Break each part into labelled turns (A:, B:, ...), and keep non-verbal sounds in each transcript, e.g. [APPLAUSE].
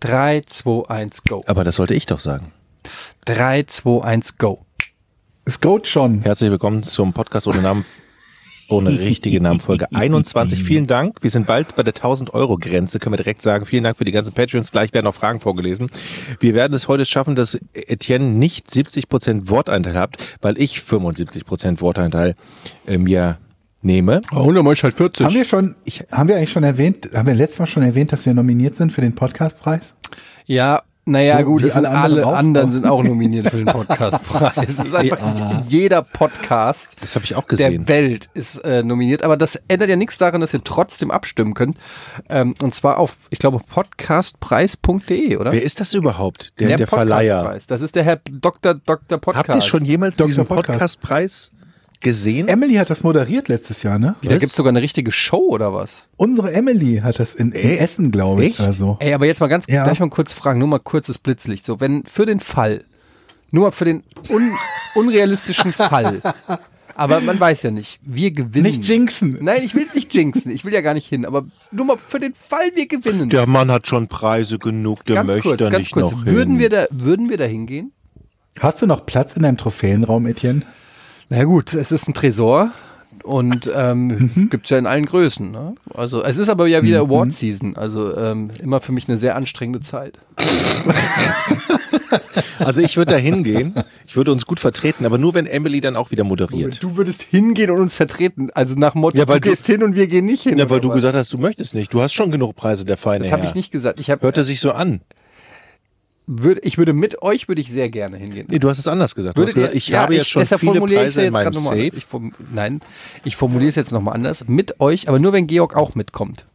A: 3, 2, 1, go.
B: Aber das sollte ich doch sagen.
A: 3, 2, 1, go.
C: Es geht schon.
B: Herzlich willkommen zum Podcast ohne Namen, ohne
A: [LAUGHS]
B: richtige Namenfolge 21. Vielen Dank. Wir sind bald bei der 1000-Euro-Grenze, können wir direkt sagen. Vielen Dank für die ganzen Patreons. Gleich werden auch Fragen vorgelesen. Wir werden es heute schaffen, dass Etienne nicht 70% Worteinteil habt, weil ich 75% Worteinteil äh, mir nehme.
A: Oh, dann mach ich halt 40.
C: Haben wir schon, haben wir eigentlich schon erwähnt, haben wir letztes Mal schon erwähnt, dass wir nominiert sind für den Podcastpreis?
A: Ja, naja,
C: So
A: gut,
C: wie
A: es sind
C: alle
A: alle
C: anderen auch.
A: anderen sind auch nominiert für den
B: [LAUGHS]
A: Podcastpreis. Es ist einfach jeder Podcast
B: Das habe ich auch
A: der
B: gesehen.
A: Welt ist äh, nominiert. Aber das ändert ja nichts daran, dass ihr trotzdem abstimmen könnt. Ähm, und zwar auf, ich glaube, podcastpreis.de, oder?
B: Wer ist das überhaupt? Der, der, Verleiher.
A: Podcastpreis. Das ist der Herr Dr. Dr. Podcast.
B: Habt ihr schon jemals
C: Dr.
B: diesen
C: Podcast.
B: Podcastpreis gesehen?
A: Ähm,
C: Emily hat das moderiert letztes Jahr, ne?
A: Da gibt's sogar eine richtige Show oder was?
C: Unsere Emily hat das in, in Essen, glaube ich.
B: Echt?
C: Also.
A: Ey, aber jetzt mal ganz,
C: Ja.
A: gleich mal kurz fragen, nur mal kurzes Blitzlicht. So, wenn für den Fall, nur mal für den un, [LAUGHS] unrealistischen Fall, aber man weiß ja nicht, wir gewinnen.
C: Nicht jinxen.
A: Nein, ich will es nicht jinxen, ich will ja gar nicht hin, aber nur mal für den Fall, wir gewinnen.
B: Der Mann hat schon Preise genug, der
A: ganz
B: möchte
A: kurz,
B: nicht
A: ganz kurz,
B: noch
A: würden
B: hin.
A: wir, da, würden wir da hingehen?
C: Hast du noch Platz in deinem Trophäenraum, Etienne?
A: Na gut, es ist ein Tresor und
B: [LAUGHS]
A: ähm,
B: Mhm.
A: gibt's ja in allen Größen. Ne? Also es ist aber ja wieder Award Season, also ähm, immer für mich eine sehr anstrengende Zeit.
B: Also ich würde da hingehen, ich würde uns gut vertreten, aber nur wenn Emily dann auch wieder moderiert.
A: Du würdest hingehen und uns vertreten, also nach Motto,
B: Ja, weil
A: du
B: du-
A: gehst hin und wir gehen nicht hin.
B: Ja, weil
A: oder
B: du
A: was?
B: gesagt hast, du möchtest nicht. Du hast schon genug Preise der Feine
A: das habe
B: Herr.
A: ich nicht gesagt. Ich, hab,
B: Hörte sich so an.
A: würd, ich würde mit euch würde ich sehr gerne hingehen.
B: Nee, du hast es anders gesagt. Du hast
A: Würdet
B: gesagt
A: ihr-
B: ich habe jetzt schon
A: deshalb
B: viele
A: formuliere ich's
B: Preise in meinem
A: grad nochmal anders.
B: Safe.
A: Ich form, nein, ich formuliere es jetzt nochmal anders. Mit euch, aber nur wenn Georg auch mitkommt.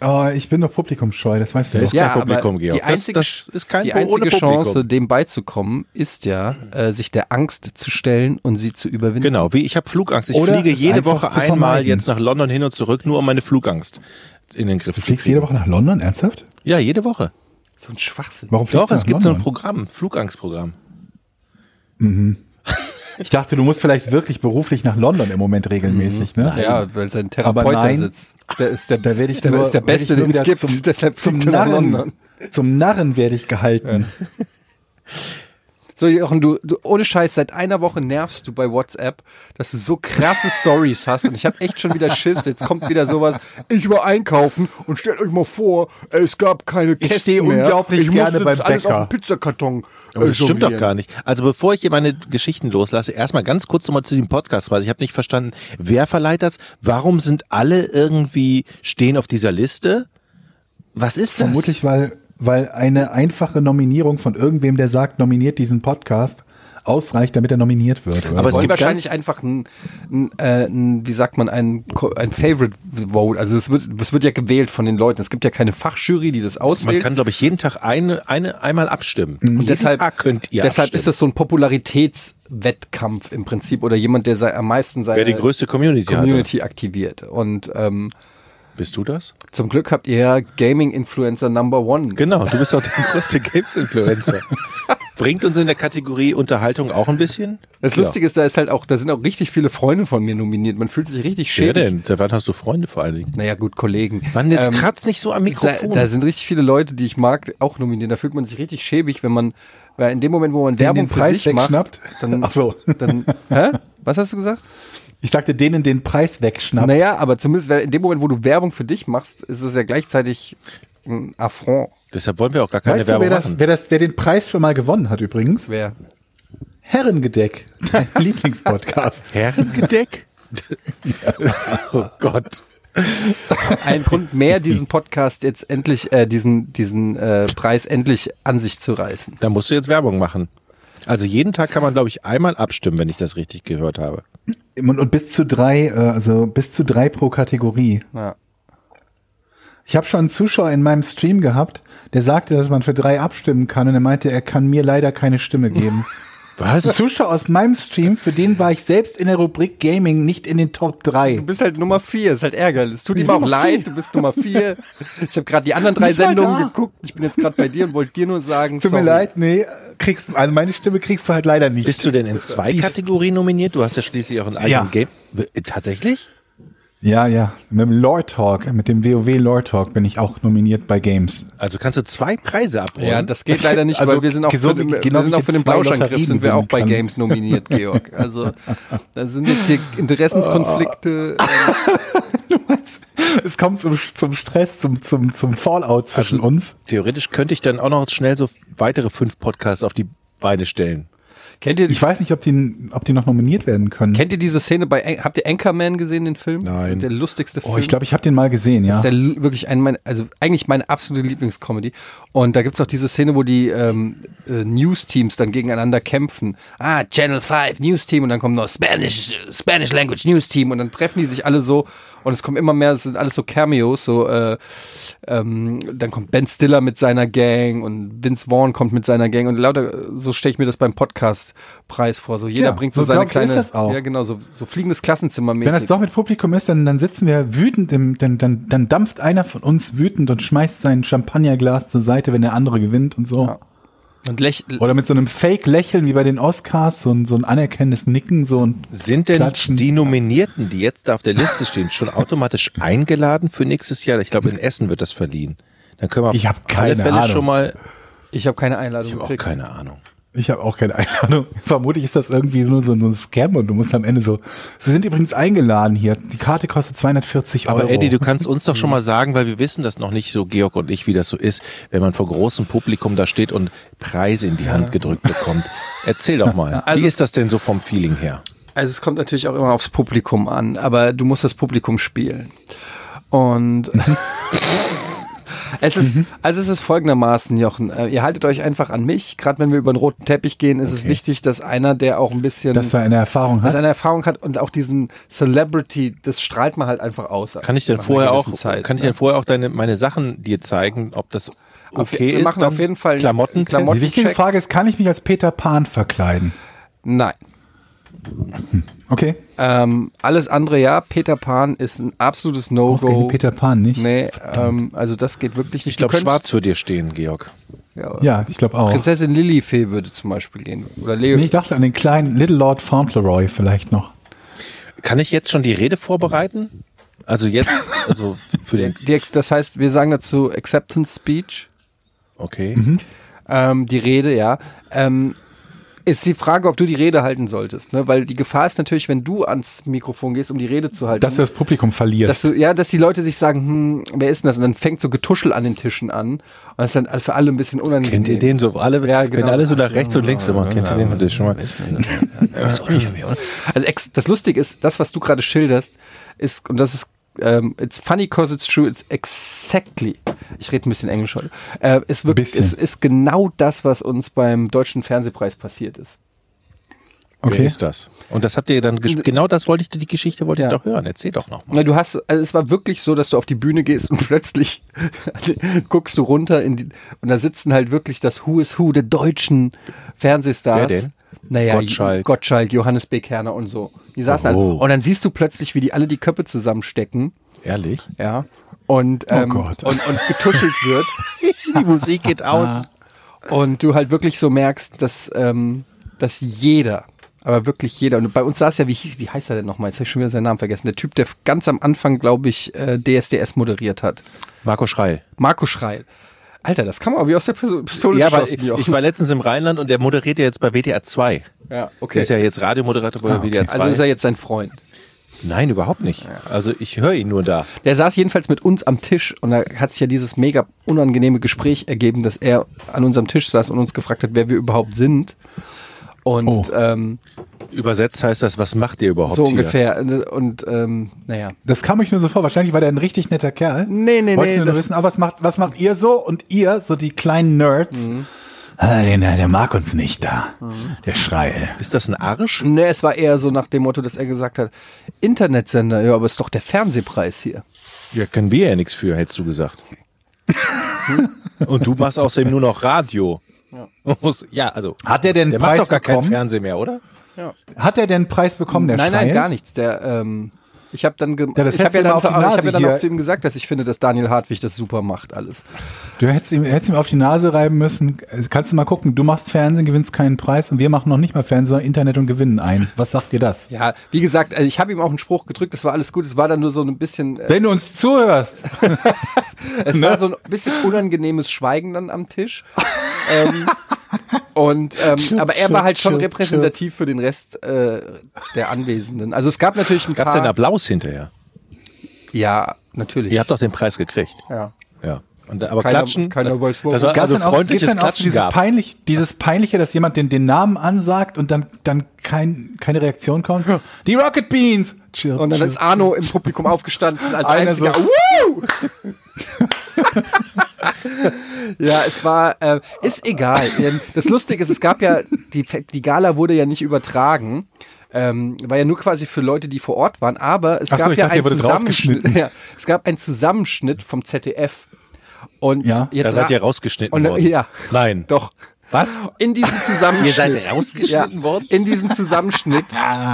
C: Oh, ich bin doch publikumscheu, das weißt du.
B: Ja, ist
C: doch.
B: kein Publikum,
A: aber
B: Georg.
A: Die
B: Das-
A: einzige,
B: das ist kein
A: die
B: Pu- ohne
A: einzige
B: Publikum.
A: Chance, dem beizukommen, ist ja, äh, sich der Angst zu stellen und sie zu überwinden.
B: Genau, wie ich habe Flugangst. Ich
C: Oder
B: fliege
C: es
B: jede
C: einfach
B: Woche
C: zu
B: einmal
C: vermeiden.
B: jetzt nach London hin und zurück, nur um meine Flugangst in den Griff
C: Du
B: zu kriegen.
C: fliegst jede Woche nach London, ernsthaft?
B: Ja, jede Woche.
A: So ein Schwachsinn.
C: Warum fliegst
B: Doch,
C: du
B: es
C: nach
B: gibt so ein
C: London?
B: Programm, Flugangstprogramm.
C: Ich dachte, du musst vielleicht wirklich beruflich nach London im Moment regelmäßig, ne?
A: Ja, Mhm. weil sein
C: Aber
A: Therapeut da
C: nein,
A: sitzt. Der ist der,
C: Da werde ich
A: ist der,
C: nur,
A: ist der
C: werde ich
A: Beste,
C: nur
A: den es
C: wieder
A: gibt. [LAUGHS]
C: Zum,
A: Deshalb
C: zum
A: fliegt er nach London.
C: Narren, zum Narren werde ich gehalten.
A: So, Jochen, du, du, ohne Scheiß, seit einer Woche nervst du bei WhatsApp, dass du so krasse Stories hast und ich habe echt schon wieder Schiss. Jetzt kommt wieder sowas. Ich war einkaufen und stellt euch mal vor, es gab keine Kästen
C: stehe
A: mehr.
C: unglaublich
A: ich musste
C: gerne
A: das
C: beim
A: alles
C: Bäcker.
A: auf den Pizzakarton.
B: Aber
A: äh,
B: das stimmt doch
A: jonglieren.
B: gar nicht. Also bevor ich hier meine Geschichten loslasse, erstmal ganz kurz nochmal zu diesem Podcast, weil ich habe nicht verstanden, wer verleiht das? Warum sind alle irgendwie stehen auf dieser Liste? Was ist das?
C: Vermutlich, weil, weil eine einfache Nominierung von irgendwem, der sagt, nominiert diesen Podcast, ausreicht, damit er nominiert wird. oder
B: Aber
C: so.
B: es
A: wollen
B: gibt
A: wahrscheinlich
B: ganz-
A: einfach ein, ein, äh, ein, wie sagt man, ein, Ko- ein Favorite Vote. Also es wird, es wird ja gewählt von den Leuten. Es gibt ja keine Fachjury, die das
B: Man
A: auswählt.
B: kann, glaube ich, jeden Tag eine, eine, einmal abstimmen. jeden
A: und Mhm. deshalb,
B: Tag könnt ihr
A: deshalb
B: abstimmen.
A: ist das so ein Popularitätswettkampf im Prinzip oder jemand, der sei, am meisten seine
B: Wer die größte Community,
A: äh, Community aktiviert. Und ähm,
B: hatte. Bist du das?
A: zum Glück habt ihr ja Gaming-Influencer Number One.
B: Genau, du bist doch der [LAUGHS] größte Games-Influencer. Bringt uns in der Kategorie Unterhaltung auch ein bisschen?
A: Das Lustige ist, da ist halt auch, da sind auch richtig viele Freunde von mir nominiert. Man fühlt sich richtig
B: Wer
A: schäbig.
B: denn? Seit wann hast du Freunde vor allen Dingen?
A: Naja, gut, Kollegen.
B: Mann, jetzt
A: Ähm,
B: kratzt nicht so am Mikrofon.
A: Da, da sind richtig viele Leute, die ich mag, auch nominiert. Da fühlt man sich richtig schäbig, wenn man, weil in dem Moment, wo man
C: Den
A: Werbung
C: den Preis
A: für sich macht,
C: wegschnappt?
A: dann,
C: Ach so.
A: dann, hä? Was hast du gesagt?
C: ich sagte, denen den Preis wegschnappt.
A: Naja, aber zumindest wer- in dem Moment, wo du Werbung für dich machst, ist es ja gleichzeitig ein Affront.
B: Deshalb wollen wir auch gar keine
C: weißt du,
B: Werbung
C: wer, das,
B: machen.
C: wer, das, wer den Preis schon mal gewonnen hat übrigens?
A: Wer?
C: Herrengedeck,
B: [LAUGHS]
C: dein Lieblingspodcast.
B: Herrengedeck? [LAUGHS] oh Gott.
A: Ein Grund mehr, diesen Podcast jetzt endlich, äh, diesen, diesen äh, Preis endlich an sich zu reißen.
B: Da musst du jetzt Werbung machen. Also jeden Tag kann man, glaube ich, einmal abstimmen, wenn ich das richtig gehört habe.
C: Und, und bis zu drei, äh, also bis zu drei pro Kategorie.
A: Ja.
C: Ich habe schon einen Zuschauer in meinem Stream gehabt, der sagte, dass man für drei abstimmen kann und er meinte, er kann mir leider keine
A: [LAUGHS]
C: Stimme geben. Ein
B: Was?
C: Zuschauer aus meinem Stream, für den war ich selbst in der Rubrik Gaming nicht in den Top 3.
A: Du bist halt Nummer vier, ist halt ärgerlich. Es tut ihm
C: bin
A: auch
C: Nummer
A: leid,
C: vier.
A: du bist Nummer vier. ah. Ich habe gerade die anderen drei
C: Ich war
A: Sendungen
C: da.
A: geguckt. Ich bin jetzt gerade bei dir und wollte dir nur sagen,
C: Tut mir
A: sorry.
C: leid, nee, kriegst, also meine Stimme kriegst du halt leider nicht.
B: Bist du denn in zwei
C: Dies-
B: Kategorien nominiert? Du hast ja schließlich auch einen eigenen
C: Ja.
B: Game. Äh, Tatsächlich?
C: Ja, ja. Mit dem Lore Talk, mit dem WoW Lore Talk bin ich auch nominiert bei Games. [LAUGHS]
B: Also kannst du zwei Preise abholen.
A: Ja, das geht leider nicht,
C: Also,
A: weil wir sind auch
C: genau
A: für den,
C: wie-
A: wir
C: genau
A: sind
C: wie
A: auch
C: ich
A: für den
C: jetzt zwei
A: Plauschangriff
C: Lotterien
A: sind wir auch
C: gewinnen
A: bei
C: kann.
A: Games nominiert, Georg. Also da sind jetzt [LAUGHS] hier Interessenskonflikte.
C: Es kommt zum, zum Stress, zum, zum, zum Fallout zwischen
A: Also-
C: uns.
B: Theoretisch könnte ich dann auch noch schnell so weitere fünf Podcasts auf die Beine stellen.
A: Kennt ihr,
C: Ich weiß nicht, ob die, ob die noch nominiert werden können.
A: kennt ihr diese Szene bei, An- habt ihr Anchorman gesehen, den Film?
B: Nein.
A: Der lustigste Film.
C: oh, ich glaube, ich habe den mal gesehen, ja.
A: Das ist der, wirklich ein, mein, also eigentlich meine absolute Lieblingscomedy. Und da gibt's auch diese Szene, wo die ähm, äh, News-Teams dann gegeneinander kämpfen. Ah, Channel 5 News-Team und dann kommt noch Spanish, Spanish Language News-Team und dann treffen die sich alle so und es kommen immer mehr, es sind alles so Cameos, so äh, ähm, dann kommt Ben Stiller mit seiner Gang und Vince Vaughn kommt mit seiner Gang und lauter, äh, so stelle ich mir das beim Podcast-Preis vor. So jeder
C: Ja,
A: bringt so,
C: so
A: seine
C: glaub ich, so
A: kleine,
C: ist das auch.
A: ja genau, so, so fliegendes Klassenzimmer mäßig.
C: Wenn das doch mit Publikum ist, dann, dann sitzen wir wütend im, dann, dann, dann dampft einer von uns wütend und schmeißt sein Champagnerglas zur Seite, wenn der andere gewinnt und so.
A: und läch
C: Oder mit so einem Fake-Lächeln wie bei den Oscars, so ein, so ein anerkennendes Nicken, so ein
B: Sind denn
C: Klatschen.
B: die Nominierten, die jetzt da auf der Liste stehen, schon automatisch eingeladen für nächstes Jahr? Ich glaube, in Essen wird das verliehen. Dann können wir auf
C: Ich hab keine
B: alle Fälle
C: Ahnung.
B: schon mal.
A: ich habe keine Einladung
B: Ich habe auch
A: gekriegt.
B: keine Ahnung.
C: Ich habe auch keine Einladung. [LAUGHS] Vermutlich ist das irgendwie nur so, so ein Scam und du musst am Ende so. Sie sind übrigens eingeladen hier. Die Karte kostet 240 Euro.
B: Aber Eddie, du kannst uns doch schon mal sagen, weil wir wissen das noch nicht so, Georg und ich, wie das so ist, wenn man vor großem Publikum da steht und Preise in die Hand gedrückt bekommt. Erzähl doch mal,
A: [LAUGHS] Also-
B: wie ist das denn so vom Feeling her?
A: Also es kommt natürlich auch immer aufs Publikum an, aber du musst das Publikum spielen. Und es ist, also es ist folgendermaßen, Jochen, äh, ihr haltet euch einfach an mich. Gerade wenn wir über den roten Teppich gehen, ist es wichtig, dass einer, der auch ein bisschen
C: dass er eine Erfahrung
A: dass
C: hat.
A: er eine Erfahrung hat und auch diesen Celebrity, das strahlt man halt einfach aus.
B: Kann ich denn
A: Nach einer
B: vorher auch,
A: gewissen Zeit,
B: kann ich
A: ne?
B: denn vorher auch deine, meine Sachen dir zeigen, ob das
A: Auf-
B: okay
A: wir
B: ist?
A: machen
B: dann?
A: auf jeden Fall
B: Klamotten,
A: Klamotten-
C: die wichtige
A: Check.
C: Frage ist, kann ich mich als Peter Pan verkleiden?
A: Nein.
C: Okay.
A: Ähm, alles andere ja, Peter Pan ist ein absolutes No-Go.
C: Ausgerechnet Peter Pan nicht.
A: Nee, ähm, also das geht wirklich nicht.
B: Ich glaube,
A: Du könntest-
B: schwarz wird dir stehen, Georg.
A: Ja,
C: Ja, ich glaube auch.
A: Prinzessin Lilifee würde zum Beispiel gehen. Oder Leo.
C: Nee, ich dachte an den kleinen Little Lord Fauntleroy vielleicht noch.
B: Kann ich jetzt schon die Rede vorbereiten? Also jetzt, also für den,
A: Die Ex- das heißt, wir sagen dazu Acceptance Speech,
B: okay.
A: ähm, die Rede, ja. Ähm, ist die Frage, ob du die Rede halten solltest, ne? Weil die Gefahr ist natürlich, wenn du ans Mikrofon gehst, um die Rede zu halten.
C: Dass du das Publikum verlierst.
A: dass du, ja, dass die Leute sich sagen, hm, wer ist denn das? Und dann fängt so Getuschel an den Tischen an. Und das ist dann für alle ein bisschen unangenehm.
B: Kennt ihr den so? Alle,
A: Ja, genau.
B: Wenn alle so nach rechts und links immer, kennt ihr den natürlich schon mal?
A: Also ex das Lustige ist, das, was du gerade schilderst, ist, und das ist, ähm, it's funny because it's true, it's exactly, ich rede ein bisschen Englisch heute, äh, ist wirklich,
C: Bisschen.
A: ist, ist genau das, was uns beim Deutschen Fernsehpreis passiert ist.
B: Wer
C: okay.
B: ist das? Und das habt ihr dann gespielt. Genau das wollte ich, die Geschichte wollte
A: Ja.
B: ich doch hören. Erzähl doch nochmal.
A: Na, du hast, also es war wirklich so, dass du auf die Bühne gehst und [LAUGHS] plötzlich guckst du runter in die, und da sitzen halt wirklich das Who is Who der deutschen Fernsehstars.
B: Wer denn?
A: Naja,
B: Gottschalk.
A: Gottschalk, Johannes B. Kerner und so. Die saßen
B: Oh.
A: halt, und dann siehst du plötzlich, wie die alle die Köpfe zusammenstecken.
B: Ehrlich?
A: Ja. Und, ähm,
C: Gott.
A: und, und getuschelt wird.
B: [LAUGHS] Die Musik geht aus.
A: Und du halt wirklich so merkst, dass, ähm, dass jeder, aber wirklich jeder, und bei uns saß ja, wie, hieß, wie heißt er denn nochmal? Jetzt habe ich schon wieder seinen Namen vergessen. Der Typ, der ganz am Anfang, glaube ich, äh, DSDS moderiert hat.
B: Marco Schreil.
A: Marco Schreil. Alter, das kann man aber wie aus der Piso- Pistole
B: Ja, aber
A: geschossen,
B: ich,
A: Jochen.
B: ich war letztens im Rheinland und der moderiert ja jetzt bei WDR 2.
A: ja, okay.
B: Der ist ja jetzt Radiomoderator bei WDR 2.
A: also ist er jetzt sein Freund.
B: Nein, überhaupt nicht. Also ich höre ihn nur da.
A: Der saß jedenfalls mit uns am Tisch und da hat sich ja dieses mega unangenehme Gespräch ergeben, dass er an unserem Tisch saß und uns gefragt hat, wer wir überhaupt sind. Und
C: Oh.
A: ähm,
B: Übersetzt heißt das, was macht ihr überhaupt
A: so
B: hier?
A: ungefähr. Und ähm, naja.
C: Das kam mich nur so vor. Wahrscheinlich war der ein richtig netter Kerl.
A: Nee, nee,
C: Wollte
A: nee,
C: ich nur
A: das-
C: wissen, aber was macht, was macht ihr so? Und ihr, so die kleinen Nerds.
A: Mhm.
C: Ah, den, der mag uns nicht da. Der Schrei.
B: Ist das ein Arsch?
A: Nee, Ne, es war eher so nach dem Motto, dass er gesagt hat, Internetsender, ja, aber ist doch der Fernsehpreis hier.
B: Ja, können wir ja nichts für, hättest du gesagt. Und du machst außerdem nur noch Radio. Man muss- Ja, also.
C: Hat der denn
B: Der
C: Preis
B: macht doch gar keinen
C: bekommen?
B: Fernsehen mehr, oder?
C: Hat er denn einen Preis bekommen, der
A: nein,
C: Schrei?
A: nein, gar nichts. Der, ähm, Ich habe dann, ge
C: Ja, das
A: ich hab
C: hättest
A: ja
C: du
A: dann,
C: ihm auf
A: zu,
C: die
A: aber ich
C: Nase
A: hab ja dann auch
C: hier.
A: zu ihm gesagt, dass ich finde, dass Daniel Hartwig das super macht alles.
C: Du hättest ihm, hättest ihm auf die Nase reiben müssen. Kannst du mal gucken, du machst Fernsehen, gewinnst keinen Preis und wir machen noch nicht mal Fernsehen, sondern Internet und gewinnen ein. Was sagt dir das?
A: Ja, wie gesagt, also ich habe ihm auch einen Spruch gedrückt, das war alles gut, es war dann nur so ein bisschen, äh,
C: Wenn du uns zuhörst.
A: es war so ein bisschen unangenehmes Schweigen dann am Tisch. ähm, und ähm,
D: Chirp,
A: aber er
D: chirp,
A: war halt schon
D: chirp,
A: repräsentativ für den Rest äh, der Anwesenden. Also es gab natürlich ein
B: Gab es
A: paar.
B: denn Applaus hinterher?
A: ja, natürlich.
B: Ihr habt doch den Preis gekriegt.
A: Ja.
B: Ja. Und, da- aber
A: Keiner-
B: klatschen,
A: keiner weiß, warum.
B: das war
C: Gab's
B: also
C: denn auch- gibt's
B: freundliches
C: denn auch
B: Klatschen
C: dieses,
B: gab's.
C: peinlich, dieses Peinliche, dass jemand den, den Namen ansagt und dann, dann kein, keine Reaktion kommt? Die Rocket Beans! Chirp,
A: Und dann
C: chirp.
A: ist Arno im Publikum aufgestanden als
C: Einer
A: einziger.
C: so-
A: Woo! ja, es war, äh, ist egal. Ähm, Das Lustige ist, es gab ja, die, die Gala wurde ja nicht übertragen. Ähm, war ja nur quasi für Leute, die vor Ort waren, aber es
C: Ach so,
A: gab
C: ich
A: ja
C: dachte, ihr
A: einen
C: wurdet
A: Zusammenschnitt.
C: rausgeschnitten.
A: [LAUGHS] Ja, es gab einen Zusammenschnitt vom ZDF. Und
C: Ja,
B: Da
A: jetzt
B: seid ihr rausgeschnitten
A: und,
B: worden.
A: Ja,
B: Nein.
A: doch.
B: Was?
A: In diesem Zusammenschnitt.
B: Ihr seid rausgeschnitten worden?
A: In diesem
B: [LAUGHS]
A: Zusammenschnitt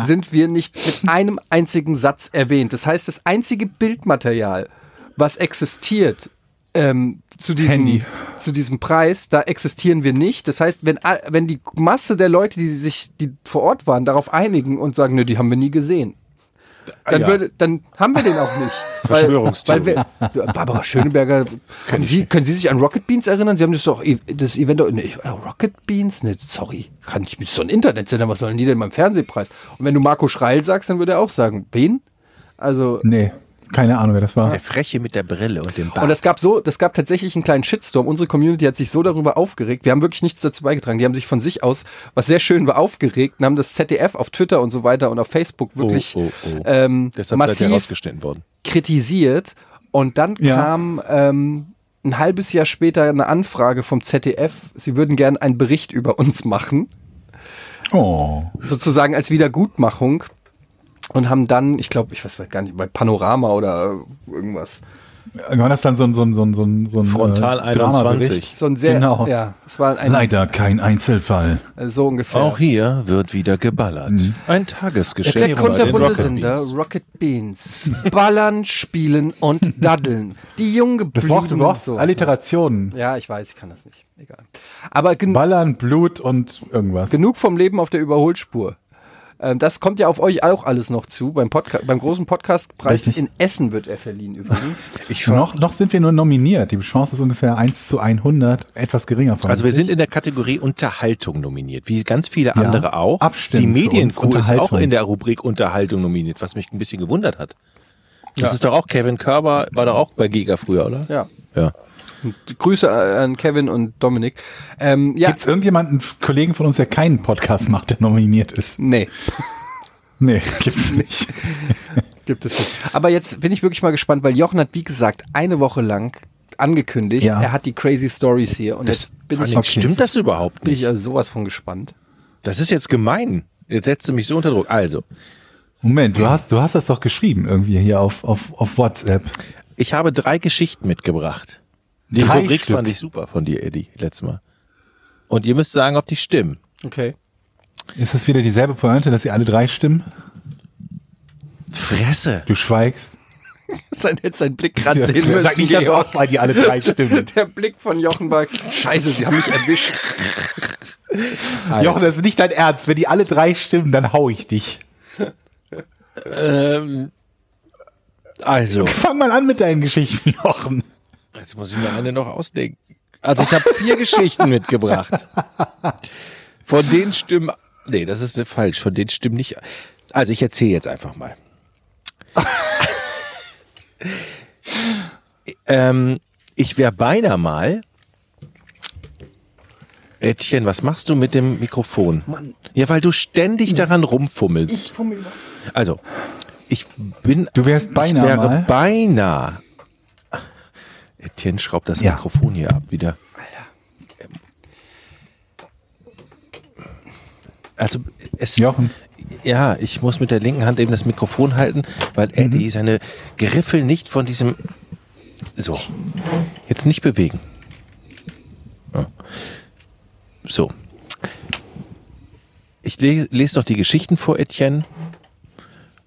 A: sind wir nicht mit einem einzigen Satz erwähnt. Das heißt, das einzige Bildmaterial, was existiert ähm, zu, diesem,
C: Handy.
A: zu diesem Preis, da existieren wir nicht. Das heißt, wenn, all- wenn die Masse der Leute, die sich, die vor Ort waren, darauf einigen und sagen, ne, die haben wir nie gesehen. Dann,
B: Ah, ja.
A: würde, dann haben wir den auch
B: [LAUGHS]
A: nicht. Weil-
B: Verschwörungstheorie.
A: Weil wir, Barbara Schöneberger, können Sie, können Sie sich an Rocket Beans erinnern? Sie haben das doch, e, das Event, doch- nee, ich- äh, Rocket Beans? Nee, sorry, kann ich mit so einem Internetsender, was sollen die denn beim Fernsehpreis? Und wenn du Marco Schreil sagst, dann würde er auch sagen, wen? Also,
C: Nee, keine Ahnung, wer das war.
B: Der Freche mit der Brille und dem Bart.
A: und das gab so, das gab tatsächlich einen kleinen Shitstorm. Unsere Community hat sich so darüber aufgeregt. Wir haben wirklich nichts dazu beigetragen. Die haben sich von sich aus, was sehr schön war, aufgeregt und haben das ZDF auf Twitter und so weiter und auf Facebook wirklich
B: oh, oh.
A: Ähm,
B: Deshalb seid ihr
A: massiv
B: rausgeschnitten worden.
A: kritisiert. Und dann
C: Ja.
A: kam ähm, ein halbes Jahr später eine Anfrage vom ZDF, sie würden gerne einen Bericht über uns machen,
C: Oh.
A: sozusagen als Wiedergutmachung. Und haben dann, ich glaube, ich weiß gar nicht, bei Panorama oder irgendwas.
C: War das dann so ein, so ein, so ein, so ein, so ein
B: Frontal
C: äh, Dramabericht?
B: 21.
A: So ein sehr,
C: Genau.
A: ja, es war ein, äh,
C: Leider kein Einzelfall.
A: so ungefähr.
B: Auch hier wird wieder geballert. Ein Tagesgeschäft.
A: Der kunterbunte Sender
B: Beans.
A: Rocket Beans. Ballern, spielen und daddeln. Die
C: Das
A: Junggebliebenen.
C: braucht, du brauchst Alliterationen.
A: Ja, ich weiß, ich kann das nicht. Egal. Aber gen
C: Ballern, Blut und irgendwas.
A: genug vom Leben auf der Überholspur. Ähm, Das kommt ja auf euch auch alles noch zu. Beim, Podca beim großen Podcastpreis
C: Richtig.
A: in Essen wird er verliehen übrigens. [LAUGHS]
B: Ich fand,
C: noch, noch sind wir nur nominiert. Die Chance ist ungefähr 1 zu 100, etwas geringer.
B: also wir sind in der Kategorie Unterhaltung nominiert, wie ganz viele
C: Ja,
B: andere auch.
C: abstimmen
B: Die
C: für
B: Medienkuh
C: uns,
B: ist auch
C: Unterhaltung.
B: in der Rubrik Unterhaltung nominiert, was mich ein bisschen gewundert hat. Das ist doch auch Kevin Körber, war doch auch bei Giga früher, oder?
A: ja.
B: Ja.
A: Und Grüße äh, an Kevin und Dominik. Ähm, ja.
C: Gibt es irgendjemanden, einen Kollegen von uns, der keinen Podcast macht, der nominiert ist?
A: Nee.
C: Nee, gibt's nicht.
A: Gibt es nicht. Aber jetzt bin ich wirklich mal gespannt, weil Jochen hat, wie gesagt, eine Woche lang angekündigt,
C: Ja.
A: er hat die crazy Stories hier und
B: Das
A: jetzt bin
B: vor
A: ich,
B: allem
C: Okay.
B: stimmt das überhaupt
A: bin
B: nicht.
A: ich also sowas von gespannt.
B: Das ist jetzt gemein. Jetzt setzt du mich so unter Druck. Also,
C: Moment, du hast, du hast das doch geschrieben irgendwie hier auf, auf, auf WhatsApp.
B: ich habe drei Geschichten mitgebracht. Die
C: Drei
B: Rubrik
C: Stück.
B: fand ich super von dir, Eddie, letztes Mal. Und ihr müsst sagen, ob die stimmen.
A: Okay.
C: Ist das wieder dieselbe Pointe, dass sie alle drei stimmen?
B: Fresse.
C: Du schweigst.
A: Sein, hätte seinen
C: [LAUGHS]
A: Blick gerade
C: Ja,
A: sehen müssen. Georg.
C: mal die alle oh, drei stimmen.
A: [LAUGHS] Der Blick von Jochen war, scheiße, sie haben mich erwischt.
C: [LAUGHS] Jochen, das ist nicht dein Ernst. Wenn die alle drei stimmen, dann hau ich dich.
A: Ähm,
B: Also,
C: Fang mal an mit deinen Geschichten, Jochen.
B: jetzt muss ich mir eine noch ausdenken. Also, ich habe vier Geschichten mitgebracht. Von denen stimmen. Nee, das ist falsch. Von denen stimmen nicht. Also, ich erzähle jetzt einfach mal. [LAUGHS] ähm, ich wäre beinahe mal. Ättchen, was machst du mit dem Mikrofon? Mann. Ja, weil du ständig daran rumfummelst. Ich fummel. Also, ich bin
C: Du wärst beinahe
B: ich wäre
C: mal.
B: beinahe. Etienne schraubt das
C: Ja.
B: Mikrofon hier ab wieder. Also es,
C: Jochen.
B: ja, ich muss mit der linken Hand eben das Mikrofon halten, weil Eddie
C: Mhm.
B: seine Griffel nicht von diesem. So, jetzt nicht bewegen. Ja. So, ich le lese noch die Geschichten vor Etienne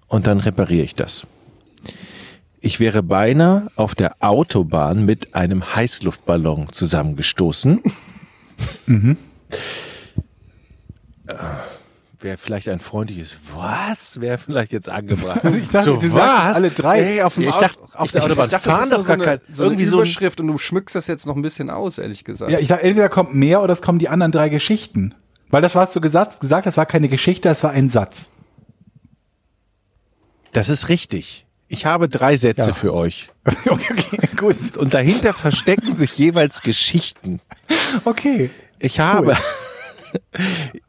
B: und dann repariere ich das. Ich wäre beinahe auf der Autobahn mit einem Heißluftballon
C: [LAUGHS]
B: zusammengestoßen. Mhm.
C: Mhm.
B: Äh, Wäre vielleicht ein freundliches Was? Wäre vielleicht jetzt angebracht.
C: Also Ich dachte, du sagst alle drei.
B: Hey, auf, dem
A: Ja, ich
B: Au-
A: dachte,
B: Ah, auf
A: ich,
B: der
A: ich,
B: Autobahn
A: ich dachte, das
B: fahren
A: ist doch
B: doch
A: so
B: gar
A: eine,
B: kein.
A: so
B: irgendwie
A: eine
B: so ein
A: Überschrift und du schmückst das jetzt noch ein bisschen aus, ehrlich gesagt.
C: Ja, ich sag, entweder kommt mehr oder es kommen die anderen drei Geschichten. Weil das, was du gesagt, gesagt hast, war keine Geschichte, das war ein Satz.
B: Das ist richtig. Ich habe drei Sätze
C: Ja.
B: für euch. [LAUGHS]
C: okay, okay, gut.
B: Und dahinter verstecken sich jeweils Geschichten.
C: Okay.
B: Ich habe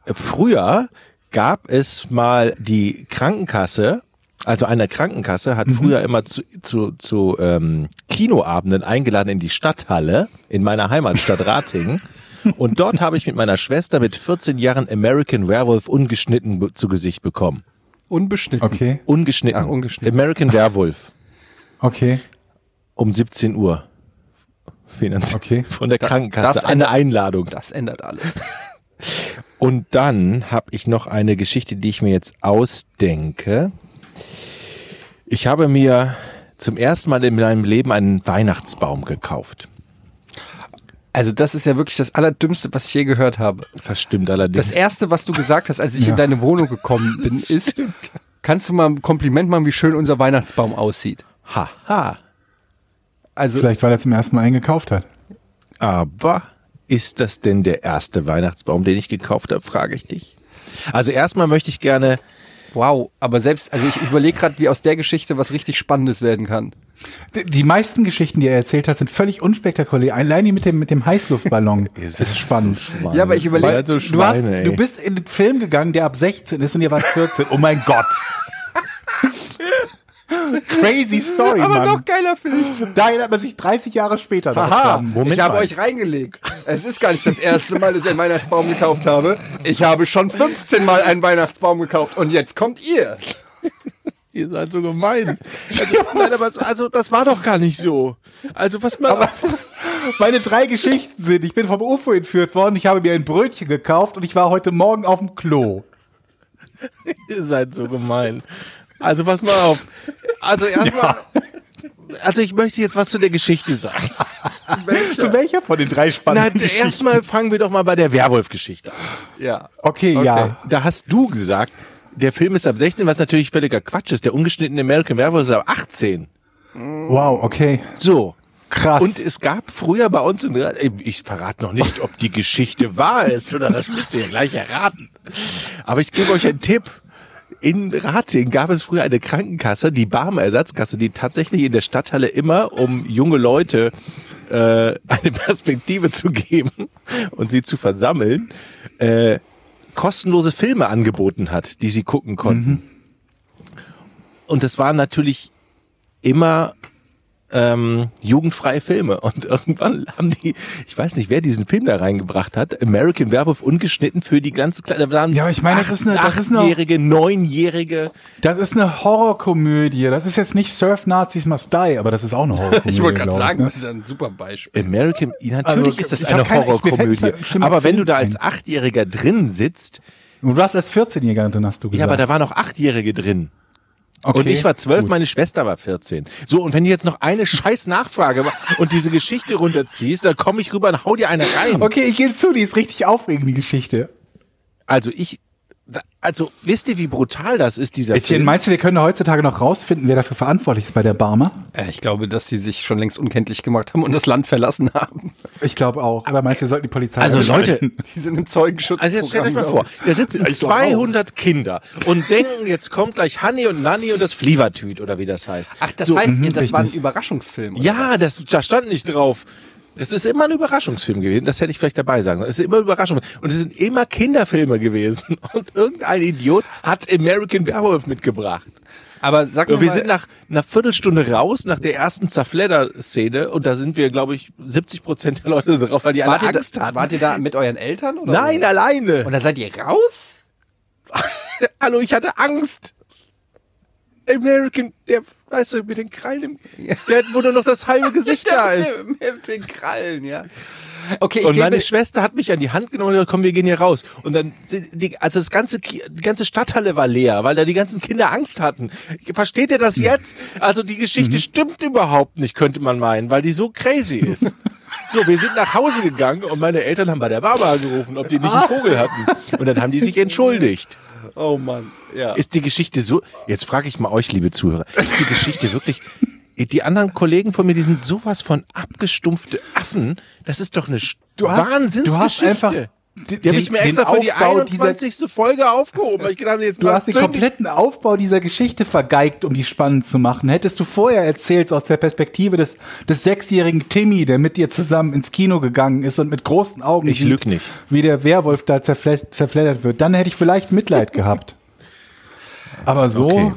B: früher gab es mal die Krankenkasse, also eine Krankenkasse
A: Mhm.
B: hat früher immer zu, zu, zu ähm, Kinoabenden eingeladen in die Stadthalle in meiner Heimatstadt Ratingen. Und dort habe ich mit meiner Schwester mit 14 Jahren American Werewolf ungeschnitten be- zu Gesicht bekommen.
A: Unbeschnitten.
C: Okay,
B: Ungeschnitten.
A: Ach, ungeschnitten.
B: American Werewolf
C: okay.
B: um 17 Uhr. Finanziert
C: Okay.
B: von der Krankenkasse.
A: das
B: eine Einladung.
A: Das ändert alles.
B: Und dann habe ich noch eine Geschichte, die ich mir jetzt ausdenke. Ich habe mir zum ersten Mal in meinem Leben einen Weihnachtsbaum gekauft.
A: Also das ist ja wirklich das Allerdümmste, was ich je gehört habe.
B: Das stimmt allerdings.
A: Das erste, was du gesagt hast, als ich
C: Ja.
A: in deine Wohnung
B: [LAUGHS]
A: gekommen bin, ist, kannst du mal ein Kompliment machen, wie schön unser Weihnachtsbaum aussieht.
B: Haha. Ha.
A: Also
C: Vielleicht, weil er zum ersten Mal einen gekauft hat.
B: Aber ist das denn der erste Weihnachtsbaum, den ich gekauft habe, frage ich dich. Also erstmal möchte ich gerne,
A: wow, aber selbst, also ich überlege gerade, wie aus der Geschichte was richtig Spannendes werden kann.
C: D- Die meisten Geschichten, die er erzählt hat, sind völlig unspektakulär. Allein die mit dem, mit dem Heißluftballon ist spannend.
A: Ja, aber ich überleg-
B: Ihr seid so
C: Du, hast,
B: Schweine,
C: du
B: ey.
C: bist in den Film gegangen, der ab 16 ist und ihr wart 14. Oh mein
B: [LAUGHS]
C: Gott. Crazy Story, Mann.
A: geiler Film.
C: Da erinnert man sich 30 Jahre später dran.
A: Aha,
B: Moment
A: ich habe
B: mal.
A: euch reingelegt. Es ist gar nicht das erste Mal, dass ich einen Weihnachtsbaum gekauft habe. Ich habe schon 15 Mal einen Weihnachtsbaum gekauft und jetzt kommt ihr.
B: Ihr seid so gemein. Also, nein, aber so- also das war doch gar nicht so. Also was man.
C: Was ist- Meine drei Geschichten sind, ich bin vom UFO entführt worden, ich habe mir ein Brötchen gekauft und ich war heute Morgen auf dem Klo.
B: [LAUGHS] Ihr seid so gemein. Also pass mal auf. Also erstmal. Also ich möchte jetzt was zu der Geschichte sagen.
C: Zu welcher von den drei
B: Na,
C: spannenden Geschichten?
B: erstmal fangen wir doch mal bei der Werwolf-Geschichte an.
A: Ja.
C: Okay, ja.
B: Da hast du gesagt, der Film ist ab 16, was natürlich völliger Quatsch ist. Der ungeschnittene American Werewolf ist ab 18.
C: Wow, okay.
B: So.
C: Krass.
B: Und es gab früher bei uns, in, Ra- äh, ich verrate noch nicht, ob die Geschichte [LAUGHS] wahr ist oder das müsst ihr ja gleich erraten. Aber ich gebe euch einen Tipp. In Rating gab es früher eine Krankenkasse, die Barmer Ersatzkasse, die tatsächlich in der Stadthalle immer, um junge Leute äh, eine Perspektive zu geben und sie zu versammeln, äh, kostenlose Filme angeboten hat, die sie gucken konnten.
C: Mhm.
B: Und das waren natürlich immer ähm, jugendfreie Filme. Und irgendwann haben die, ich weiß nicht, wer diesen Film da reingebracht hat, American Werewolf ungeschnitten für die ganze kleine. Da waren
C: Ja, aber ich meine, das ist eine- das ist eine-
B: achtjährige, neunjährige.
C: Das ist eine Horrorkomödie. Das ist jetzt nicht Surf Nazis Must Die, aber das ist
B: [LAUGHS]
C: auch eine Horrorkomödie.
A: Ich wollte gerade
C: glaub
A: sagen,
C: ne?
A: das ist ja ein super Beispiel.
B: American, natürlich
C: Also,
B: ist das
C: ich hab
B: eine
C: keine- mir fällt nicht
B: Horrorkomödie.
C: mal ein schlimmer
B: Aber wenn
C: Film
B: du da
C: ein.
B: als Achtjähriger drin sitzt,
C: Und du warst als 14-Jähriger drin, hast du gesagt.
B: ja, aber da waren auch Achtjährige drin.
C: okay.
B: und ich war zwölf,
C: Gut.
B: meine Schwester war 14. So, und wenn du jetzt noch eine scheiß Nachfrage ma- und diese Geschichte runterziehst, dann komme ich rüber und hau dir eine rein.
C: Okay, ich gebe zu, die ist richtig aufregend, die Geschichte.
B: Also ich, da- also wisst ihr, wie brutal das ist, dieser
C: Etienne,
B: Film?
C: meinst du, wir können heutzutage noch rausfinden, wer dafür verantwortlich ist bei der Barmer?
A: Äh, Ich glaube, dass die sich schon längst unkenntlich gemacht haben und das Land verlassen haben.
C: Ich glaube auch. Oder meinst du, wir sollten die Polizei
B: Also Leute,
C: einschalten?
A: [LAUGHS] Die sind im Zeugenschutz.
B: Also jetzt stellt euch mal vor, da sitzen
A: Ist doch auch.
B: 200 Kinder und denken, jetzt kommt gleich Hanni und Nanni und das Flievertüt oder wie das heißt.
A: Ach, das
B: so,
C: Mhm.
B: mhm,
A: heißt, ihr, das war ein
C: richtig.
A: Überraschungsfilm. oder?
B: Ja, das, da stand nicht drauf. Das ist immer ein Überraschungsfilm gewesen. Das hätte ich vielleicht dabei sagen sollen. Es ist immer Überraschung. Und es sind immer Kinderfilme gewesen. [LAUGHS] Und irgendein Idiot hat American Werewolf mitgebracht.
A: Aber sag mir
B: Und wir
A: mal,
B: sind nach einer Viertelstunde raus, nach der ersten Zerfledder-Szene. Und da sind wir, glaube ich, 70 Prozent der Leute sind drauf, weil die alle
A: wart, ihr
B: Angst
A: da,
B: hatten.
A: wart ihr da mit euren Eltern? Oder
B: Nein,
A: Oder?
B: alleine.
A: Und da seid ihr raus?
B: Hallo, ich hatte Angst. American, der, weißt
A: [LAUGHS]
B: du, mit den Krallen im, der hat, wo nur noch das halbe Gesicht da ist.
A: Mit den Krallen, ja. Okay, ich
B: und meine
A: gebe,
B: Schwester hat mich an die Hand genommen und gesagt, komm, wir gehen hier raus. Und dann, sind die, also das ganze, Ki- die ganze Stadthalle war leer, weil da die ganzen Kinder Angst hatten. Versteht ihr das jetzt? Also die Geschichte stimmt überhaupt nicht, könnte man meinen, weil die so crazy ist. So, wir sind nach Hause gegangen und meine Eltern haben bei der Barber angerufen, ob die nicht
A: Ah.
B: einen Vogel hatten. Und dann haben die sich entschuldigt.
A: oh Mann, ja.
B: Ist die Geschichte so, jetzt frage ich mal euch, liebe Zuhörer, ist die Geschichte wirklich, die anderen Kollegen von mir, die sind sowas von abgestumpfte Affen, das ist doch eine
C: Du hast-
B: Wahnsinnsgeschichte.
C: du hast einfach
B: die habe ich mir
C: den
B: extra für die
C: Aufbau dieser-
B: 21. Folge aufgehoben, weil ich gedacht habe, jetzt
C: Du hast den
B: zünd ich-
C: kompletten Aufbau dieser Geschichte vergeigt, um die spannend zu machen. Hättest du vorher erzählt aus der Perspektive des, des sechsjährigen Timmy, der mit dir zusammen ins Kino gegangen ist und mit großen Augen
B: Ich lüg nicht.
C: wie der Werwolf da zerfle zerfleddert wird, dann hätte ich vielleicht
B: [LAUGHS]
C: Mitleid gehabt. Aber so,
B: Okay.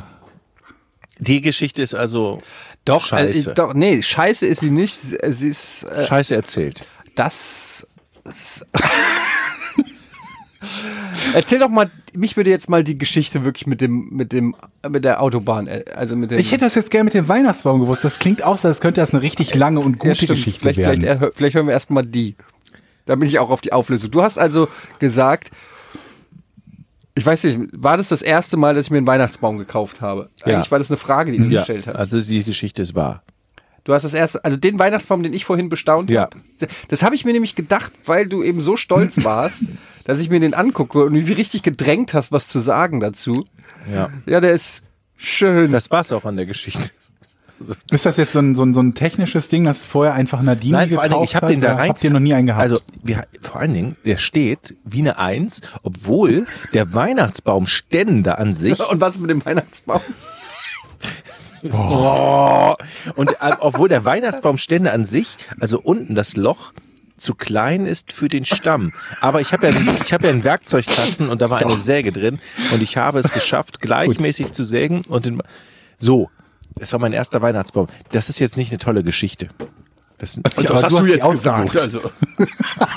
B: Die Geschichte ist also
A: Doch,
B: scheiße.
A: Äh, doch, nee, scheiße ist sie nicht. Sie äh, sie ist äh,
B: scheiße erzählt.
A: das. [LAUGHS] Erzähl doch mal, mich würde jetzt mal die Geschichte wirklich mit dem, mit dem, mit der Autobahn, äh, also mit dem.
C: ich hätte das jetzt gerne mit dem Weihnachtsbaum gewusst. Das klingt aus, als könnte das eine richtig lange und gute
A: Ja, stimmt.
C: Geschichte
A: vielleicht,
C: werden.
A: vielleicht, erhö- vielleicht hören wir erstmal die. Da bin ich auch auf die Auflösung. Du hast also gesagt, ich weiß nicht, war das das erste Mal, dass ich mir einen Weihnachtsbaum gekauft habe?
B: Ja.
A: Eigentlich war das eine Frage, die du
B: Ja,
A: gestellt hast.
B: also die Geschichte ist wahr.
A: Du hast das erste, also den Weihnachtsbaum, den ich vorhin bestaunt
B: Ja.
A: habe. Das habe ich mir nämlich gedacht, weil du eben so
B: [LAUGHS]
A: stolz warst, dass ich mir den angucke und wie richtig gedrängt hast, was zu sagen dazu.
B: Ja.
A: Ja, der ist schön.
B: Das war's auch an der Geschichte.
C: Ist das jetzt so ein, so ein, so ein technisches Ding, das vorher einfach Nadine
B: Nein, vor
C: gekauft
B: allen Dingen, ich habe
C: hat?
B: den da
C: Oder
B: rein.
C: Habt ihr noch nie einen gehabt?
B: Also, wir, vor allen Dingen, der steht wie eine Eins, obwohl der Weihnachtsbaumständer an
C: [LAUGHS]
B: sich
A: und was mit dem Weihnachtsbaum?
B: Oh. Und äh, obwohl der Weihnachtsbaumständer an sich, also unten das Loch, zu klein ist für den Stamm. Aber ich habe ja, ich habe ja einen Werkzeugkasten und da war eine Säge drin und ich habe es geschafft, gleichmäßig zu sägen und den, so. Das war mein erster Weihnachtsbaum. Das ist jetzt nicht eine tolle Geschichte. Das,
C: Ja,
B: aber
C: aber
B: du hast
C: die
B: die ausgesucht.
C: ausgesucht.
A: Also. [LAUGHS]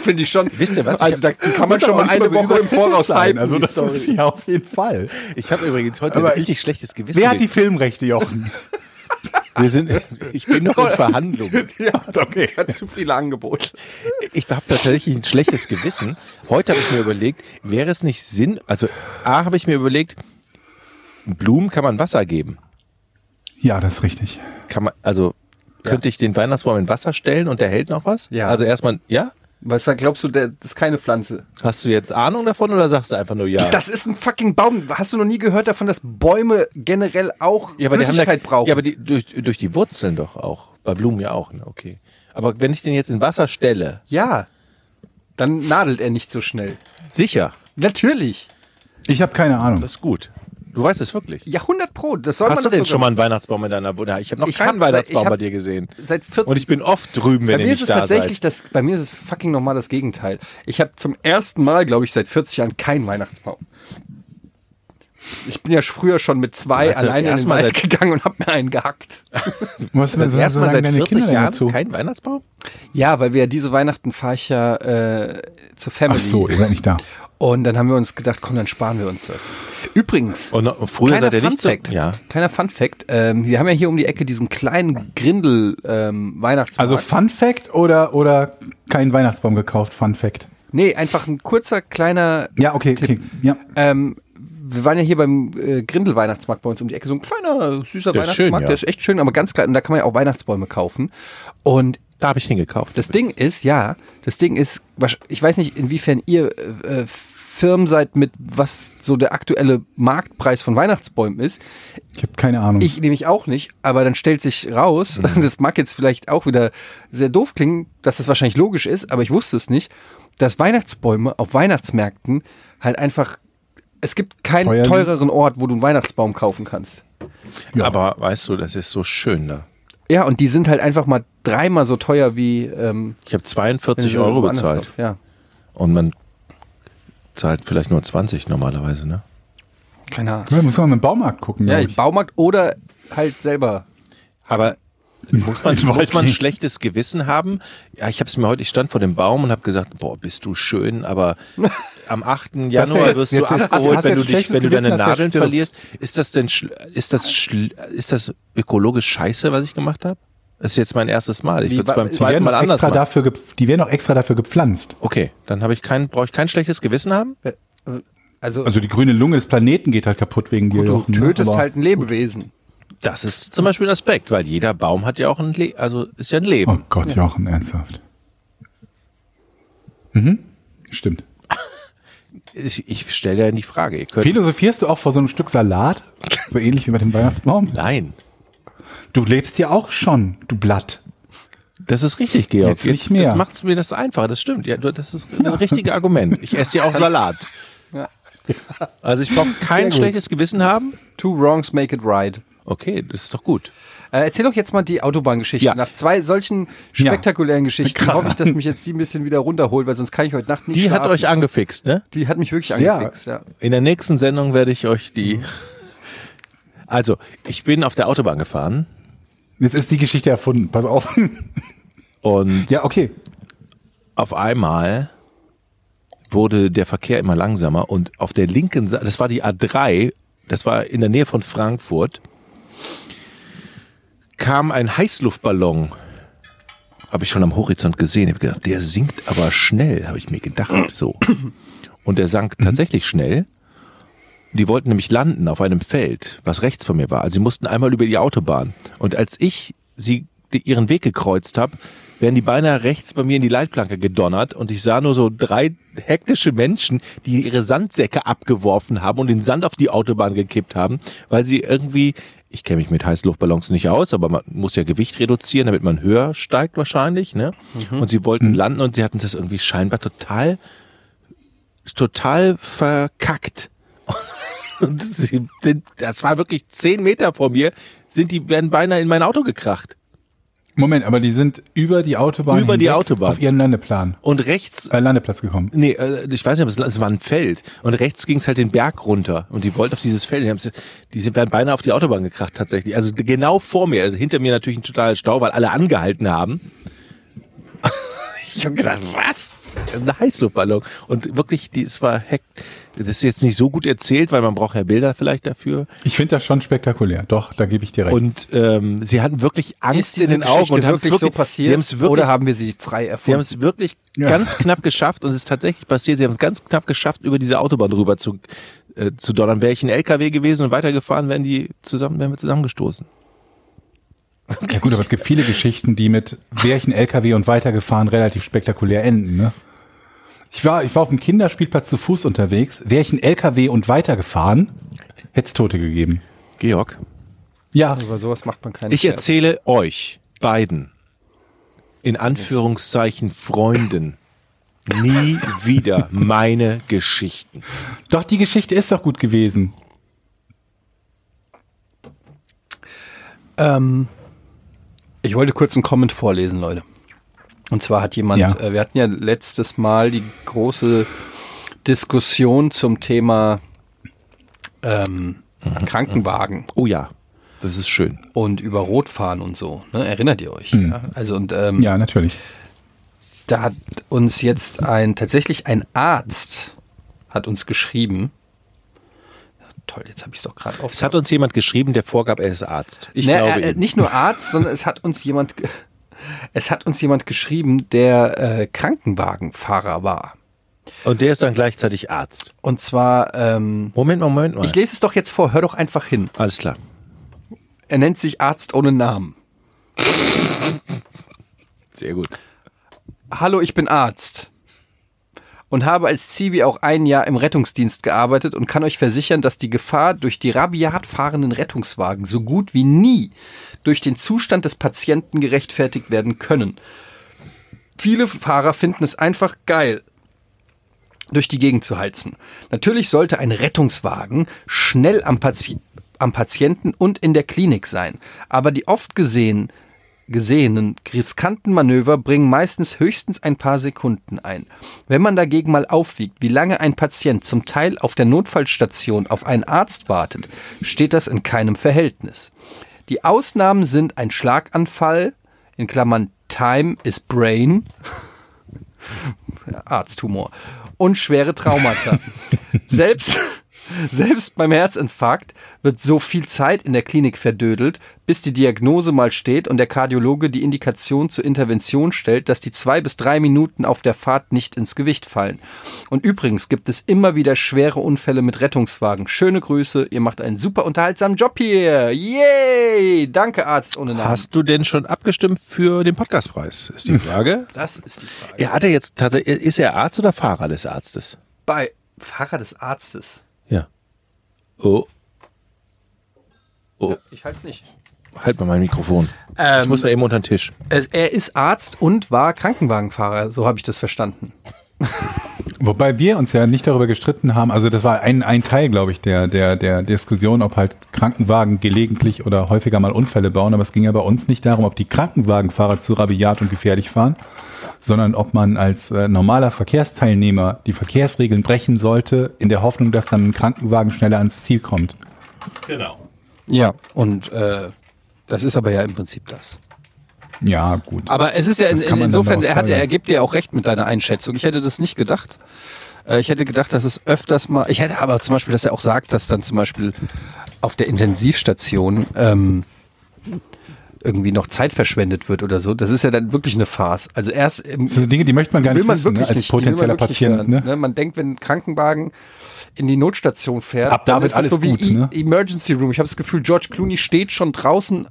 A: Finde ich schon.
B: Wisst ihr was? Ich
A: Also da
B: hab-
A: kann man schon mal eine Woche im Voraus halten.
C: Also das ist ja auf jeden Fall.
B: Ich habe übrigens heute
C: Aber
B: ein richtig
C: ich-
B: schlechtes Gewissen.
C: Wer hat die Filmrechte, Jochen?
B: Wir sind,
A: Ah.
B: [LAUGHS] ich bin noch in Verhandlungen.
A: ja, okay. Hat zu viele Angebote.
B: Ich habe tatsächlich ein schlechtes Gewissen. Heute habe ich mir überlegt, wäre es nicht Sinn, also A habe ich mir überlegt, Blumen kann man Wasser geben.
C: Ja, das ist richtig.
B: Kann man, also könnte ich den Weihnachtsbaum in Wasser stellen und der hält noch was?
A: Ja.
B: Also erstmal, ja?
A: Was glaubst du, der, das ist keine Pflanze?
B: Hast du jetzt Ahnung davon oder sagst du einfach nur ja?
A: Das ist ein fucking Baum. Hast du noch nie gehört davon, dass Bäume generell auch
B: ja, aber die haben
A: Flüssigkeit
B: da,
A: brauchen?
B: Ja, aber die, durch, durch die Wurzeln doch auch. Bei Blumen ja auch, ne? okay. Aber wenn ich den jetzt in Wasser stelle,
A: Ja. Dann nadelt er nicht so schnell.
B: sicher,
A: Natürlich.
C: Ich habe keine Ahnung.
B: das ist gut. Du weißt es wirklich.
A: Ja, 100 Pro. Das soll man
B: Hast du
A: doch
B: denn
A: sogar-
B: schon mal einen Weihnachtsbaum in deiner Wohnung? Ich habe noch
A: Ich hab
B: keinen
A: seit-
B: Weihnachtsbaum
A: ich hab
B: bei dir gesehen.
A: seit 14
B: Und ich bin oft drüben, wenn
A: Bei
B: ihr
A: mir ist
B: nicht
A: es
B: da
A: tatsächlich
B: seid.
A: das, bei mir ist es fucking nochmal das Gegenteil. Ich habe zum ersten Mal, glaube ich, seit 40 Jahren keinen Weihnachtsbaum. Ich bin ja früher schon mit zwei
B: warst ja
A: alleine in den
B: erstmal
A: Wald gegangen und habe mir einen
B: [LAUGHS]
A: gehackt.
C: Was, was,
B: Erstmal
C: sagen
B: seit
C: deine
B: 40
C: Kinder denn
B: Jahren
C: dazu?
B: kein Weihnachtsbaum?
A: Ja, weil wir diese Weihnachten fahre ich ja äh, zur Family.
C: Ach so, ihr seid nicht da.
A: Und dann haben wir uns gedacht, komm, dann sparen wir uns das. Übrigens,
B: Und noch- früher seid ihr
A: Fun
B: nicht so-
A: Fact,
B: ja.
A: kleiner Fun Fact, ähm, wir haben ja hier um die Ecke diesen kleinen Grindel ähm, Weihnachtsmarkt.
C: Also Fun Fact oder, oder kein Weihnachtsbaum gekauft, Fun Fact.
A: nee, einfach ein kurzer, kleiner
C: Ja, okay, okay. Ja.
A: Ähm, wir waren ja hier beim äh, Grindel-Weihnachtsmarkt bei uns um die Ecke, so ein kleiner, süßer
B: Der ist
A: Weihnachtsmarkt,
B: schön, ja.
A: der ist echt schön, aber ganz klein und da kann man ja auch Weihnachtsbäume kaufen. Und
B: Da habe ich den gekauft.
A: das Ding ist, ja, das Ding ist, wahrsch- ich weiß nicht, inwiefern ihr äh, äh, Firmen seid mit, was so der aktuelle Marktpreis von Weihnachtsbäumen ist.
C: Ich habe keine Ahnung.
B: Mhm.
A: Ich nämlich auch nicht, aber dann stellt sich raus, [LAUGHS] das mag jetzt vielleicht auch wieder sehr doof klingen, dass das wahrscheinlich logisch ist, aber ich wusste es nicht, dass Weihnachtsbäume auf Weihnachtsmärkten halt einfach, es gibt keinen
C: Teuer sind.
A: teureren Ort, wo du einen Weihnachtsbaum kaufen kannst.
C: Ja.
B: Aber weißt du, das ist so schön da.
A: Ja, und die sind halt einfach mal dreimal so teuer wie... Ähm,
B: Ich habe
A: wenn du
B: 42
A: sie
B: Euro
A: woanders
B: bezahlt.
A: kaufst. Ja,
B: Und man zahlt vielleicht nur 20 normalerweise, ne?
A: keine Ahnung.
C: ja, muss man mal im Baumarkt gucken.
A: Ja,
C: glaub ich.
A: Baumarkt oder halt selber.
B: Aber muss man,
C: [LAUGHS] Ich weiß
B: muss man ein
C: nicht.
B: schlechtes Gewissen haben? Ja, ich habe es mir heute, ich stand vor dem Baum und habe gesagt, boah, bist du schön,
C: [LAUGHS]
B: aber am 8.
C: Das ist ja
B: Januar
C: jetzt-
B: wirst
C: jetzt-
B: du
C: hast-
B: abgeholt,
C: hast
B: wenn
C: jetzt
B: du dich,
C: schlechtes
B: wenn du deine
C: Gewissen, dass der
B: Nadeln
C: stirbt.
B: verlierst. Ist das denn, schl- ist das, schl- ist das ökologisch scheiße, was ich gemacht habe? Das ist jetzt mein erstes Mal. Ich
A: Wie,
B: würde es
A: wa-
B: beim
A: die
C: Die
B: zweiten
C: werden,
B: Mal
C: noch
B: anders
C: extra
B: machen.
C: dafür gep- die werden auch extra dafür gepflanzt.
B: Okay, dann habe ich kein, brauche ich kein schlechtes Gewissen haben.
A: Äh, äh, Also,
C: Also die grüne Lunge des Planeten geht halt kaputt wegen
A: du
C: dir.
B: genau,
C: Jochen, ne?
A: tötest
C: Aber-
A: halt ein Lebewesen.
B: Das ist zum Beispiel ein Aspekt, weil jeder Baum hat ja auch ein Le also ist ja ein Leben.
C: Oh Gott, Jochen, ernsthaft. Mhm, stimmt.
B: Ich, ich stelle ja die Frage. Ihr könnt
C: Philosophierst du auch vor so einem Stück Salat? So ähnlich wie bei dem Weihnachtsbaum?
B: Nein,
C: Du lebst ja auch schon, du Blatt.
B: das ist richtig, Georg.
C: Jetzt nicht mehr.
B: Jetzt macht's mir das einfach. Das stimmt. Ja, du- das ist ein richtiges Argument. Ich esse ja auch Salat.
A: Ja.
B: Also ich brauche kein schlechtes Gewissen haben.
A: Two wrongs make it right.
B: Okay, das ist doch gut.
A: Äh, erzähl doch jetzt mal die Autobahngeschichte.
B: Ja.
A: Nach zwei solchen spektakulären Geschichten hoffe ich, dass mich jetzt die ein bisschen wieder runterholt, weil sonst kann ich heute Nacht nicht
B: Die hat
A: schlafen.
B: euch angefixt, ne?
A: Die hat mich wirklich
C: Ja.
A: angefixt, ja.
B: In der nächsten Sendung werde ich euch die.
C: Mhm.
B: Also, ich bin auf der Autobahn gefahren
C: Jetzt ist die Geschichte erfunden,
B: [LAUGHS]
C: pass auf.
B: und
C: Ja, okay.
B: auf einmal wurde der Verkehr immer langsamer und auf der linken Seite, das war die A3, das war in der Nähe von Frankfurt, kam ein Heißluftballon. Habe ich schon am Horizont gesehen. Ich habe gedacht, der sinkt aber schnell, habe ich mir gedacht. So. Und der sank tatsächlich schnell. Die wollten nämlich landen auf einem Feld, was rechts von mir war. Also sie mussten einmal über die Autobahn. Und als ich sie die- ihren Weg gekreuzt habe, wären die beinahe rechts bei mir in die Leitplanke gedonnert und ich sah nur so drei hektische Menschen, die ihre Sandsäcke abgeworfen haben und den Sand auf die Autobahn gekippt haben, weil sie irgendwie, ich kenne mich mit Heißluftballons nicht aus, aber man muss ja Gewicht reduzieren, damit man höher steigt wahrscheinlich, ne? Und sie wollten landen und sie hatten das irgendwie scheinbar total total verkackt. Und sie sind, das war wirklich zehn Meter vor mir, sind die, werden beinahe in mein Auto gekracht.
C: Moment, aber die sind über die Autobahn
B: Über die
C: hinweg
B: Autobahn.
C: auf ihren Landeplan,
B: Und rechts,
C: äh, Landeplatz gekommen.
B: nee, äh, ich weiß nicht, ob es, es war ein Feld. Und rechts ging es halt den Berg runter. Und die wollten auf dieses Feld. Die, haben's- die sind werden beinahe auf die Autobahn gekracht tatsächlich. Also genau vor mir. Also hinter mir natürlich ein totaler Stau, weil alle angehalten haben. [LAUGHS] Ich habe gedacht, was? Ein Heißluftballon. Und wirklich, die- es war heck. Das ist jetzt nicht so gut erzählt, weil man braucht ja Bilder vielleicht dafür.
C: Ich finde das schon spektakulär. Doch, da gebe ich dir recht.
B: Und ähm, sie hatten wirklich
A: Ist
B: Angst in
A: diese
B: den Augen
A: Geschichte
B: und haben es
A: wirklich so passiert
B: Sie haben es wirklich,
A: oder haben wir sie frei
B: sie haben
A: erfunden?
B: es wirklich ganz knapp geschafft und es ist tatsächlich passiert. Sie haben es ganz knapp geschafft, über diese Autobahn drüber zu, äh, zu donnern. Wäre ich ein LKW gewesen und weitergefahren, wären die zusammen, wären wir zusammengestoßen.
C: ja gut, aber es gibt viele Geschichten, die mit wäre ich ein LKW und weitergefahren relativ spektakulär enden. Ne? Ich war, ich war auf dem Kinderspielplatz zu Fuß unterwegs. Wäre ich ein LKW und weitergefahren, hätte es Tote gegeben.
B: Georg,
C: Ja,
A: Über sowas macht man keine
B: ich
A: Scherze.
B: erzähle euch beiden in Anführungszeichen Freunden nie wieder meine Geschichten.
C: doch die Geschichte ist doch gut gewesen.
A: Ähm, ich wollte kurz einen Comment vorlesen, Leute. Und zwar hat jemand,
C: Ja.
A: äh, wir hatten ja letztes Mal die große Diskussion zum Thema ähm,
C: Mhm,
A: Krankenwagen
B: Oh ja, das ist schön.
A: und über Rotfahren und so. Ne? Erinnert ihr euch? Ja? Also und ähm,
C: Mhm. Ja, natürlich.
A: da hat uns jetzt ein tatsächlich ein Arzt hat uns geschrieben. Toll, jetzt habe ich es doch gerade auf.
B: Es hat uns jemand geschrieben, der vorgab, er ist Arzt. Ich
A: Ne,
B: glaube
A: äh, äh,
B: ihm.
A: nicht nur Arzt, sondern es hat uns jemand, ge- es hat uns jemand geschrieben, der äh, Krankenwagenfahrer war.
B: Und der ist dann gleichzeitig Arzt.
A: Und zwar, ähm,
B: Moment mal, Moment mal.
A: ich lese es doch jetzt vor, hör doch einfach hin.
B: Alles klar.
A: Er nennt sich Arzt ohne Namen.
B: Sehr gut.
A: Hallo, ich bin Arzt. Und habe als Zivi auch ein Jahr im Rettungsdienst gearbeitet und kann euch versichern, dass die Gefahr durch die rabiat fahrenden Rettungswagen so gut wie nie durch den Zustand des Patienten gerechtfertigt werden können. Viele Fahrer finden es einfach geil, durch die Gegend zu heizen. Natürlich sollte ein Rettungswagen schnell am, Pati am Patienten und in der Klinik sein. Aber die oft gesehen, gesehenen riskanten Manöver bringen meistens höchstens ein paar Sekunden ein. Wenn man dagegen mal aufwiegt, wie lange ein Patient zum Teil auf der Notfallstation auf einen Arzt wartet, steht das in keinem Verhältnis. Die Ausnahmen sind ein Schlaganfall, in Klammern Time is Brain,
B: [LAUGHS]
A: Arzttumor und schwere Traumata. Selbst, Selbst beim Herzinfarkt wird so viel Zeit in der Klinik verdödelt, bis die Diagnose mal steht und der Kardiologe die Indikation zur Intervention stellt, dass die zwei bis drei Minuten auf der Fahrt nicht ins Gewicht fallen. Und übrigens gibt es immer wieder schwere Unfälle mit Rettungswagen. Schöne Grüße, ihr macht einen super unterhaltsamen Job hier. Yay! Danke, Arzt ohne Namen.
B: Hast du denn schon abgestimmt für den Podcastpreis? Ist die Frage.
A: das ist die Frage.
B: Er hat er jetzt tatsächlich, ist er Arzt oder Fahrer des Arztes?
A: Bei Fahrer des Arztes.
B: Ja. Oh. Oh, Ähm,
A: Ich halte es nicht.
B: halt mal mein Mikrofon. ich muss mal eben unter den Tisch.
A: Es- Er ist Arzt und war Krankenwagenfahrer, so habe ich das verstanden.
C: Wobei wir uns ja nicht darüber gestritten haben, also das war ein, ein Teil, glaube ich, der, der, der Diskussion, ob halt Krankenwagen gelegentlich oder häufiger mal Unfälle bauen, aber es ging ja bei uns nicht darum, ob die Krankenwagenfahrer zu rabiat und gefährlich fahren, sondern ob man als äh, normaler Verkehrsteilnehmer die Verkehrsregeln brechen sollte, in der Hoffnung, dass dann ein Krankenwagen schneller ans Ziel kommt.
B: Genau.
A: Ja, und äh, das ist aber ja im Prinzip das.
C: Ja, gut.
A: Aber es ist ja in,
C: Das kann man dann
A: insofern,
C: daraus
A: er, hat, er
C: steuern.
A: gibt dir auch recht mit deiner Einschätzung. Ich hätte das nicht gedacht. Äh, Ich hätte gedacht, dass es öfters mal, ich hätte aber zum Beispiel, dass er auch sagt, dass dann zum Beispiel auf der Intensivstation ähm, irgendwie noch Zeit verschwendet wird oder so. Das ist ja dann wirklich eine Farce. Also erst im,
C: Das sind Dinge, die möchte man gar nicht
A: will man
C: wissen,
A: wirklich
C: ne, als
A: nicht. Die will man
C: potenzieller
A: wirklich nicht
C: Patient.
A: hören,
C: Ne?
A: ne? Man denkt, wenn ein Krankenwagen in die Notstation fährt,
C: Ab da
A: dann
C: wird
A: ist das
C: alles
A: so wie
C: gut,
A: E-
C: ne?
A: Emergency Room. Ich habe das Gefühl, George Clooney steht schon draußen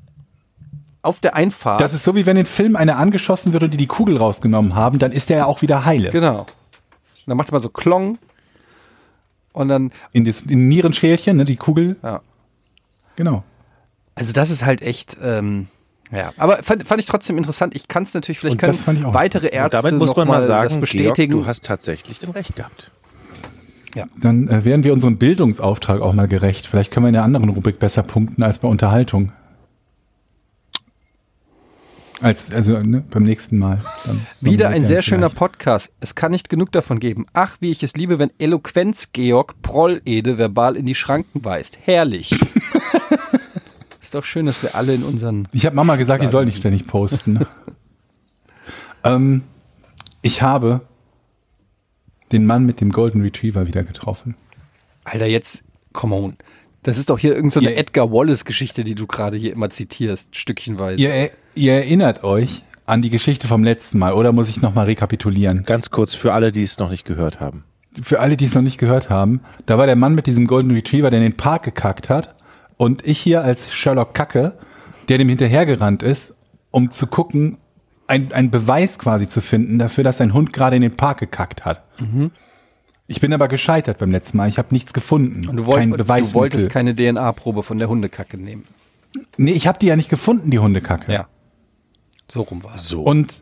A: auf der Einfahrt.
C: Das ist so, wie wenn in Film einer angeschossen wird und die die Kugel rausgenommen haben, dann ist der ja auch wieder heile.
A: genau. Und dann macht er mal so Klong und dann
C: in das in Nierenschälchen, ne, die Kugel.
A: Ja.
C: Genau.
A: Also das ist halt echt. Ähm, ja, aber fand, fand ich trotzdem interessant. Ich kann es natürlich, vielleicht
C: Und
A: können
C: das fand ich auch.
A: weitere Ärzte
B: Damit muss
A: noch
B: man mal
A: das
B: sagen, Georg,
A: bestätigen.
B: du hast tatsächlich den Recht gehabt.
C: Dann äh, werden wir unserem Bildungsauftrag auch mal gerecht. Vielleicht können wir in der anderen Rubrik besser punkten als bei Unterhaltung. Als, also ne, beim nächsten Mal. Dann-
A: Wieder
C: dann
A: ein sehr schöner
C: vielleicht.
A: Podcast. Es kann nicht genug davon geben. Ach, wie ich es liebe, wenn Eloquenz Georg Prollede verbal in die Schranken weist. Herrlich. ist doch schön, dass wir alle in unseren.
C: Ich habe Mama gesagt, die soll nicht ständig posten.
A: [LAUGHS]
C: ähm, ich habe den Mann mit dem Golden Retriever wieder getroffen.
A: Alter, jetzt, come on. Das ist doch hier irgendeine so eine
C: Ihr-
A: Edgar Wallace-Geschichte, die du gerade hier immer zitierst, stückchenweise.
C: Ihr, ihr erinnert euch an die Geschichte vom letzten Mal, oder muss ich nochmal rekapitulieren?
B: Ganz kurz für alle, die es noch nicht gehört haben.
C: für alle, die es noch nicht gehört haben, da war der Mann mit diesem Golden Retriever, der in den Park gekackt hat. Und ich hier als Sherlock Kacke, der dem hinterhergerannt ist, um zu gucken, ein, ein Beweis quasi zu finden dafür, dass sein Hund gerade in den Park gekackt hat.
A: Mhm.
C: Ich bin aber gescheitert beim letzten Mal. Ich habe nichts gefunden.
A: Und du, wollt,
C: Kein
A: und du wolltest
C: Beweismittel.
A: keine DNA-Probe von der Hundekacke nehmen.
C: nee, ich habe die ja nicht gefunden, die Hundekacke.
A: Ja. So rum war es.
B: So.
C: Und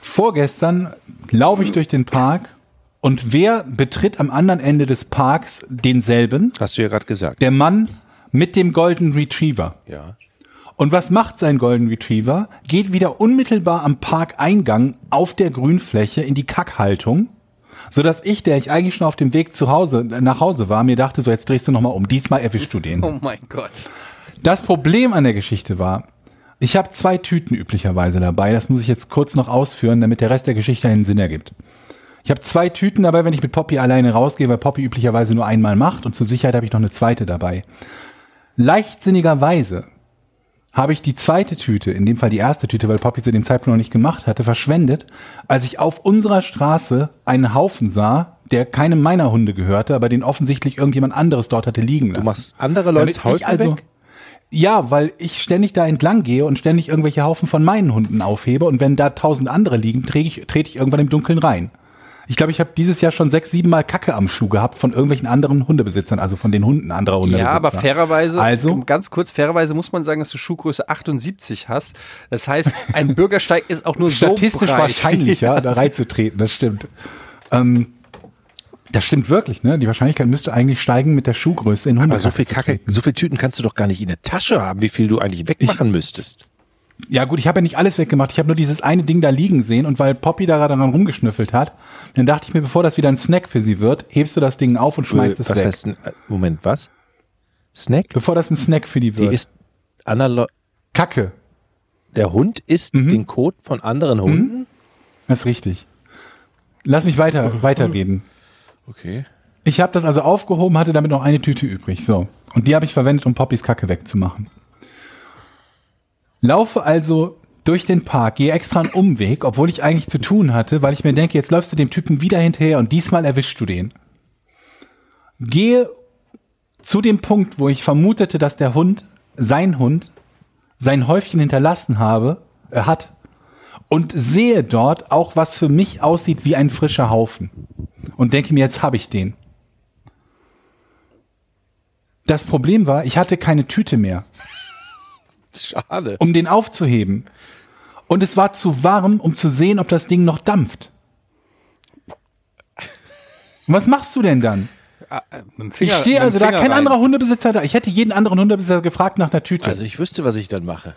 C: vorgestern laufe ich durch den Park und wer betritt am anderen Ende des Parks denselben?
B: hast du ja gerade gesagt.
C: Der Mann mit dem Golden Retriever.
B: ja.
C: Und was macht sein Golden Retriever? Geht wieder unmittelbar am Parkeingang auf der Grünfläche in die Kackhaltung, sodass ich, der ich eigentlich schon auf dem Weg zu Hause, nach Hause war, mir dachte, so jetzt drehst du nochmal um. Diesmal erwischst du den.
A: Oh mein Gott.
C: Das Problem an der Geschichte war, ich habe zwei Tüten üblicherweise dabei. Das muss ich jetzt kurz noch ausführen, damit der Rest der Geschichte einen Sinn ergibt. Ich habe zwei Tüten dabei, wenn ich mit Poppy alleine rausgehe, weil Poppy üblicherweise nur einmal macht und zur Sicherheit habe ich noch eine zweite dabei. Leichtsinnigerweise habe ich die zweite Tüte, in dem Fall die erste Tüte, weil Poppy zu dem Zeitpunkt noch nicht gemacht hatte, verschwendet, als ich auf unserer Straße einen Haufen sah, der keinem meiner Hunde gehörte, aber den offensichtlich irgendjemand anderes dort hatte liegen lassen.
B: Du machst andere Leute
C: Damit ich
B: Häufen
C: also,
B: weg?
C: ja, weil ich ständig da entlang gehe und ständig irgendwelche Haufen von meinen Hunden aufhebe und wenn da tausend andere liegen, trete ich, trete ich irgendwann im Dunkeln rein. Ich glaube, ich habe dieses Jahr schon sechs, sieben Mal Kacke am Schuh gehabt von irgendwelchen anderen Hundebesitzern, also von den Hunden anderer Hundebesitzer.
A: Ja, aber fairerweise, um
C: Also,
A: ganz kurz, fairerweise muss man sagen, dass du Schuhgröße 78 hast. Das heißt, ein Bürgersteig ist auch
C: [LAUGHS]
A: nur so
C: statistisch
A: breit. [LAUGHS]
C: wahrscheinlicher, da reinzutreten, das stimmt. Ähm, das stimmt wirklich, ne? Die Wahrscheinlichkeit müsste eigentlich steigen mit der Schuhgröße in Hunde.
B: Aber so viel Kacke, so viel Tüten kannst du doch gar nicht in der Tasche haben, wie viel du eigentlich wegmachen müsstest.
C: Ja gut, ich habe ja nicht alles weggemacht. Ich habe nur dieses eine Ding da liegen sehen und weil Poppy da gerade dran rumgeschnüffelt hat, dann dachte ich mir, bevor das wieder ein Snack für sie wird, hebst du das Ding auf und schmeißt
B: Äh,
C: es
B: was
C: weg.
B: heißt denn- äh, Moment, was? Snack?
C: Bevor das ein Snack für die
B: Die
C: wird.
B: ist analog.
C: Kacke.
B: Der Hund isst
C: Mhm.
B: den Kot von anderen Hunden?
C: Das ist richtig. Lass mich weiter weiterreden.
B: Okay.
C: Ich habe das also aufgehoben, hatte damit noch eine Tüte übrig. So. Und die habe ich verwendet, um Poppys Kacke wegzumachen. Laufe also durch den Park, gehe extra einen Umweg, obwohl ich eigentlich zu tun hatte, weil ich mir denke, jetzt läufst du dem Typen wieder hinterher und diesmal erwischst du den. Gehe zu dem Punkt, wo ich vermutete, dass der Hund, sein Hund, sein Häufchen hinterlassen habe, äh, hat und sehe dort auch, was für mich aussieht wie ein frischer Haufen und denke mir, jetzt habe ich den. Das Problem war, ich hatte keine Tüte mehr,
B: Schade.
C: um den aufzuheben. Und es war zu warm, um zu sehen, ob das Ding noch dampft. Und was machst du denn dann? Ich stehe also da, kein anderer Hundebesitzer da. Ich hätte jeden anderen Hundebesitzer gefragt nach einer Tüte.
B: Also ich wüsste, was ich dann mache.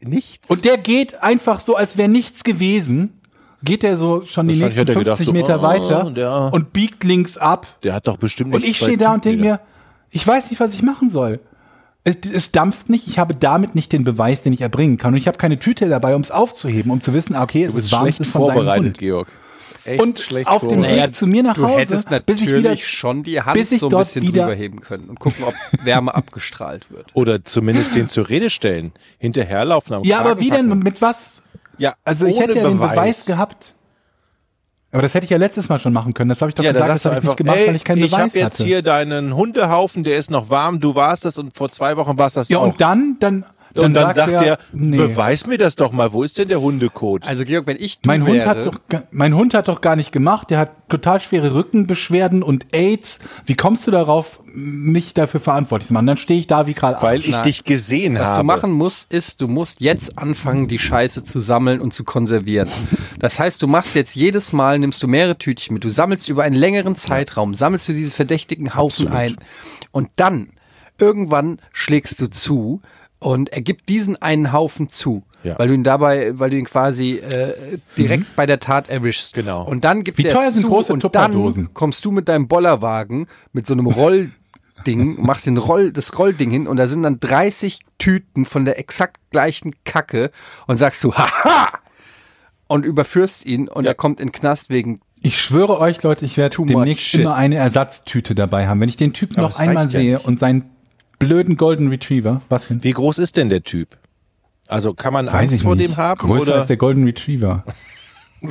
B: Nichts.
C: Und der geht einfach so, als wäre nichts gewesen. Geht der so schon
B: Wahrscheinlich
C: die nächsten
B: hat er gedacht,
C: 50
B: so,
C: Meter
B: ah,
C: weiter
B: der-
C: und biegt links ab.
B: der hat doch bestimmt
C: Und ich
B: zwei
C: stehe da und
B: Tüten
C: denke mir, ich weiß nicht, was ich machen soll. Es, es dampft nicht, ich habe damit nicht den Beweis, den ich erbringen kann. Und ich habe keine Tüte dabei, um es aufzuheben, um zu wissen, ah, okay, es
B: Du bist
C: ist warm, es
B: schlecht
C: ist von seinem
B: vorbereitet,
C: Hund.
B: Georg. Echt
C: Und auf dem
B: vorbereitet.
C: Weg zu mir nach
A: Du
C: Hause,
A: hättest natürlich
C: bis ich wieder
A: schon die Hand
C: bis ich
A: so ein
C: dort
A: bisschen
C: wieder-
A: drüber heben können und gucken, ob Wärme abgestrahlt wird.
B: Oder zumindest den zur Rede stellen. Hinterherlaufen am
C: Ja, aber
B: Kragen
C: wie denn?
B: packen.
C: Mit was?
B: Ja,
C: Also ich
B: ohne
C: hätte ja den Beweis gehabt. Aber das hätte ich ja letztes Mal schon machen können. Das habe ich doch
B: Ja, da
C: gesagt, das
B: sagst du
C: habe ich
B: einfach,
C: nicht gemacht,
B: ey,
C: weil ich keinen
B: ich
C: Beweis
B: hab jetzt
C: hatte.
B: hier deinen Hundehaufen, der ist noch warm, du warst das und vor zwei Wochen warst das
C: ja,
B: auch.
C: und dann, dann, dann,
B: und dann sagt, er,
C: nee,
B: beweis mir das doch mal, wo ist denn der Hundekot?
A: Also Georg, wenn ich du
C: mein Hund
A: wäre,
C: hat doch, ga- mein Hund hat doch gar nicht gemacht. Der hat total schwere Rückenbeschwerden und AIDS. Wie kommst du darauf, mich dafür verantwortlich zu machen? Dann stehe ich da wie gerade.
B: weil ich
A: nein.
B: dich gesehen
A: Was
B: habe.
A: du machen musst, ist, du musst jetzt anfangen, die Scheiße zu sammeln und zu konservieren. Das heißt, du machst jetzt jedes Mal, nimmst du mehrere Tütchen mit, du sammelst über einen längeren Zeitraum, sammelst du diese verdächtigen Haufen ein und dann irgendwann schlägst du zu und er gibt diesen einen Haufen zu.
B: Ja. Mhm.
A: Weil du ihn dabei, weil du ihn quasi äh, direkt bei der Tat erwischst.
B: Genau.
A: Und dann gibt
C: Wie
A: er
C: teuer
A: es
C: sind
A: zu
C: große
A: und
C: Tupperdosen?
A: dann kommst du mit deinem Bollerwagen mit so einem Rollding, [LAUGHS] machst den Roll, das Rollding hin und da sind dann 30 Tüten von der exakt gleichen Kacke und sagst du, [LAUGHS] haha! Und überführst ihn und
B: Ja.
A: er kommt in den Knast wegen.
C: Ich schwöre euch, Leute, ich werde
A: Too much
C: demnächst
A: shit.
C: immer eine Ersatztüte dabei haben. Wenn ich den Typen
B: Aber
C: noch
B: es
C: einmal
B: reicht ja
C: sehe
B: nicht.
C: und seinen blöden Golden Retriever, was denn?
B: Wie groß ist denn der Typ? Also kann man
C: Weiß
B: Angst
C: ich
B: vor
C: nicht.
B: dem haben?
C: Größer
B: oder?
C: als der Golden Retriever.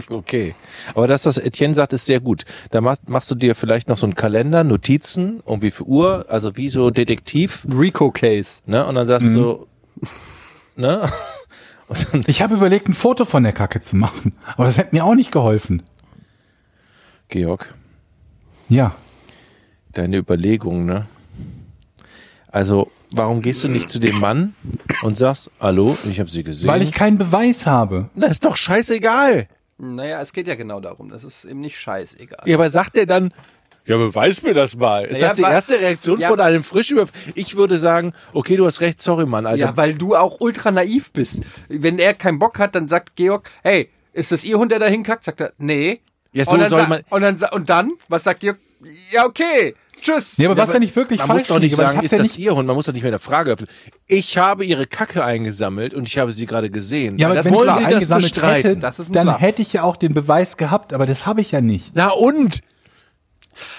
B: Okay. Aber das, was Etienne sagt, ist sehr gut. Da machst, machst du dir vielleicht noch so einen Kalender, Notizen, um wie viel Uhr, also wie so Detektiv,
A: Rico-Case.
B: ne? Und dann
C: Mhm.
B: sagst du, ne? [LAUGHS] Und dann
C: Ich habe überlegt, ein Foto von der Kacke zu machen, aber das hätte mir auch nicht geholfen.
B: Georg,
C: Ja.
B: deine Überlegungen, ne? Also, warum gehst du nicht zu dem Mann und sagst, hallo, ich habe sie gesehen?
C: Weil ich keinen Beweis habe.
B: das ist doch scheißegal.
A: Naja, es geht ja genau darum. Das ist eben nicht scheißegal.
B: Ja, aber sagt er dann, ja, beweis mir das mal. Ist
A: Ja,
B: das die
A: wa-
B: erste Reaktion
A: Ja.
B: von einem Frischüberf? Ich würde sagen, okay, du hast recht, sorry, Mann, Alter.
A: Ja, weil du auch ultra naiv bist. Wenn er keinen Bock hat, dann sagt Georg, hey, ist das Ihr Hund, der da hinkackt? Sagt er, nee.
B: Ja, so
A: und, dann
B: soll
A: sa-
B: man-
A: und, dann, sa- und dann, was sagt Georg? Ja, okay, tschüss.
C: Ja, aber was, wenn ich wirklich
B: Man
C: falsch
B: muss doch nicht
C: liege? Weil
B: sagen,
C: ich
B: ist
C: hab's ja
B: das Ihr Hund? Man muss doch nicht mehr der Frage öffnen. Ich habe Ihre Kacke eingesammelt und ich habe sie gerade gesehen.
C: Ja, aber
A: das
C: wenn
A: wollen
C: ich
A: Sie
C: das
A: das
C: eingesammelt
B: bestreiten?
C: hätte,
A: Das ist ein
C: dann
A: Bluff.
C: hätte ich ja auch den Beweis gehabt, aber das habe ich ja nicht.
B: Na und?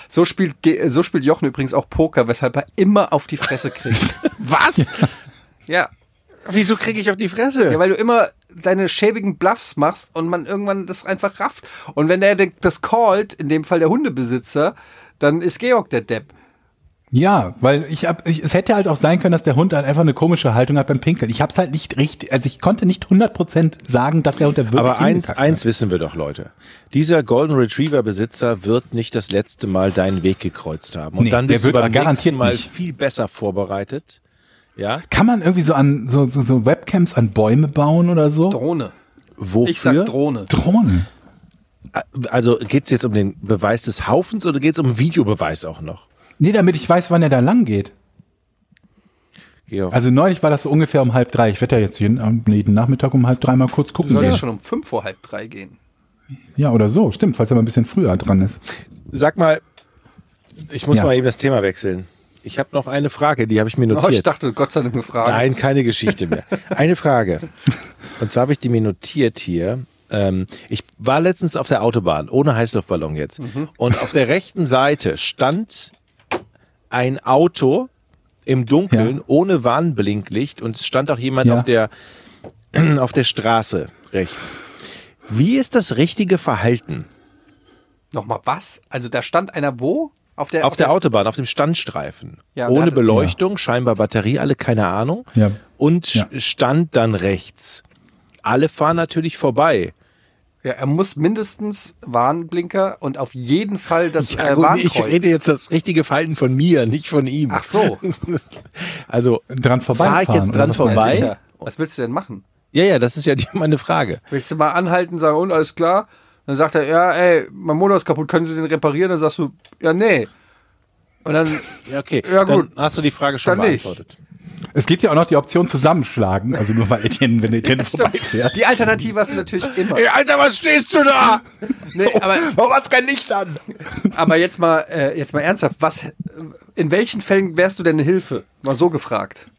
A: So spielt, Ge- äh, so spielt Jochen übrigens auch Poker, weshalb er immer auf die Fresse kriegt.
B: [LAUGHS] Was?
A: ja.
B: Wieso kriege ich auf die Fresse?
A: ja, weil du immer deine schäbigen Bluffs machst und man irgendwann das einfach rafft. Und wenn der das callt, in dem Fall der Hundebesitzer, dann ist Georg der Depp.
C: Ja, weil ich hab, ich, es hätte halt auch sein können, dass der Hund halt einfach eine komische Haltung hat beim Pinkeln. Ich hab's halt nicht richtig, also ich konnte nicht 100% sagen, dass der Hund da wirklich
B: aber eins,
C: hingekackt ne?
B: eins
C: hat.
B: wissen wir doch, Leute. Dieser Golden Retriever Besitzer wird nicht das letzte Mal deinen Weg gekreuzt haben. Und
C: Nee,
B: dann
C: der
B: bist du
C: wird
B: beim nächsten
C: garantiert
B: Mal
C: nicht.
B: viel besser vorbereitet. Ja?
C: Kann man irgendwie so an so, so, so Webcams an Bäume bauen oder so?
A: Drohne.
B: Wofür?
A: Ich sag Drohne.
C: Drohnen.
B: also geht's jetzt um den Beweis des Haufens oder geht's um Videobeweis auch noch?
C: Nee, damit ich weiß, wann er da lang geht.
B: Georg.
C: Also neulich war das so ungefähr um halb drei. Ich werde ja jetzt jeden, am- jeden Nachmittag um halb drei mal kurz
A: Du
C: gucken.
A: solltest
C: Ja.
A: schon um fünf vor halb drei gehen.
C: ja, oder so. Stimmt, falls er mal ein bisschen früher dran ist.
B: Sag mal, ich muss
C: Ja.
B: mal eben das Thema wechseln. Ich habe noch eine Frage, die habe ich mir
A: Oh, ich
B: notiert.
A: dachte, Gott sei Dank eine Frage.
B: Nein, keine Geschichte mehr. Eine Frage. Und zwar habe ich die mir notiert hier. Ähm, ich war letztens auf der Autobahn, ohne Heißluftballon jetzt.
C: Mhm.
B: Und auf der rechten Seite stand ein Auto im Dunkeln,
C: Ja.
B: ohne Warnblinklicht. Und es stand auch jemand
C: Ja.
B: auf, der, [CLEARS THROAT] auf der Straße rechts. Wie ist das richtige Verhalten?
A: Nochmal was? Also da stand einer wo? Auf der,
B: Auf der Autobahn, auf dem Standstreifen.
A: Ja,
B: Ohne
A: da-
B: Beleuchtung, scheinbar Batterie, alle keine Ahnung.
C: Ja.
B: Und
C: Ja.
B: sch- stand dann rechts. Alle fahren natürlich vorbei.
A: ja, er muss mindestens Warnblinker und auf jeden Fall das
B: Ja,
A: äh,
B: gut,
A: Warnkreuz.
B: ich rede jetzt das richtige Verhalten von mir, nicht von ihm.
A: Ach so.
B: Also
C: Dran
B: fahre
C: vorbeifahren.
B: ich jetzt
C: oder
B: dran
C: was meinst du?
A: Ja,
B: vorbei?
A: sicher. Was willst du denn machen?
B: Ja, ja, das ist ja die, [LAUGHS] meine Frage.
A: Willst du mal anhalten, sagen, und alles klar? Dann sagt er, ja, ey, mein Motor ist kaputt, können Sie den reparieren? Dann sagst du, ja, nee. Und dann,
B: Ja, okay.
A: Ja, gut.
B: Dann hast du die Frage schon
A: Dann nicht.
B: beantwortet.
C: Es gibt ja auch noch die Option zusammenschlagen. Also nur weil
B: [LAUGHS]
C: Etienne, wenn Etienne vorbeifährt.
A: die Alternative hast du natürlich immer.
B: Ey, Alter, was stehst du [LAUGHS] da?
A: Nee, aber,
B: Warum hast du kein Licht an?
A: aber jetzt mal, äh, jetzt mal ernsthaft, was, äh, in welchen Fällen wärst du denn eine Hilfe? Mal so gefragt.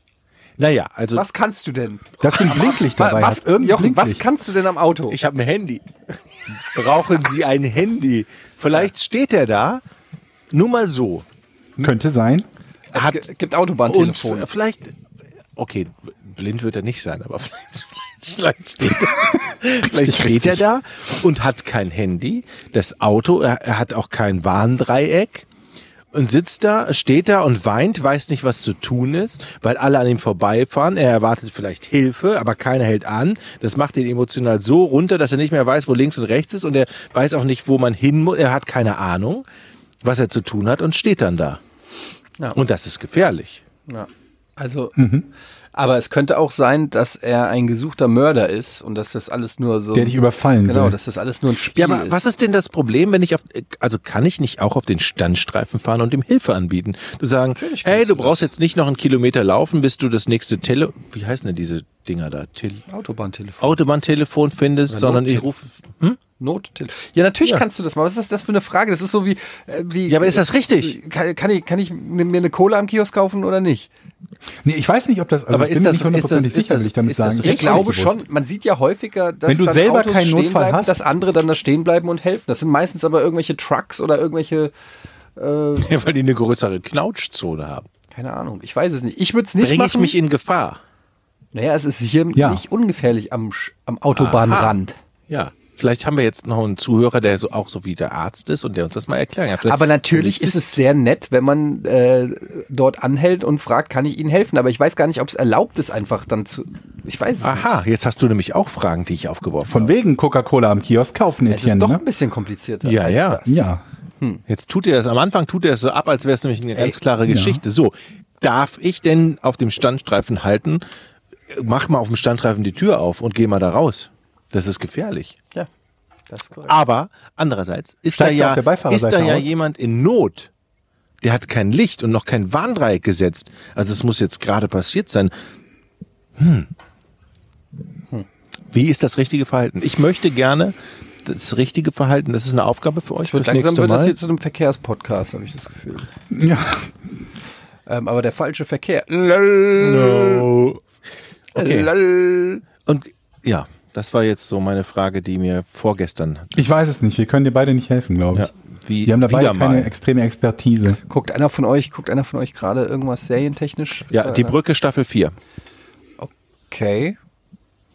B: Naja, also
A: Was kannst du denn?
C: Dass du ein Blinklicht dabei
A: was,
C: hast. Irgendein
A: Jochen, was
C: Blinklicht.
A: kannst du denn am Auto?
B: ich habe ein Handy. Brauchen Sie ein Handy? Vielleicht steht er da. Nur mal so.
C: Könnte sein.
A: es
B: hat-
A: gi- gibt Autobahntelefone.
B: Und f- vielleicht, okay, blind wird er nicht sein, aber [LAUGHS] vielleicht, vielleicht steht er, vielleicht steht er da und hat kein Handy, das Auto, er, er hat auch kein Warndreieck. Und sitzt da, steht da und weint, weiß nicht, was zu tun ist, weil alle an ihm vorbeifahren. Er erwartet vielleicht Hilfe, aber keiner hält an. Das macht ihn emotional so runter, dass er nicht mehr weiß, wo links und rechts ist und er weiß auch nicht, wo man hin muss. Er hat keine Ahnung, was er zu tun hat und steht dann da.
A: Ja.
B: Und das ist gefährlich.
A: Ja. Also, aber es könnte auch sein, dass er ein gesuchter Mörder ist und dass das alles nur so.
C: Der dich überfallen
A: Genau,
C: will.
A: dass das alles nur ein Spiel
B: Ja, aber
A: ist.
B: was ist denn das Problem, wenn ich auf, also kann ich nicht auch auf den Standstreifen fahren und ihm Hilfe anbieten? Du sagen, hey, du brauchst jetzt nicht noch einen Kilometer laufen, bis du das nächste Tele, wie heißen denn diese Dinger da? Tele
A: Autobahntelefon,
B: Autobahntelefon findest, sondern ich rufe, [LAUGHS] hm?
A: Nottelefon. Ja, natürlich kannst du das mal. Was ist das für eine Frage? Das ist so wie. Äh, wie
B: Ja, aber ist das richtig?
A: Kann, kann ich, kann ich mir mir eine Cola am Kiosk kaufen oder nicht?
C: Nee, ich weiß nicht, ob das. Also
B: Aber
C: ich
B: ist
C: bin mir
B: das-
C: nicht hundertprozentig
B: ist das-
C: sicher, will ich damit
B: ist das
C: sagen.
B: richtig?
A: Ich glaube
C: Bewusst.
A: schon, man sieht ja häufiger, dass
C: Wenn du
A: dann
C: selber
A: Autos
C: keinen
A: stehen
C: Notfall
A: bleiben,
C: hast.
A: dass andere dann da stehen bleiben und helfen. Das sind meistens aber irgendwelche Trucks oder irgendwelche,
B: Ja, weil die eine größere Knautschzone haben.
A: keine Ahnung, ich weiß es nicht. Ich würde es nicht
B: Bringe
A: machen.
B: ich mich in Gefahr?
A: naja, es ist hier
C: Ja.
A: nicht ungefährlich am, Sch- am Autobahnrand.
B: Ja. Vielleicht haben wir jetzt noch einen Zuhörer, der so auch so wie der Arzt ist und der uns das mal erklären kann. Vielleicht
A: Aber natürlich ist
B: Polizist.
A: es sehr nett, wenn man äh, dort anhält und fragt, kann ich Ihnen helfen? Aber ich weiß gar nicht, ob es erlaubt ist, einfach dann zu. Ich weiß es nicht.
B: Aha, jetzt hast du nämlich auch Fragen, die ich aufgeworfen
C: Von wegen Coca-Cola am Kiosk kaufen,
A: Es ist
C: Etienne.
A: doch
C: Ne?
A: ein bisschen komplizierter.
B: Ja,
A: als
B: ja.
A: Das.
C: Ja.
B: Jetzt tut er das am Anfang, tut er das so ab, als wäre es nämlich eine ganz klare Geschichte. So, darf ich denn auf dem Standstreifen halten? Mach mal auf dem Standstreifen die Tür auf und geh mal da raus. Das ist gefährlich.
A: ja. Das ist korrekt.
B: Aber andererseits ist
C: Steigst du
B: da
C: auf der
B: ja, ist
C: Beifahrerseite
B: da ja
C: aus?
B: jemand in Not. Der hat kein Licht und noch kein Warndreieck gesetzt. Also es muss jetzt gerade passiert sein. Hm. Wie ist das richtige Verhalten? Ich möchte gerne das richtige Verhalten. Das ist eine Aufgabe für euch.
A: Es wird
B: fürs
A: langsam
B: nächste
A: wird das
B: Mal.
A: hier zu einem Verkehrspodcast, habe ich das Gefühl.
C: ja.
A: Ähm, aber der falsche Verkehr. Lall,
B: No. Okay.
A: lall.
B: Und ja, das war jetzt so meine Frage, die mir vorgestern.
C: Ich weiß es nicht. Wir können dir beide nicht helfen, glaube ich.
B: Ja, wie-
C: Die haben da
B: wieder
C: beide keine
B: mal.
C: extreme Expertise.
A: Guckt einer von euch, guckt einer von euch gerade irgendwas serientechnisch? Ist
C: Äh,
B: Ja,
A: da
B: die
A: einer?
B: Brücke Staffel 4
A: Okay.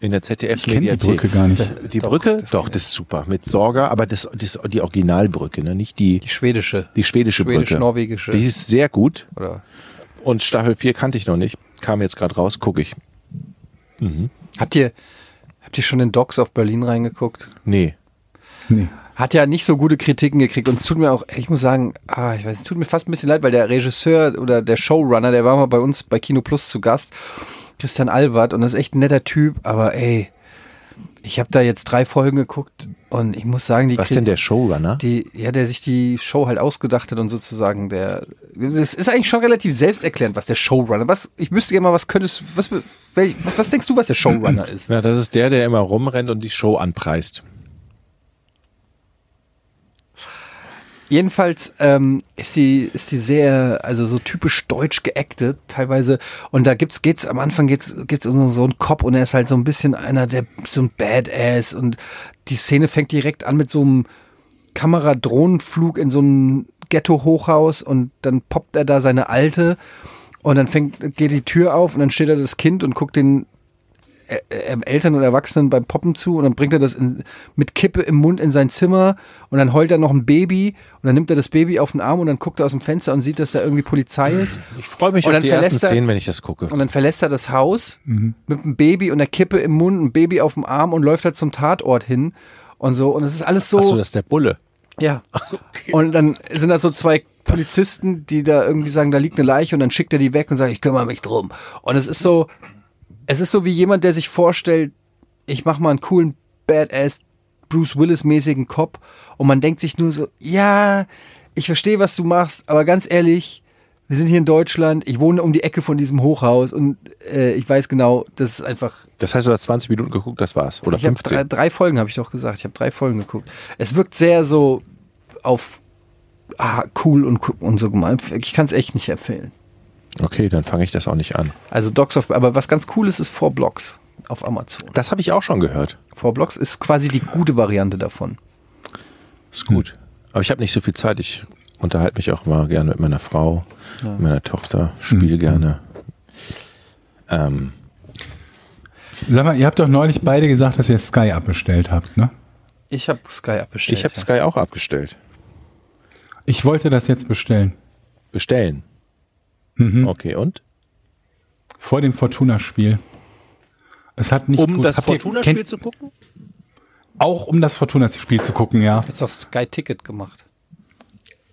B: in der ZDF
C: Ich kenne die Brücke gar nicht.
B: Äh, Die Brücke? Doch, das ist super. Mit Sorger, aber das, das die Originalbrücke, ne? nicht die,
A: Die schwedische.
B: die schwedische Brücke.
A: Schwedisch-norwegische.
B: Die ist sehr gut.
A: Oder
B: Und Staffel 4 kannte ich noch nicht. Kam jetzt gerade raus, gucke ich.
A: habt ihr, habt ihr schon in Docs auf Berlin reingeguckt?
B: Nee.
C: Nee.
A: Hat ja nicht so gute Kritiken gekriegt und es tut mir auch, ich muss sagen, ah, ich weiß, es tut mir fast ein bisschen leid, weil der Regisseur oder der Showrunner, der war mal bei uns bei Kino Plus zu Gast, Christian Alwart, und das ist echt ein netter Typ, aber ey, ich habe da jetzt drei Folgen geguckt und ich muss sagen, die
B: Was
A: Kri-
B: denn der ne? Showrunner?
A: die, ja, der sich die Show halt ausgedacht hat und sozusagen der. Das ist eigentlich schon relativ selbsterklärend, was der Showrunner. Was, ich müsste gerne mal, was könntest was, welch, was, was denkst du, was der Showrunner ist?
B: Na, das ist der, der immer rumrennt und die Show anpreist.
A: Jedenfalls ähm, ist sie ist sie sehr, also so typisch deutsch geactet teilweise. Und da gibt's geht's am Anfang geht's geht's um so einen Cop und er ist halt so ein bisschen einer der so ein Badass und die Szene fängt direkt an mit so einem Kameradrohnenflug in so einem Ghetto-Hochhaus und dann poppt er da seine alte und dann fängt, geht die Tür auf und dann steht da das Kind und guckt den Ä- Ä- ähm, Eltern und Erwachsenen beim Poppen zu und dann bringt er das in, mit Kippe im Mund in sein Zimmer und dann heult er noch ein Baby und dann nimmt er das Baby auf den Arm und dann guckt er aus dem Fenster und sieht, dass da irgendwie Polizei ist
B: Ich freue mich
A: Und
B: auf
A: dann
B: die ersten
A: verlässt er-
B: Szenen, wenn ich das gucke.
A: und dann verlässt er das Haus mit dem Baby und der Kippe im Mund, ein Baby auf dem Arm und läuft halt zum Tatort hin und so und es ist alles so.
B: Achso, das ist der Bulle.
A: Ja. Und dann sind da so zwei Polizisten, die da irgendwie sagen, da liegt eine Leiche und dann schickt er die weg und sagt, ich kümmere mich drum. Und es ist so, es ist so wie jemand, der sich vorstellt, ich mache mal einen coolen Badass Bruce Willis mäßigen Cop und man denkt sich nur so, ja, ich verstehe, was du machst, aber ganz ehrlich, wir sind hier in Deutschland, ich wohne um die Ecke von diesem Hochhaus und äh, ich weiß genau, das ist einfach
B: Das heißt, du hast 20 Minuten geguckt, das war's. Oder
A: ich äh, habe drei,
B: 15.
A: drei Folgen, habe ich doch gesagt. Ich habe drei Folgen geguckt. Es wirkt sehr so auf ah, cool und, cool und so gemeint. Ich kann es echt nicht empfehlen.
B: Okay, dann fange ich das auch nicht an.
A: Also Docs of, aber was ganz cool ist, ist Four Blocks auf Amazon.
B: Das habe ich auch schon gehört.
A: Four Blocks ist quasi die gute Variante davon.
B: Ist
C: Hm.
B: gut. Aber ich habe nicht so viel Zeit. Ich unterhalte mich auch immer gerne mit meiner Frau, mit meiner Tochter,
C: Hm.
B: spiele gerne. Ähm,
C: Sag mal, ihr habt doch neulich beide gesagt, dass ihr Sky abbestellt habt, ne?
A: Ich habe Sky abbestellt.
B: ich habe Sky auch abgestellt.
C: Ich wollte das jetzt bestellen.
B: Bestellen.
C: Mhm.
B: Okay, und?
C: Vor dem Fortuna-Spiel. Es hat nicht
B: Um
C: gut-
B: das
C: habt ihr-
B: Fortuna-Spiel
C: kennt-
B: zu gucken?
C: Auch um das Fortuna-Spiel zu gucken, ja.
A: jetzt auch Sky Ticket gemacht.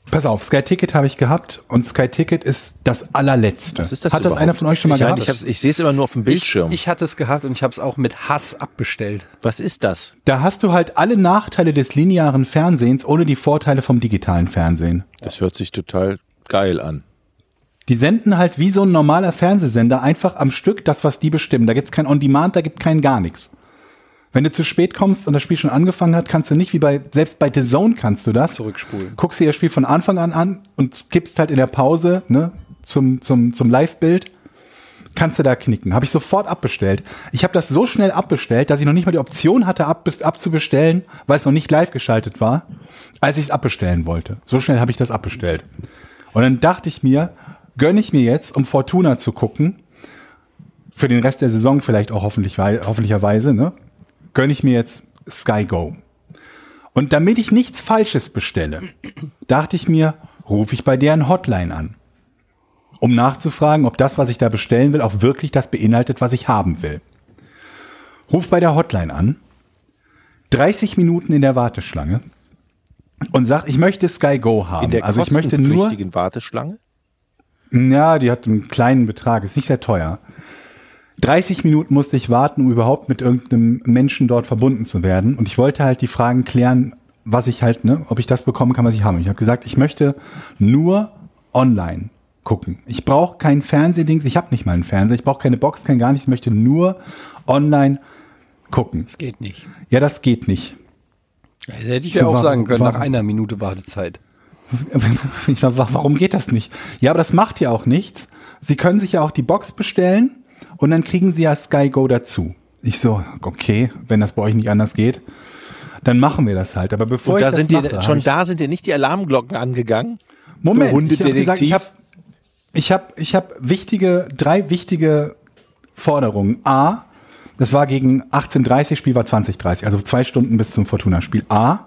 C: Pass auf, Sky Ticket habe ich gehabt und Sky Ticket ist das allerletzte.
B: Was ist das
C: Hat
B: überhaupt?
C: das einer von euch schon mal
B: ich meine,
C: gehabt?
B: Ich, hab's- ich sehe es immer nur auf dem
A: Ich,
B: Bildschirm.
A: ich hatte es gehabt und ich habe es auch mit Hass abbestellt.
B: Was ist das?
C: da hast du halt alle Nachteile des linearen Fernsehens ohne die Vorteile vom digitalen Fernsehen.
B: Das hört sich total geil an.
C: Die senden halt wie so ein normaler Fernsehsender einfach am Stück das, was die bestimmen. Da gibt's kein On-Demand, da gibt kein gar nichts. Wenn du zu spät kommst und das Spiel schon angefangen hat, kannst du nicht, wie bei, selbst bei The Zone kannst du das.
A: Zurückspulen.
C: Guckst dir das Spiel von Anfang an an und skippst halt in der Pause, ne, zum, zum, zum Live-Bild. Kannst du da knicken. Habe ich sofort abbestellt. Ich habe das so schnell abbestellt, dass ich noch nicht mal die Option hatte, ab, abzubestellen, weil es noch nicht live geschaltet war, als ich es abbestellen wollte. So schnell habe ich das abbestellt. Und dann dachte ich mir, gönne ich mir jetzt, um Fortuna zu gucken, für den Rest der Saison vielleicht auch hoffentlich, wei- hoffentlicherweise, ne? Gönne ich mir jetzt Sky Go. Und damit ich nichts Falsches bestelle, dachte ich mir, rufe ich bei deren Hotline an, um nachzufragen, ob das, was ich da bestellen will, auch wirklich das beinhaltet, was ich haben will. Ruf bei der Hotline an, 30 Minuten in der Warteschlange und sag, ich möchte Sky Go haben.
B: In der
C: also ich möchte nur
B: kostenpflichtigen Warteschlange?
C: ja, die hat einen kleinen Betrag, ist nicht sehr teuer. 30 Minuten musste ich warten, um überhaupt mit irgendeinem Menschen dort verbunden zu werden. Und ich wollte halt die Fragen klären, was ich halt, ne, ob ich das bekommen kann, was ich habe. Ich habe gesagt, ich möchte nur online gucken. Ich brauche kein Fernsehdings, ich habe nicht mal einen Fernseher, ich brauche keine Box, kein gar nichts, ich möchte nur online gucken.
A: Es geht nicht.
C: Ja, das geht nicht.
A: Ja, hätte ich
C: So,
A: ja auch
C: warum-
A: sagen können, nach
C: warum-
A: einer Minute Wartezeit.
C: [LAUGHS] Ich war, wa- warum geht das nicht? Ja, aber das macht ja auch nichts. Sie können sich ja auch die Box bestellen und dann kriegen Sie ja Sky Go dazu. Ich so, okay, wenn das bei euch nicht anders geht, dann machen wir das halt. Aber bevor
B: Und
C: ich
B: da
C: das
B: sind
C: mache,
B: dir,
C: hab
B: schon
C: ich,
B: da sind dir nicht die Alarmglocken angegangen?
C: Moment,
B: du
C: ich habe gesagt,
B: Hundedetektiv.
C: ich habe ich habe ich habe wichtige drei wichtige Forderungen. A, das war gegen 18:30 Spiel war 20:30, also zwei Stunden bis zum Fortuna Spiel. A,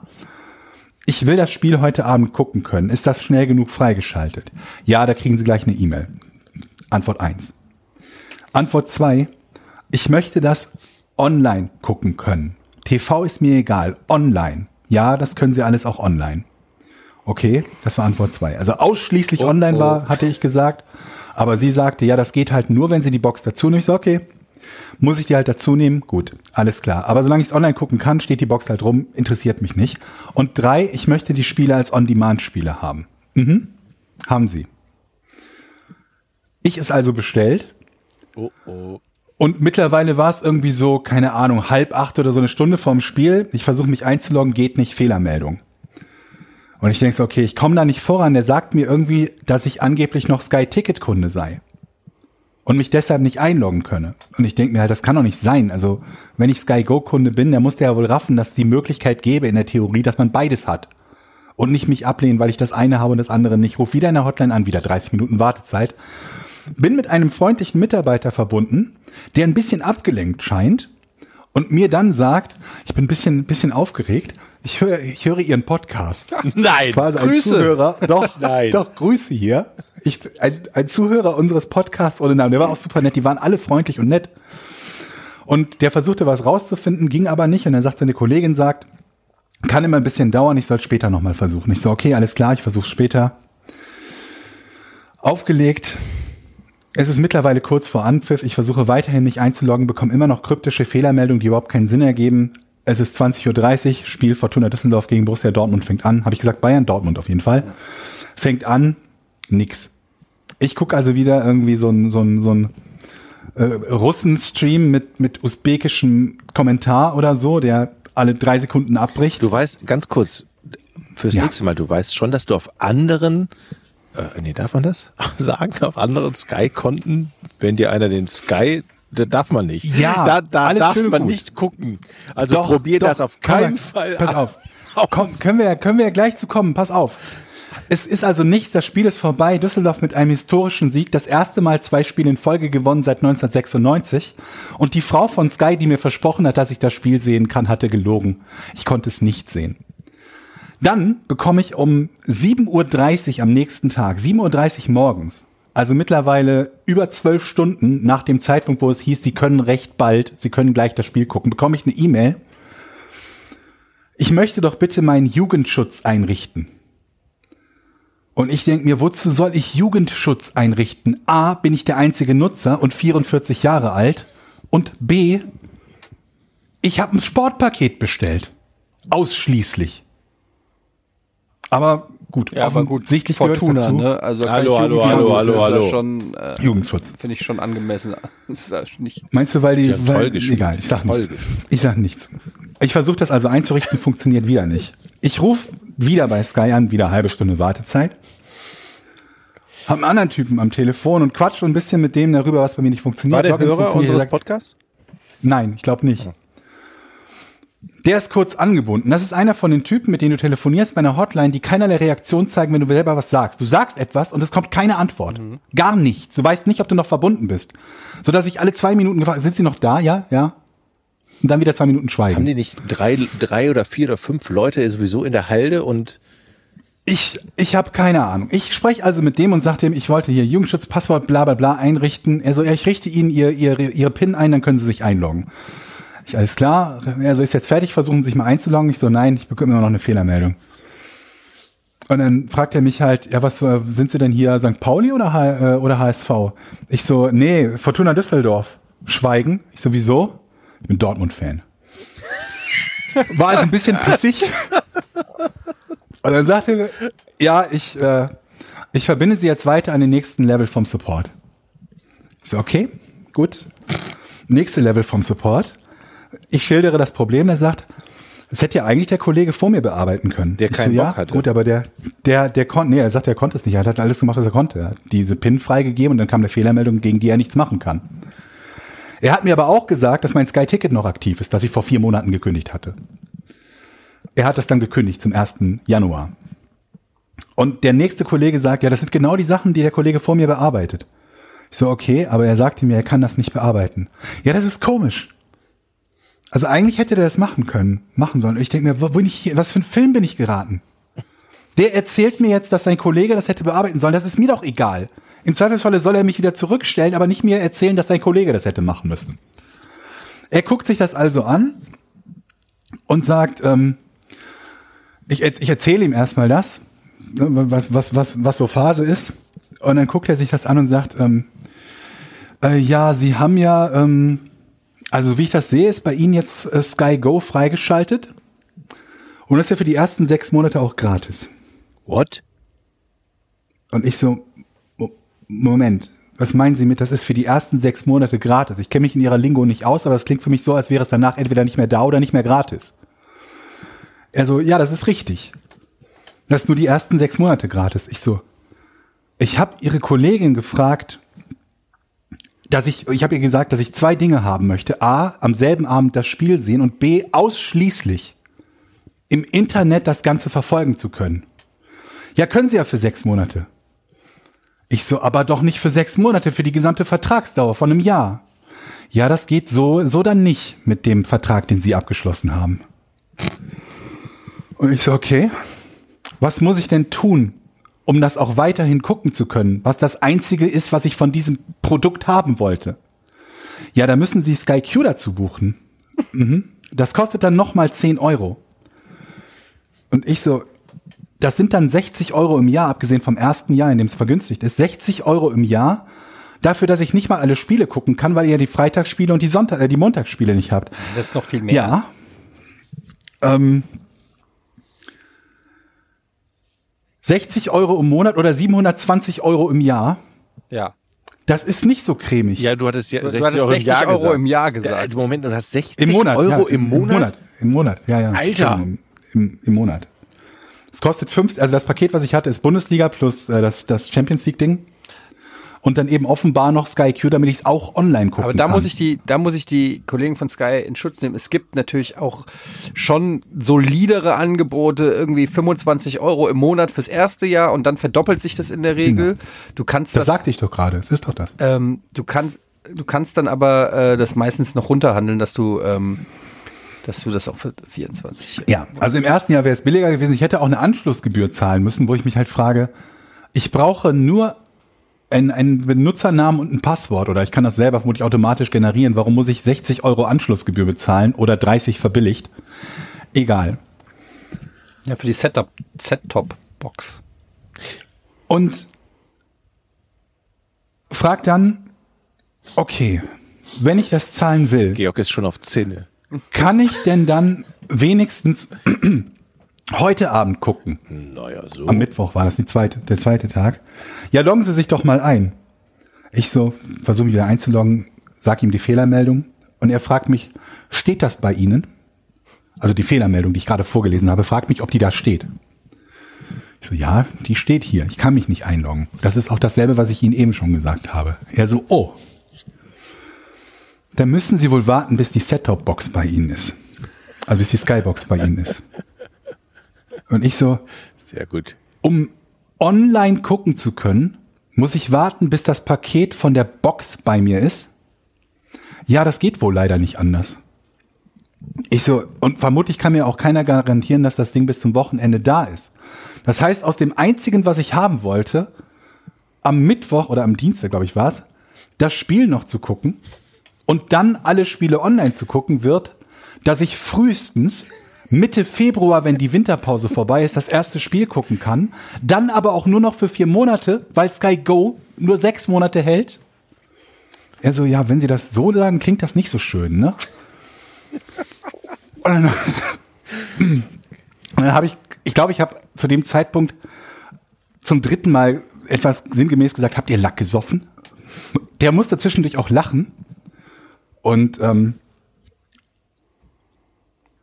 C: ich will das Spiel heute Abend gucken können. Ist das schnell genug freigeschaltet? Ja, da kriegen Sie gleich eine E-Mail. Antwort 1. Antwort 2. Ich möchte das online gucken können. TV ist mir egal. Online. Ja, das können Sie alles auch online. Okay, das war Antwort 2. Also ausschließlich online war, hatte ich gesagt. Aber sie sagte, ja, das geht halt nur, wenn Sie die Box dazu nehmen. Ich so, okay, muss ich die halt dazu nehmen? Gut, alles klar. Aber solange ich es online gucken kann, steht die Box halt rum, interessiert mich nicht. Und drei, ich möchte die Spiele als On-Demand-Spiele haben. Mhm. Haben sie. Ich es also bestellt. Und mittlerweile war es irgendwie so, keine Ahnung, halb acht oder so eine Stunde vorm Spiel. Ich versuche mich einzuloggen, geht nicht, Fehlermeldung. Und ich denke so, okay, ich komme da nicht voran. Der sagt mir irgendwie, dass ich angeblich noch Sky-Ticket-Kunde sei. Und mich deshalb nicht einloggen könne. Und ich denke mir halt, das kann doch nicht sein. Also, wenn ich Sky Go-Kunde bin, dann muss der ja wohl raffen, dass es die Möglichkeit gäbe in der Theorie, dass man beides hat. Und nicht mich ablehnen, weil ich das eine habe und das andere nicht. Ruf wieder in der Hotline an, wieder 30 Minuten Wartezeit. Bin mit einem freundlichen Mitarbeiter verbunden, der ein bisschen abgelenkt scheint und mir dann sagt, ich bin ein bisschen, bisschen aufgeregt, ich höre, ich höre Ihren Podcast.
B: Nein.
C: Es war also ein
A: Grüße.
C: Zuhörer, doch,
B: Nein.
C: doch, Grüße hier. Ich, ein, ein Zuhörer unseres Podcasts ohne Namen, der war auch super nett, die waren alle freundlich und nett. Und der versuchte was rauszufinden, ging aber nicht. Und dann sagt seine Kollegin, sagt, kann immer ein bisschen dauern, ich soll später nochmal versuchen. Ich so, okay, alles klar, ich versuch's später. Aufgelegt. Es ist mittlerweile kurz vor Anpfiff. Ich versuche weiterhin nicht einzuloggen, bekomme immer noch kryptische Fehlermeldungen, die überhaupt keinen Sinn ergeben. Es ist 20.30 Uhr, Spiel Fortuna Düsseldorf gegen Borussia Dortmund fängt an. Habe ich gesagt, Bayern Dortmund auf jeden Fall. Fängt an, nix. Ich gucke also wieder irgendwie so ein, so ein, so ein äh, Russen-Stream mit, mit usbekischem Kommentar oder so, der alle drei Sekunden abbricht.
B: Du weißt, ganz kurz, fürs
C: Ja.
B: nächste Mal, du weißt schon, dass du auf anderen, äh, nee, darf man das [LAUGHS] sagen? Auf anderen Sky-Konten, wenn dir einer den Sky, da darf man nicht.
C: Ja,
B: da, da
C: alles
B: darf
C: schön
B: man
C: gut.
B: nicht gucken. Also probier das auf
C: komm mal,
B: keinen Fall.
C: Pass auf.
B: [LAUGHS] aus.
C: Komm, können wir, können wir gleich zu kommen. Pass auf. Es ist also nichts, das Spiel ist vorbei. Düsseldorf mit einem historischen Sieg, das erste Mal zwei Spiele in Folge gewonnen seit 1996. Und die Frau von Sky, die mir versprochen hat, dass ich das Spiel sehen kann, hatte gelogen. Ich konnte es nicht sehen. Dann bekomme ich um 7.30 Uhr am nächsten Tag, 7.30 Uhr morgens, also mittlerweile über zwölf Stunden nach dem Zeitpunkt, wo es hieß, Sie können recht bald, Sie können gleich das Spiel gucken, bekomme ich eine E-Mail. Ich möchte doch bitte meinen Jugendschutz einrichten. Und ich denke mir, wozu soll ich Jugendschutz einrichten? A, bin ich der einzige Nutzer und 44 Jahre alt. Und B, ich habe ein Sportpaket bestellt. Ausschließlich. Aber gut,
A: Ja, aber gut,
C: offensichtlich gehört es
A: Fortuna,
C: dazu.
A: ne? Also
B: Hallo,
A: kann ich
B: hallo,
A: Jugendschutz, das ist
B: hallo, hallo,
A: ja
B: hallo.
A: schon, äh,
C: Jugendschutz.
A: Finde ich schon angemessen. [LAUGHS] Das ist ja nicht
C: Meinst du, weil die.
B: Die haben
C: weil,
B: toll gespielt.
C: Egal, ich sag
B: Toll
C: nichts.
B: gespielt.
C: Ich sag nichts. Ich versuche das also einzurichten, funktioniert wieder nicht. Ich rufe wieder bei Sky an, wieder halbe Stunde Wartezeit. Hab einen anderen Typen am Telefon und quatsch ein bisschen mit dem darüber, was bei mir nicht funktioniert.
B: War der
C: Login
B: Hörer
C: funktioniert. Er
B: unseres
C: sagt,
B: Podcasts?
C: Nein, ich glaube
B: Oh.
C: nicht. Der ist kurz angebunden. Das ist einer von den Typen, mit denen du telefonierst bei einer Hotline, die keinerlei Reaktion zeigen, wenn du selber was sagst. Du sagst etwas und es kommt keine Antwort.
B: Mhm.
C: Gar nichts. Du weißt nicht, ob du noch verbunden bist. Sodass ich alle zwei Minuten gefragt sind sie noch da? Ja, ja. Und dann wieder zwei Minuten
B: Haben
C: schweigen.
B: die nicht drei, drei oder vier oder fünf Leute sowieso in der Halde und
C: Ich, ich habe keine Ahnung. Ich spreche also mit dem und sage dem, ich wollte hier Jugendschutz, Passwort, bla bla bla einrichten. Er so, ja, ich richte Ihnen ihr, ihre, ihre PIN ein, dann können Sie sich einloggen. Ich, alles klar. Er so, ist jetzt fertig, versuchen Sie sich mal einzuloggen. Ich so, nein, ich bekomme immer noch eine Fehlermeldung. Und dann fragt er mich halt, ja, was äh, sind Sie denn hier, St. Pauli oder, H- äh, oder HSV? Ich so, nee, Fortuna Düsseldorf. Schweigen. Ich so, wieso? Ich bin Dortmund-Fan. War also ein bisschen pissig. Und dann sagt er, mir, ja, ich, äh, ich verbinde sie jetzt weiter an den nächsten Level vom Support. Ich so, okay, gut. Nächste Level vom Support. Ich schildere das Problem, er sagt, das hätte ja eigentlich der Kollege vor mir bearbeiten können.
B: Der
C: Ich
B: keinen
C: so, ja,
B: Bock hatte.
C: Gut, aber der, der, der konnte, nee, er sagt, er konnte es nicht. Er hat alles gemacht, was er konnte. Er hat diese PIN freigegeben und dann kam eine Fehlermeldung, gegen die er nichts machen kann. Er hat mir aber auch gesagt, dass mein Sky-Ticket noch aktiv ist, das ich vor vier Monaten gekündigt hatte. Er hat das dann gekündigt zum 1. Januar. Und der nächste Kollege sagt, ja, das sind genau die Sachen, die der Kollege vor mir bearbeitet. Ich so, okay, aber er sagte mir, er kann das nicht bearbeiten. Ja, das ist komisch. Also eigentlich hätte er das machen können, machen sollen. Und ich denke mir, wo bin ich hier, was für ein Film bin ich geraten? Der erzählt mir jetzt, dass sein Kollege das hätte bearbeiten sollen. Das ist mir doch egal. Im Zweifelsfalle soll er mich wieder zurückstellen, aber nicht mir erzählen, dass sein Kollege das hätte machen müssen. Er guckt sich das also an und sagt, ähm, ich, er- ich erzähle ihm erstmal das, ne, was, was, was, was so Phase ist. Und dann guckt er sich das an und sagt, ähm, äh, ja, Sie haben ja, ähm, also wie ich das sehe, ist bei Ihnen jetzt äh, Sky Go freigeschaltet. Und das ist ja für die ersten sechs Monate auch gratis.
B: what?
C: Und ich so, Mo- Moment, was meinen Sie mit, das ist für die ersten sechs Monate gratis? Ich kenne mich in Ihrer Lingo nicht aus, aber es klingt für mich so, als wäre es danach entweder nicht mehr da oder nicht mehr gratis. Er so, ja, das ist richtig. Das ist nur die ersten sechs Monate gratis. Ich so, ich habe ihre Kollegin gefragt, dass ich, ich habe ihr gesagt, dass ich zwei Dinge haben möchte. A, am selben Abend das Spiel sehen und B, ausschließlich im Internet das Ganze verfolgen zu können. Ja, können sie ja für sechs Monate. Ich so, aber doch nicht für sechs Monate, für die gesamte Vertragsdauer von einem Jahr. Ja, das geht so, so dann nicht mit dem Vertrag, den sie abgeschlossen haben. Und ich so, okay, was muss ich denn tun, um das auch weiterhin gucken zu können, was das einzige ist, was ich von diesem Produkt haben wollte. Ja, da müssen Sie Sky Q dazu buchen. Mhm. Das kostet dann nochmal 10 Euro. Und ich so, das sind dann 60 Euro im Jahr, abgesehen vom ersten Jahr, in dem es vergünstigt ist. 60 Euro im Jahr dafür, dass ich nicht mal alle Spiele gucken kann, weil ihr die Freitagsspiele und die Sonntag, äh, die Montagsspiele nicht habt.
A: Das ist noch viel mehr.
C: Ja. Ähm, 60 Euro im Monat oder 720 Euro im Jahr,
A: ja.
C: das ist nicht so cremig.
B: Ja, du hattest ja
A: Du
B: 60
A: hattest
B: Euro im
A: 60
B: Jahr
A: Euro
B: gesagt.
A: im Jahr gesagt.
B: Da, Moment, du hast 60
C: Im Monat.
B: Euro
C: ja,
B: im Monat?
C: Im Monat, im Monat ja, ja.
B: Alter!
C: Im, im, im Monat. Es kostet fünf, also das Paket, was ich hatte, ist Bundesliga plus äh, das, das Champions League-Ding. Und dann eben offenbar noch Sky Q, damit ich es auch online gucken
A: Aber da
C: kann.
A: muss ich die, da muss ich die Kollegen von Sky in Schutz nehmen. Es gibt natürlich auch schon solidere Angebote, irgendwie 25 Euro im Monat fürs erste Jahr und dann verdoppelt sich das in der Regel. Du kannst
C: das
A: Genau. das,
C: sagte ich doch gerade, es ist doch das.
A: ähm, du kannst, du kannst dann aber äh, das meistens noch runterhandeln, dass du, ähm, dass du das auch für 24.
C: Ja, also im ersten Jahr wäre es billiger gewesen. Ich hätte auch eine Anschlussgebühr zahlen müssen, wo ich mich halt frage, ich brauche nur einen, einen Benutzernamen und ein Passwort oder ich kann das selber vermutlich automatisch generieren. Warum muss ich 60 Euro Anschlussgebühr bezahlen oder 30 verbilligt? Egal.
A: Ja, für die Setup, Set-Top-Box.
C: Und frag dann, okay, wenn ich das zahlen will,
B: Georg ist schon auf Zinne.
C: kann ich denn dann wenigstens [CLEARS THROAT] heute Abend gucken?
B: Naja, so.
C: Am Mittwoch war das die zweite, der zweite Tag. Ja, loggen Sie sich doch mal ein. Ich so, versuche mich wieder einzuloggen, sag ihm die Fehlermeldung und er fragt mich, steht das bei Ihnen? Also die Fehlermeldung, die ich gerade vorgelesen habe, fragt mich, ob die da steht. Ich so, ja, die steht hier. Ich kann mich nicht einloggen. Das ist auch dasselbe, was ich Ihnen eben schon gesagt habe. Er so, oh. Dann müssen Sie wohl warten, bis die Set-Top-Box bei Ihnen ist. Also bis die Skybox bei Ihnen ist. Und ich so,
B: Sehr gut.
C: um online gucken zu können, muss ich warten, bis das Paket von der Box bei mir ist? Ja, das geht wohl leider nicht anders. Ich so, und vermutlich kann mir auch keiner garantieren, dass das Ding bis zum Wochenende da ist. Das heißt, aus dem einzigen, was ich haben wollte, am Mittwoch oder am Dienstag, glaube ich, war es, das Spiel noch zu gucken und dann alle Spiele online zu gucken, wird, dass ich frühestens Mitte Februar, wenn die Winterpause vorbei ist, das erste Spiel gucken kann, dann aber auch nur noch für vier Monate, weil Sky Go nur sechs Monate hält. Er so, ja, wenn Sie das so sagen, klingt das nicht so schön, ne? Und dann, und dann habe ich, ich glaube, ich habe zu dem Zeitpunkt zum dritten Mal etwas sinngemäß gesagt, habt ihr Lack gesoffen? Der musste zwischendurch auch lachen. Und ähm,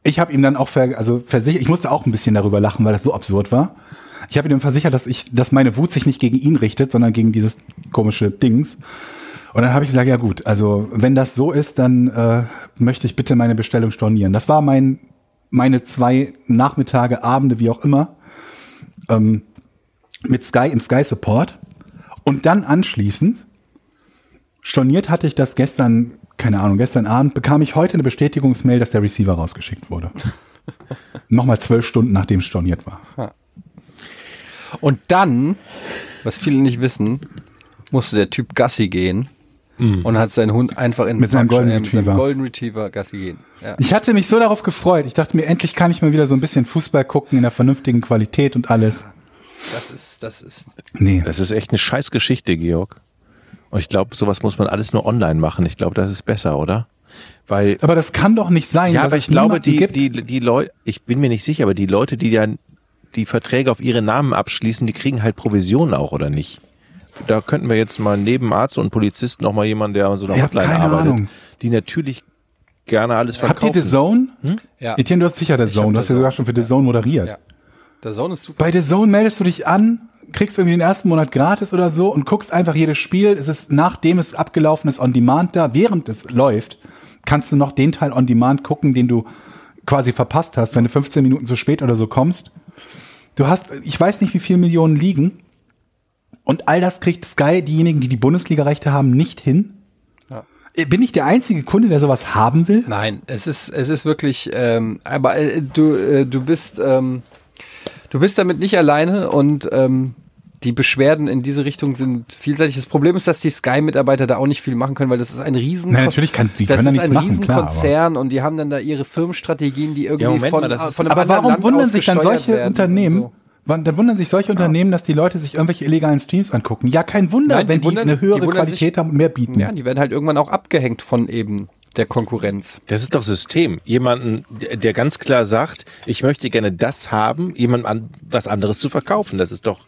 C: ich habe ihm dann auch ver also versichert, ich musste auch ein bisschen darüber lachen, weil das so absurd war. Ich habe ihm dann versichert, dass ich, dass meine Wut sich nicht gegen ihn richtet, sondern gegen dieses komische Dings. Und dann habe ich gesagt, ja gut, also wenn das so ist, dann äh, möchte ich bitte meine Bestellung stornieren. Das war mein meine zwei Nachmittage, Abende, wie auch immer, ähm, mit Sky im Sky Support. Und dann anschließend Storniert hatte ich das gestern, keine Ahnung, gestern Abend bekam ich heute eine Bestätigungsmail, dass der Receiver
B: [LAUGHS]
C: rausgeschickt wurde. Nochmal zwölf Stunden, nachdem es storniert war.
A: Und dann, was viele nicht wissen, musste der Typ Gassi gehen und hat seinen Hund einfach in
C: Mhm. Mit seinem
A: Park-
C: Golden
A: äh, mit seinem
C: Retriever.
A: Golden Retriever Gassi gehen. Ja.
C: Ich hatte mich so darauf gefreut. Ich dachte mir, endlich kann ich mal wieder so ein bisschen Fußball gucken in der vernünftigen Qualität und alles.
A: Das ist, das ist.
C: Nee.
B: Das ist echt eine Scheißgeschichte, Georg. Und ich glaube, sowas muss man alles nur online machen. Ich glaube, das ist besser, oder? Weil
C: Aber das kann doch nicht sein.
B: Ja,
C: dass
B: aber
C: es
B: ich glaube,
C: niemanden
B: die,
C: gibt.
B: die, die Leute, ich bin mir nicht sicher, aber die Leute, die dann die Verträge auf ihre Namen abschließen, die kriegen halt Provisionen auch, oder nicht? Da könnten wir jetzt mal neben Arzt und Polizisten noch mal jemanden, der an so einer
C: Ich hab
B: Hotline
C: keine
B: arbeitet,
C: Ahnung.
B: die natürlich gerne alles
C: Habt
B: verkaufen. Hm?
C: ihr The Zone?
A: Ja.
C: Etienne, du hast sicher The Zone.
A: hab
C: Du hast
A: The
C: ja sogar
A: Zone,
C: schon für The Zone moderiert.
A: Ja. Der Zone ist super.
C: Bei The Zone meldest du dich an, kriegst irgendwie den ersten Monat gratis oder so und guckst einfach jedes Spiel. Es ist, nachdem es abgelaufen ist, on demand da. Während es läuft, kannst du noch den Teil on demand gucken, den du quasi verpasst hast, wenn du 15 Minuten zu spät oder so kommst. Du hast, ich weiß nicht, wie viele Millionen liegen. Und all das kriegt Sky, diejenigen, die die Bundesliga-Rechte haben, nicht hin. Äh,
A: Ja.
C: Bin ich der einzige Kunde, der sowas haben will?
A: Nein, es ist, es ist wirklich, ähm, aber äh, du, äh, du bist, ähm, du bist damit nicht alleine und ähm, die Beschwerden in diese Richtung sind vielseitig. Das Problem ist, dass die Sky-Mitarbeiter da auch nicht viel machen können, weil das ist ein riesen
C: Nein, natürlich kann- die
A: das
C: können da
A: ist
C: nichts
A: ein
C: machen, klar,
A: Riesenkonzern und die haben dann da ihre Firmenstrategien, die irgendwie
B: Moment
A: von,
B: mal, das
A: äh,
B: ist-
A: von einem
C: Aber
A: anderen
C: warum
A: Land
C: wundern
A: aus
C: sich dann
A: gesteuert
C: solche
A: werden und
C: Unternehmen,
A: so.
C: wann, dann wundern sich solche Unternehmen, dass die Leute sich irgendwelche illegalen Streams angucken? Ja, kein Wunder,
A: Nein, die
C: wenn die,
A: wundern-
C: eine höhere
A: die wundern sich-
C: Qualität haben und mehr bieten.
A: Ja, die werden halt irgendwann auch abgehängt von eben der Konkurrenz.
B: Das ist doch System. Jemanden, der der ganz klar sagt, ich möchte gerne das haben, jemandem an, was anderes zu verkaufen. Das ist doch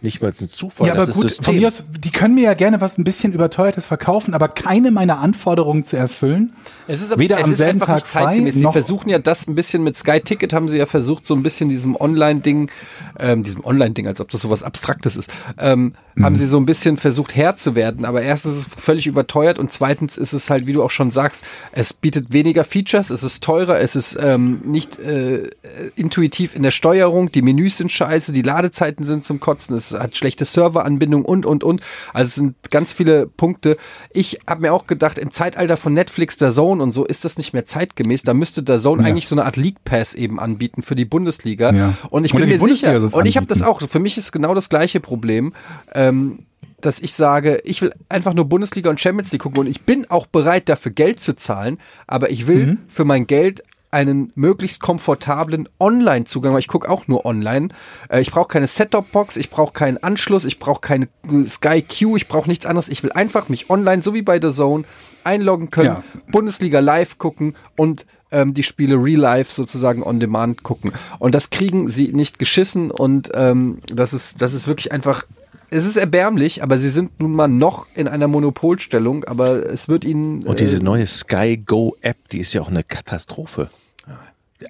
B: nicht mal ein Zufall.
C: Ja, aber
B: das ist
C: gut, von mir aus, die können mir ja gerne was ein bisschen überteuertes verkaufen, aber keine meiner Anforderungen zu erfüllen.
A: Es ist aber
C: Weder
A: es
C: am
A: ist
C: selben
A: einfach nicht
C: Tag frei,
A: zeitgemäß. Sie
C: noch-
A: versuchen ja das ein bisschen mit Sky Ticket haben sie ja versucht, so ein bisschen diesem Online-Ding, ähm, diesem Online-Ding, als ob das sowas Abstraktes ist, ähm,
C: Mhm.
A: haben sie so ein bisschen versucht Herr zu werden. Aber erstens ist es völlig überteuert und zweitens ist es halt, wie du auch schon sagst, es bietet weniger Features, es ist teurer, es ist ähm, nicht äh, intuitiv in der Steuerung, die Menüs sind scheiße, die Ladezeiten sind zum Kotzen, es hat schlechte Serveranbindung und, und, und. Also es sind ganz viele Punkte. Ich habe mir auch gedacht, im Zeitalter von Netflix, der Zone und so, ist das nicht mehr zeitgemäß. Da müsste der Zone
C: Ja.
A: eigentlich so eine Art League Pass eben anbieten für die Bundesliga.
C: Ja.
A: Und ich
C: Oder
A: bin
C: die
A: mir
C: Bundesliga soll es
A: sicher, und ich habe das
C: anbieten.
A: auch, für mich ist genau das gleiche Problem. Ähm, dass ich sage, ich will einfach nur Bundesliga und Champions League gucken und ich bin auch bereit, dafür Geld zu zahlen, aber ich will für mein Geld einen möglichst komfortablen Online-Zugang, weil ich gucke auch nur online. Äh, ich brauche keine Set-Top-Box, ich brauche keinen Anschluss, ich brauche keine äh, Sky Q, ich brauche nichts anderes. Ich will einfach mich online, so wie bei The Zone, einloggen können,
C: Ja.
A: Bundesliga live gucken und ähm, die Spiele real life sozusagen on demand gucken. Und das kriegen sie nicht geschissen und ähm, das, ist, das ist wirklich einfach. Es ist erbärmlich, aber sie sind nun mal noch in einer Monopolstellung, aber es wird ihnen. äh,
B: Und diese neue Sky Go App, die ist ja auch eine Katastrophe.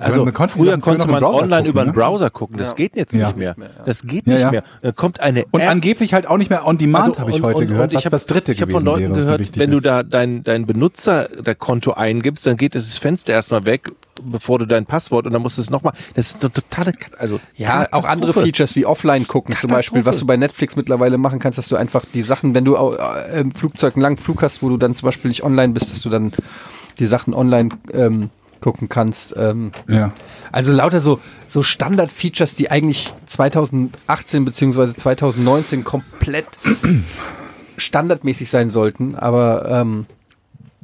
B: Also
C: man konnte-
B: früher
C: man
B: konnte
C: konnte noch im
B: man
C: Browser
B: online
C: gucken,
B: über einen
C: ne?
B: Browser gucken. Das
A: Ja.
B: geht jetzt
C: Ja.
B: nicht mehr. Das geht
C: Ja,
B: nicht
C: ja.
B: mehr. Dann kommt eine
C: Und
A: Äh,
B: App.
C: angeblich halt auch nicht mehr on demand,
A: also
C: habe ich
B: Also und-
C: heute
B: und,
C: gehört,
B: Und ich
C: was
B: habe
C: das dritte
B: Ich habe von
C: gewesen
B: Leuten
C: wäre, was mir
B: gehört,
C: wichtig
B: wenn du
C: ist.
B: da dein, dein Benutzer der Konto eingibst, dann geht das Fenster erstmal weg, bevor du dein Passwort und dann musst du es nochmal. Das ist eine totale Kat- also
A: Ja, auch andere
B: Katastrophe.
A: Features wie Offline gucken zum
B: Katastrophe.
A: Beispiel, was du bei Netflix mittlerweile machen kannst, dass du einfach die Sachen, wenn du äh, im Flugzeug einen langen Flug hast, wo du dann zum Beispiel nicht online bist, dass du dann die Sachen online ähm, gucken kannst. Ähm,
C: Ja.
A: Also lauter so, so Standard-Features, die eigentlich 2018 beziehungsweise 2019 komplett standardmäßig sein sollten, aber ähm,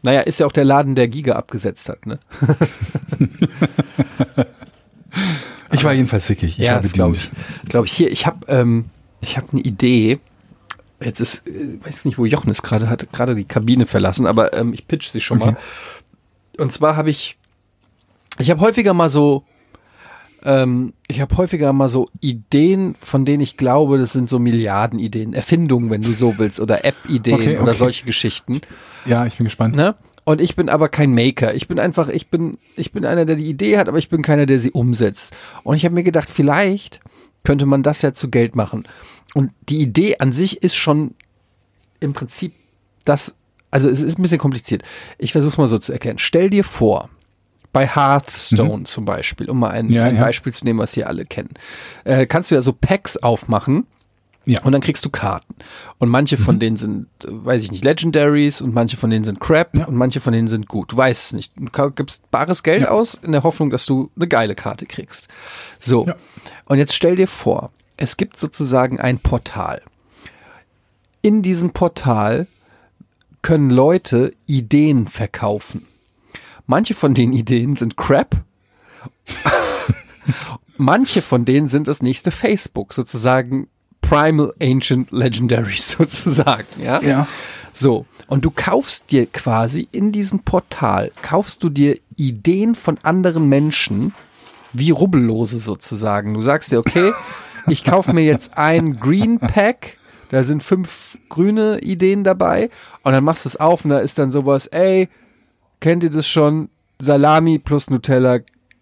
A: naja, ist ja auch der Laden, der Giga abgesetzt hat, ne?
C: Ich war jedenfalls sickig. Ich habe
A: das glaube
C: die-
A: ich. Glaube ich hier. Ich habe ähm, ich habe eine Idee. Jetzt ist äh, weiß nicht, wo Jochen ist gerade hat gerade die Kabine verlassen, aber ähm, ich pitch sie schon
C: Okay.
A: mal. Und zwar habe ich ich habe häufiger mal so ähm, ich habe häufiger mal so Ideen, von denen ich glaube, das sind so Milliardenideen, Erfindungen, wenn du so willst, oder App-Ideen
C: Okay,
A: oder
C: okay.
A: solche Geschichten.
C: Ja, ich bin gespannt.
A: Ne? Und ich bin aber kein Maker. Ich bin einfach, ich bin, ich bin einer, der die Idee hat, aber ich bin keiner, der sie umsetzt. Und ich habe mir gedacht, vielleicht könnte man das ja zu Geld machen. Und die Idee an sich ist schon im Prinzip das, also es ist ein bisschen kompliziert. Ich versuche es mal so zu erklären. Stell dir vor, bei Hearthstone zum Beispiel, um mal ein,
C: Mhm. Ja,
A: ein
C: ja.
A: Beispiel zu nehmen, was hier alle kennen, äh, kannst du ja so Packs aufmachen.
C: Ja. Mhm.
A: Und dann kriegst du Karten. Und manche von denen sind, äh, weiß ich nicht, Legendaries und manche von denen sind Crap
C: Ja.
A: und manche von denen sind gut. Du weißt es nicht. Du ka- gibst bares Geld
C: Ja.
A: aus in der Hoffnung, dass du eine geile Karte kriegst. So.
C: Ja.
A: Und jetzt stell dir vor, es gibt sozusagen ein Portal. In diesem Portal können Leute Ideen verkaufen. Manche von den Ideen sind Crap [LAUGHS] manche von denen sind das nächste Facebook, sozusagen Primal Ancient Legendaries, [LAUGHS] sozusagen, ja?
C: Ja.
A: So, und du kaufst dir quasi in diesem Portal, kaufst du dir Ideen von anderen Menschen, wie Rubbellose sozusagen. Du sagst dir, okay, ich kaufe mir jetzt ein Green Pack, da sind fünf grüne Ideen dabei und dann machst du es auf und da ist dann sowas, ey, kennt ihr das schon? Salami plus Nutella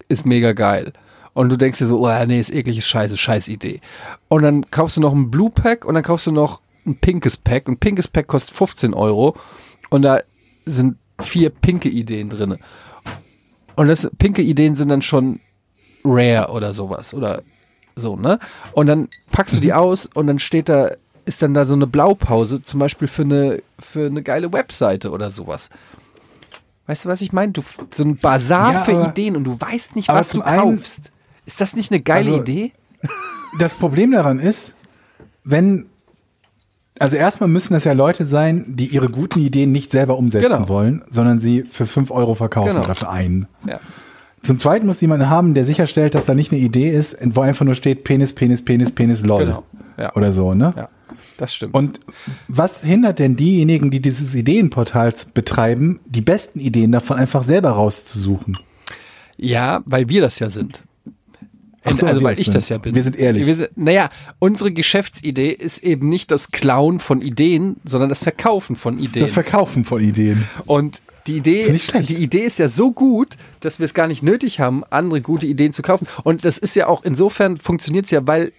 A: ist mega geil. Und du denkst dir so, oh nee, ist eklig, ist scheiße, scheiß Idee. Und dann kaufst du noch ein Blue Pack und dann kaufst du noch ein pinkes Pack. Und pinkes Pack kostet 15 Euro. Und da sind vier pinke Ideen drin. Und das pinke Ideen sind dann schon rare oder sowas. Oder so, ne? Und dann packst
C: Mhm.
A: du die aus und dann steht da, ist dann da so eine Blaupause, zum Beispiel für eine, für eine geile Webseite oder sowas. Weißt du, was ich meine? Du, so ein Bazar
C: Ja,
A: für
C: aber-
A: Ideen und du weißt nicht,
C: aber
A: was du
C: zum einen-
A: kaufst. Ist das nicht eine geile
C: Also-
A: Idee?
C: Das Problem daran ist, wenn, also erstmal müssen das ja Leute sein, die ihre guten Ideen nicht selber umsetzen
A: Genau.
C: wollen, sondern sie für 5 Euro verkaufen
A: Genau.
C: oder für einen.
A: Ja.
C: Zum Zweiten muss jemand haben, der sicherstellt, dass da nicht eine Idee ist, wo einfach nur steht Penis, Penis, Penis, Penis, lol.
A: Genau. Ja.
C: Oder so, ne?
A: ja, das stimmt.
C: Und was hindert denn diejenigen, die dieses Ideenportals betreiben, die besten Ideen davon einfach selber rauszusuchen?
A: ja, weil wir das ja sind.
C: Ach so,
A: also
C: wir
A: weil ich
C: sind-
A: das ja bin.
C: wir sind ehrlich.
A: Wir sind, naja, unsere Geschäftsidee ist eben nicht das Klauen von Ideen, sondern das Verkaufen von Ideen.
C: Das Verkaufen von Ideen.
A: Und die
C: Ist
A: Idee,
C: nicht schlecht.
A: die Idee ist ja so gut, dass wir es gar nicht nötig haben, andere gute Ideen zu kaufen. Und das ist ja auch, insofern funktioniert es ja, weil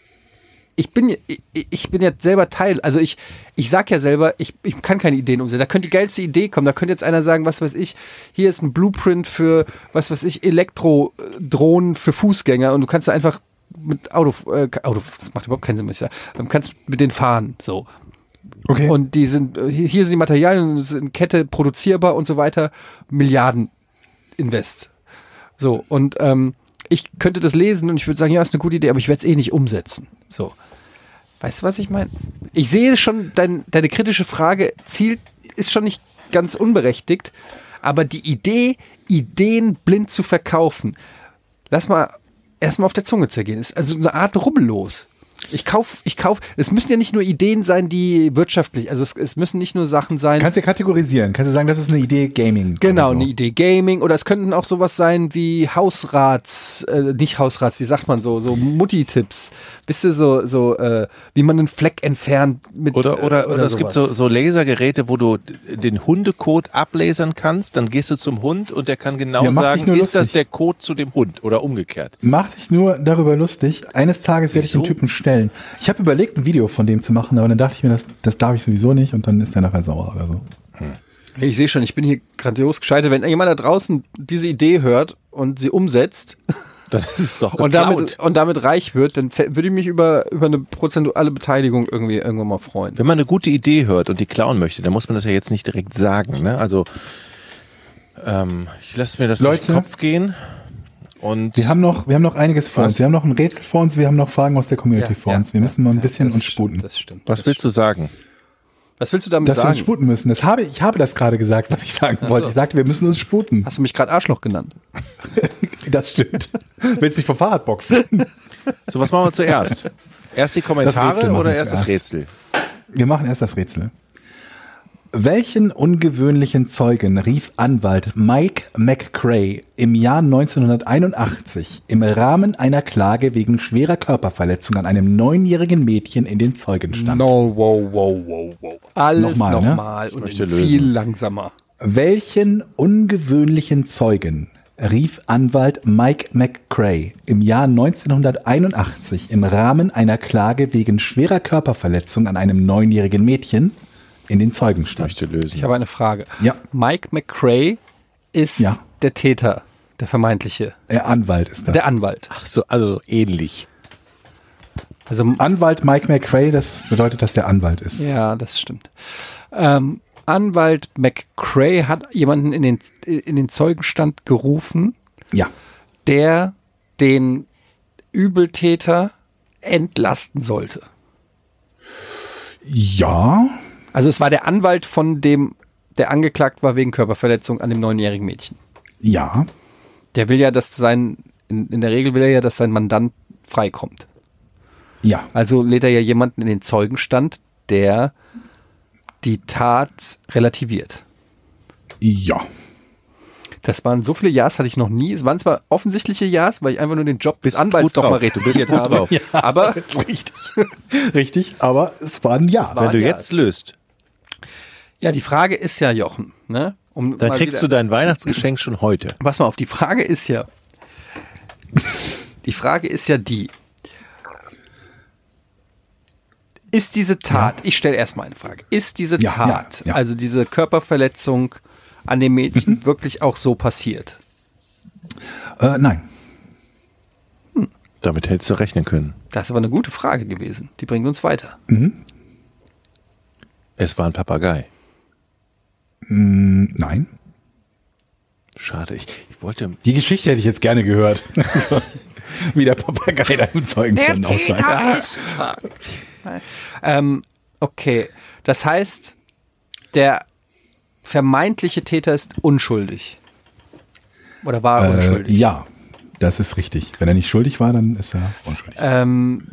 A: ich bin, ich, ich bin ja selber Teil, also ich, ich sag ja selber, ich, ich kann keine Ideen umsetzen. Da könnte die geilste Idee kommen. Da könnte jetzt einer sagen, was weiß ich, hier ist ein Blueprint für, was weiß ich, Elektrodrohnen für Fußgänger und du kannst da einfach mit Auto, äh, Auto, das macht überhaupt keinen Sinn, was ich sage. Du kannst mit denen fahren, so.
C: Okay.
A: Und die sind, äh, hier hier sind die Materialien, es ist in Kette produzierbar und so weiter. Milliarden invest. So, und ähm, ich könnte das lesen und ich würde sagen, ja, ist eine gute Idee, aber ich werde es eh nicht umsetzen. So. Weißt du, was ich meine? Ich sehe schon, dein, deine kritische Frage zielt, ist schon nicht ganz unberechtigt, aber die Idee, Ideen blind zu verkaufen, lass mal erstmal auf der Zunge zergehen. Ist also eine Art rubbellos. Ich kauf, ich kauf, es müssen ja nicht nur Ideen sein, die wirtschaftlich, also es, es müssen nicht nur Sachen sein.
C: kannst du kategorisieren. Kannst du sagen, das ist eine Idee Gaming.
A: Genau,
C: oder
B: Also.
C: so.
A: eine Idee Gaming oder es könnten auch sowas sein wie Hausrats, äh, nicht Hausrats, wie sagt man so, so Mutti-Tipps. Wisst ihr, so, so äh, wie man einen Fleck entfernt mit.
B: Oder,
A: äh,
B: oder, oder es gibt so,
A: sowas.
B: so Lasergeräte, wo du den Hundecode ablasern kannst, dann gehst du zum Hund und der kann genau
C: Ja, mach dich
B: sagen,
C: nur
B: ist das
C: lustig.
B: der Code zu dem Hund oder umgekehrt.
C: Mach dich nur darüber lustig. Eines Tages werde ich den
B: Wieso?
C: Typen stellen. Ich habe überlegt, ein Video von dem zu machen, aber dann dachte ich mir, das, das darf ich sowieso nicht und dann ist er nachher sauer oder so.
A: Ich sehe schon, ich bin hier grandios gescheitert. Wenn jemand da draußen diese Idee hört und sie
B: [LAUGHS]
A: umsetzt
B: Das ist doch
A: und
B: geklaut.
A: damit, und damit reich wird, dann fä- würde ich mich über, über eine prozentuale Beteiligung irgendwie irgendwann mal freuen.
B: Wenn man eine gute Idee hört und die klauen möchte, dann muss man das ja jetzt nicht direkt sagen. Ne? Also ähm, ich lasse mir das durch den
C: Leute.
B: Kopf gehen und
C: Wir haben noch, wir haben noch einiges vor
B: Was?
C: uns. Wir haben noch ein Rätsel vor uns. Wir haben noch Fragen aus der Community vor uns. Wir müssen mal ein bisschen
A: das
C: uns
A: stimmt,
C: sputen.
A: Das stimmt.
B: was willst du sagen?
A: Was willst du damit
C: Dass wir
A: sagen?
C: uns sputen müssen. Das habe, ich habe das gerade gesagt, was ich sagen wollte. Ich sagte, wir müssen uns sputen.
A: Hast du mich gerade Arschloch genannt?
C: Das stimmt. [LAUGHS] Willst mich vom Fahrrad boxen?
B: So, was machen wir [LAUGHS] zuerst? Erst die
C: Rätsel
B: Kommentare
C: machen
B: oder
C: wir
B: erst das
C: zuerst.
B: Rätsel?
C: Wir machen erst das Rätsel. Welchen ungewöhnlichen Zeugen rief Anwalt Mike McCray im Jahr 1981 im Rahmen einer Klage wegen schwerer Körperverletzung an einem neunjährigen Mädchen in den Zeugenstand?
A: No, wow, wow, wow, wow. Alles nochmal,
C: Nochmal, ne?
A: nochmal und
B: möchte
A: in
B: lösen.
A: viel langsamer.
C: Welchen ungewöhnlichen Zeugen rief Anwalt Mike McCray im Jahr 1981 im Rahmen einer Klage wegen schwerer Körperverletzung an einem neunjährigen Mädchen in den Zeugenstand?
B: Möchte lösen.
A: Ich habe eine Frage.
C: Ja.
A: Mike McCray ist
C: Ja.
A: der Täter, der vermeintliche,
C: Der Anwalt ist das.
A: der Anwalt.
B: Ach so, also ähnlich.
A: Also
C: Anwalt Mike McRae, das bedeutet, dass der Anwalt ist.
A: ja, das stimmt. Ähm, Anwalt McCray hat jemanden in den in den Zeugenstand gerufen,
C: Ja.
A: der den Übeltäter entlasten sollte.
C: Ja.
A: Also es war der Anwalt von dem, der angeklagt war wegen Körperverletzung an dem neunjährigen Mädchen.
C: Ja.
A: Der will ja, dass sein, in, in der Regel will er ja, dass sein Mandant freikommt.
C: Ja.
A: Also lädt er ja jemanden in den Zeugenstand, der die Tat relativiert.
C: Ja.
A: Das waren so viele Ja's, hatte ich noch nie. Es waren zwar offensichtliche Ja's, weil ich einfach nur den Job des
B: Bist
A: Anwalts
B: gut
A: doch mal
B: drauf. Du bist
A: rezitiert
B: gut
A: habe.
B: drauf. Ja. [LAUGHS]
A: Aber
C: Richtig. Richtig, aber es war ein Ja.
B: Wenn du
A: ja.
B: jetzt löst,
A: ja, die Frage ist ja, Jochen, ne? Um
B: dann
A: mal
B: kriegst
A: wieder-
B: du dein Weihnachtsgeschenk schon heute.
A: Pass mal auf, die Frage ist ja, Die Frage ist ja die. Ist diese Tat, ich stelle erstmal eine Frage, ist diese
C: Ja, ja,
A: Tat,
C: ja. Mhm.
A: also diese Körperverletzung an dem Mädchen wirklich auch so passiert?
C: Äh, nein.
B: Damit hättest du rechnen können.
A: Das ist aber eine gute Frage gewesen. Die bringt uns weiter.
B: Es war ein Papagei.
C: Mm, Nein.
B: Schade, ich, ich wollte.
C: Die Geschichte hätte ich jetzt gerne gehört. [LAUGHS] Wie der Papagei deinem Zeugenstand aussagt.
A: Ähm, okay, das heißt, der vermeintliche Täter ist unschuldig. Oder war
C: Äh,
A: unschuldig.
C: ja, das ist richtig. Wenn er nicht schuldig war, dann ist er unschuldig.
A: Ähm,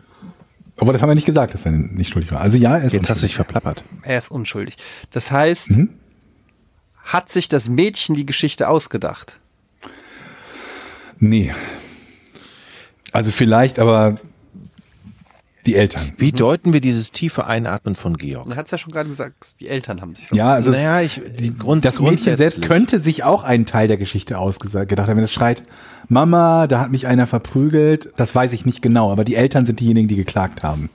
C: Aber das haben wir nicht gesagt, dass er nicht schuldig war. Also ja, er ist
B: Jetzt hast du
C: unschuldig.
B: dich verplappert.
A: er ist unschuldig. Das heißt,
B: Mhm.
A: hat sich das Mädchen die Geschichte ausgedacht?
C: Nee. Also vielleicht, aber die Eltern.
B: Wie deuten wir dieses tiefe Einatmen von Georg?
A: Man hat es ja schon gerade gesagt, die Eltern haben sich
C: Ja, also
B: Naja, ich-
C: die,
B: grund-
C: das Mädchen selbst
B: grundsätzlich.
C: könnte sich auch einen Teil der Geschichte ausgedacht haben, wenn es schreit, Mama, da hat mich einer verprügelt. Das weiß ich nicht genau, aber die Eltern sind diejenigen, die geklagt haben.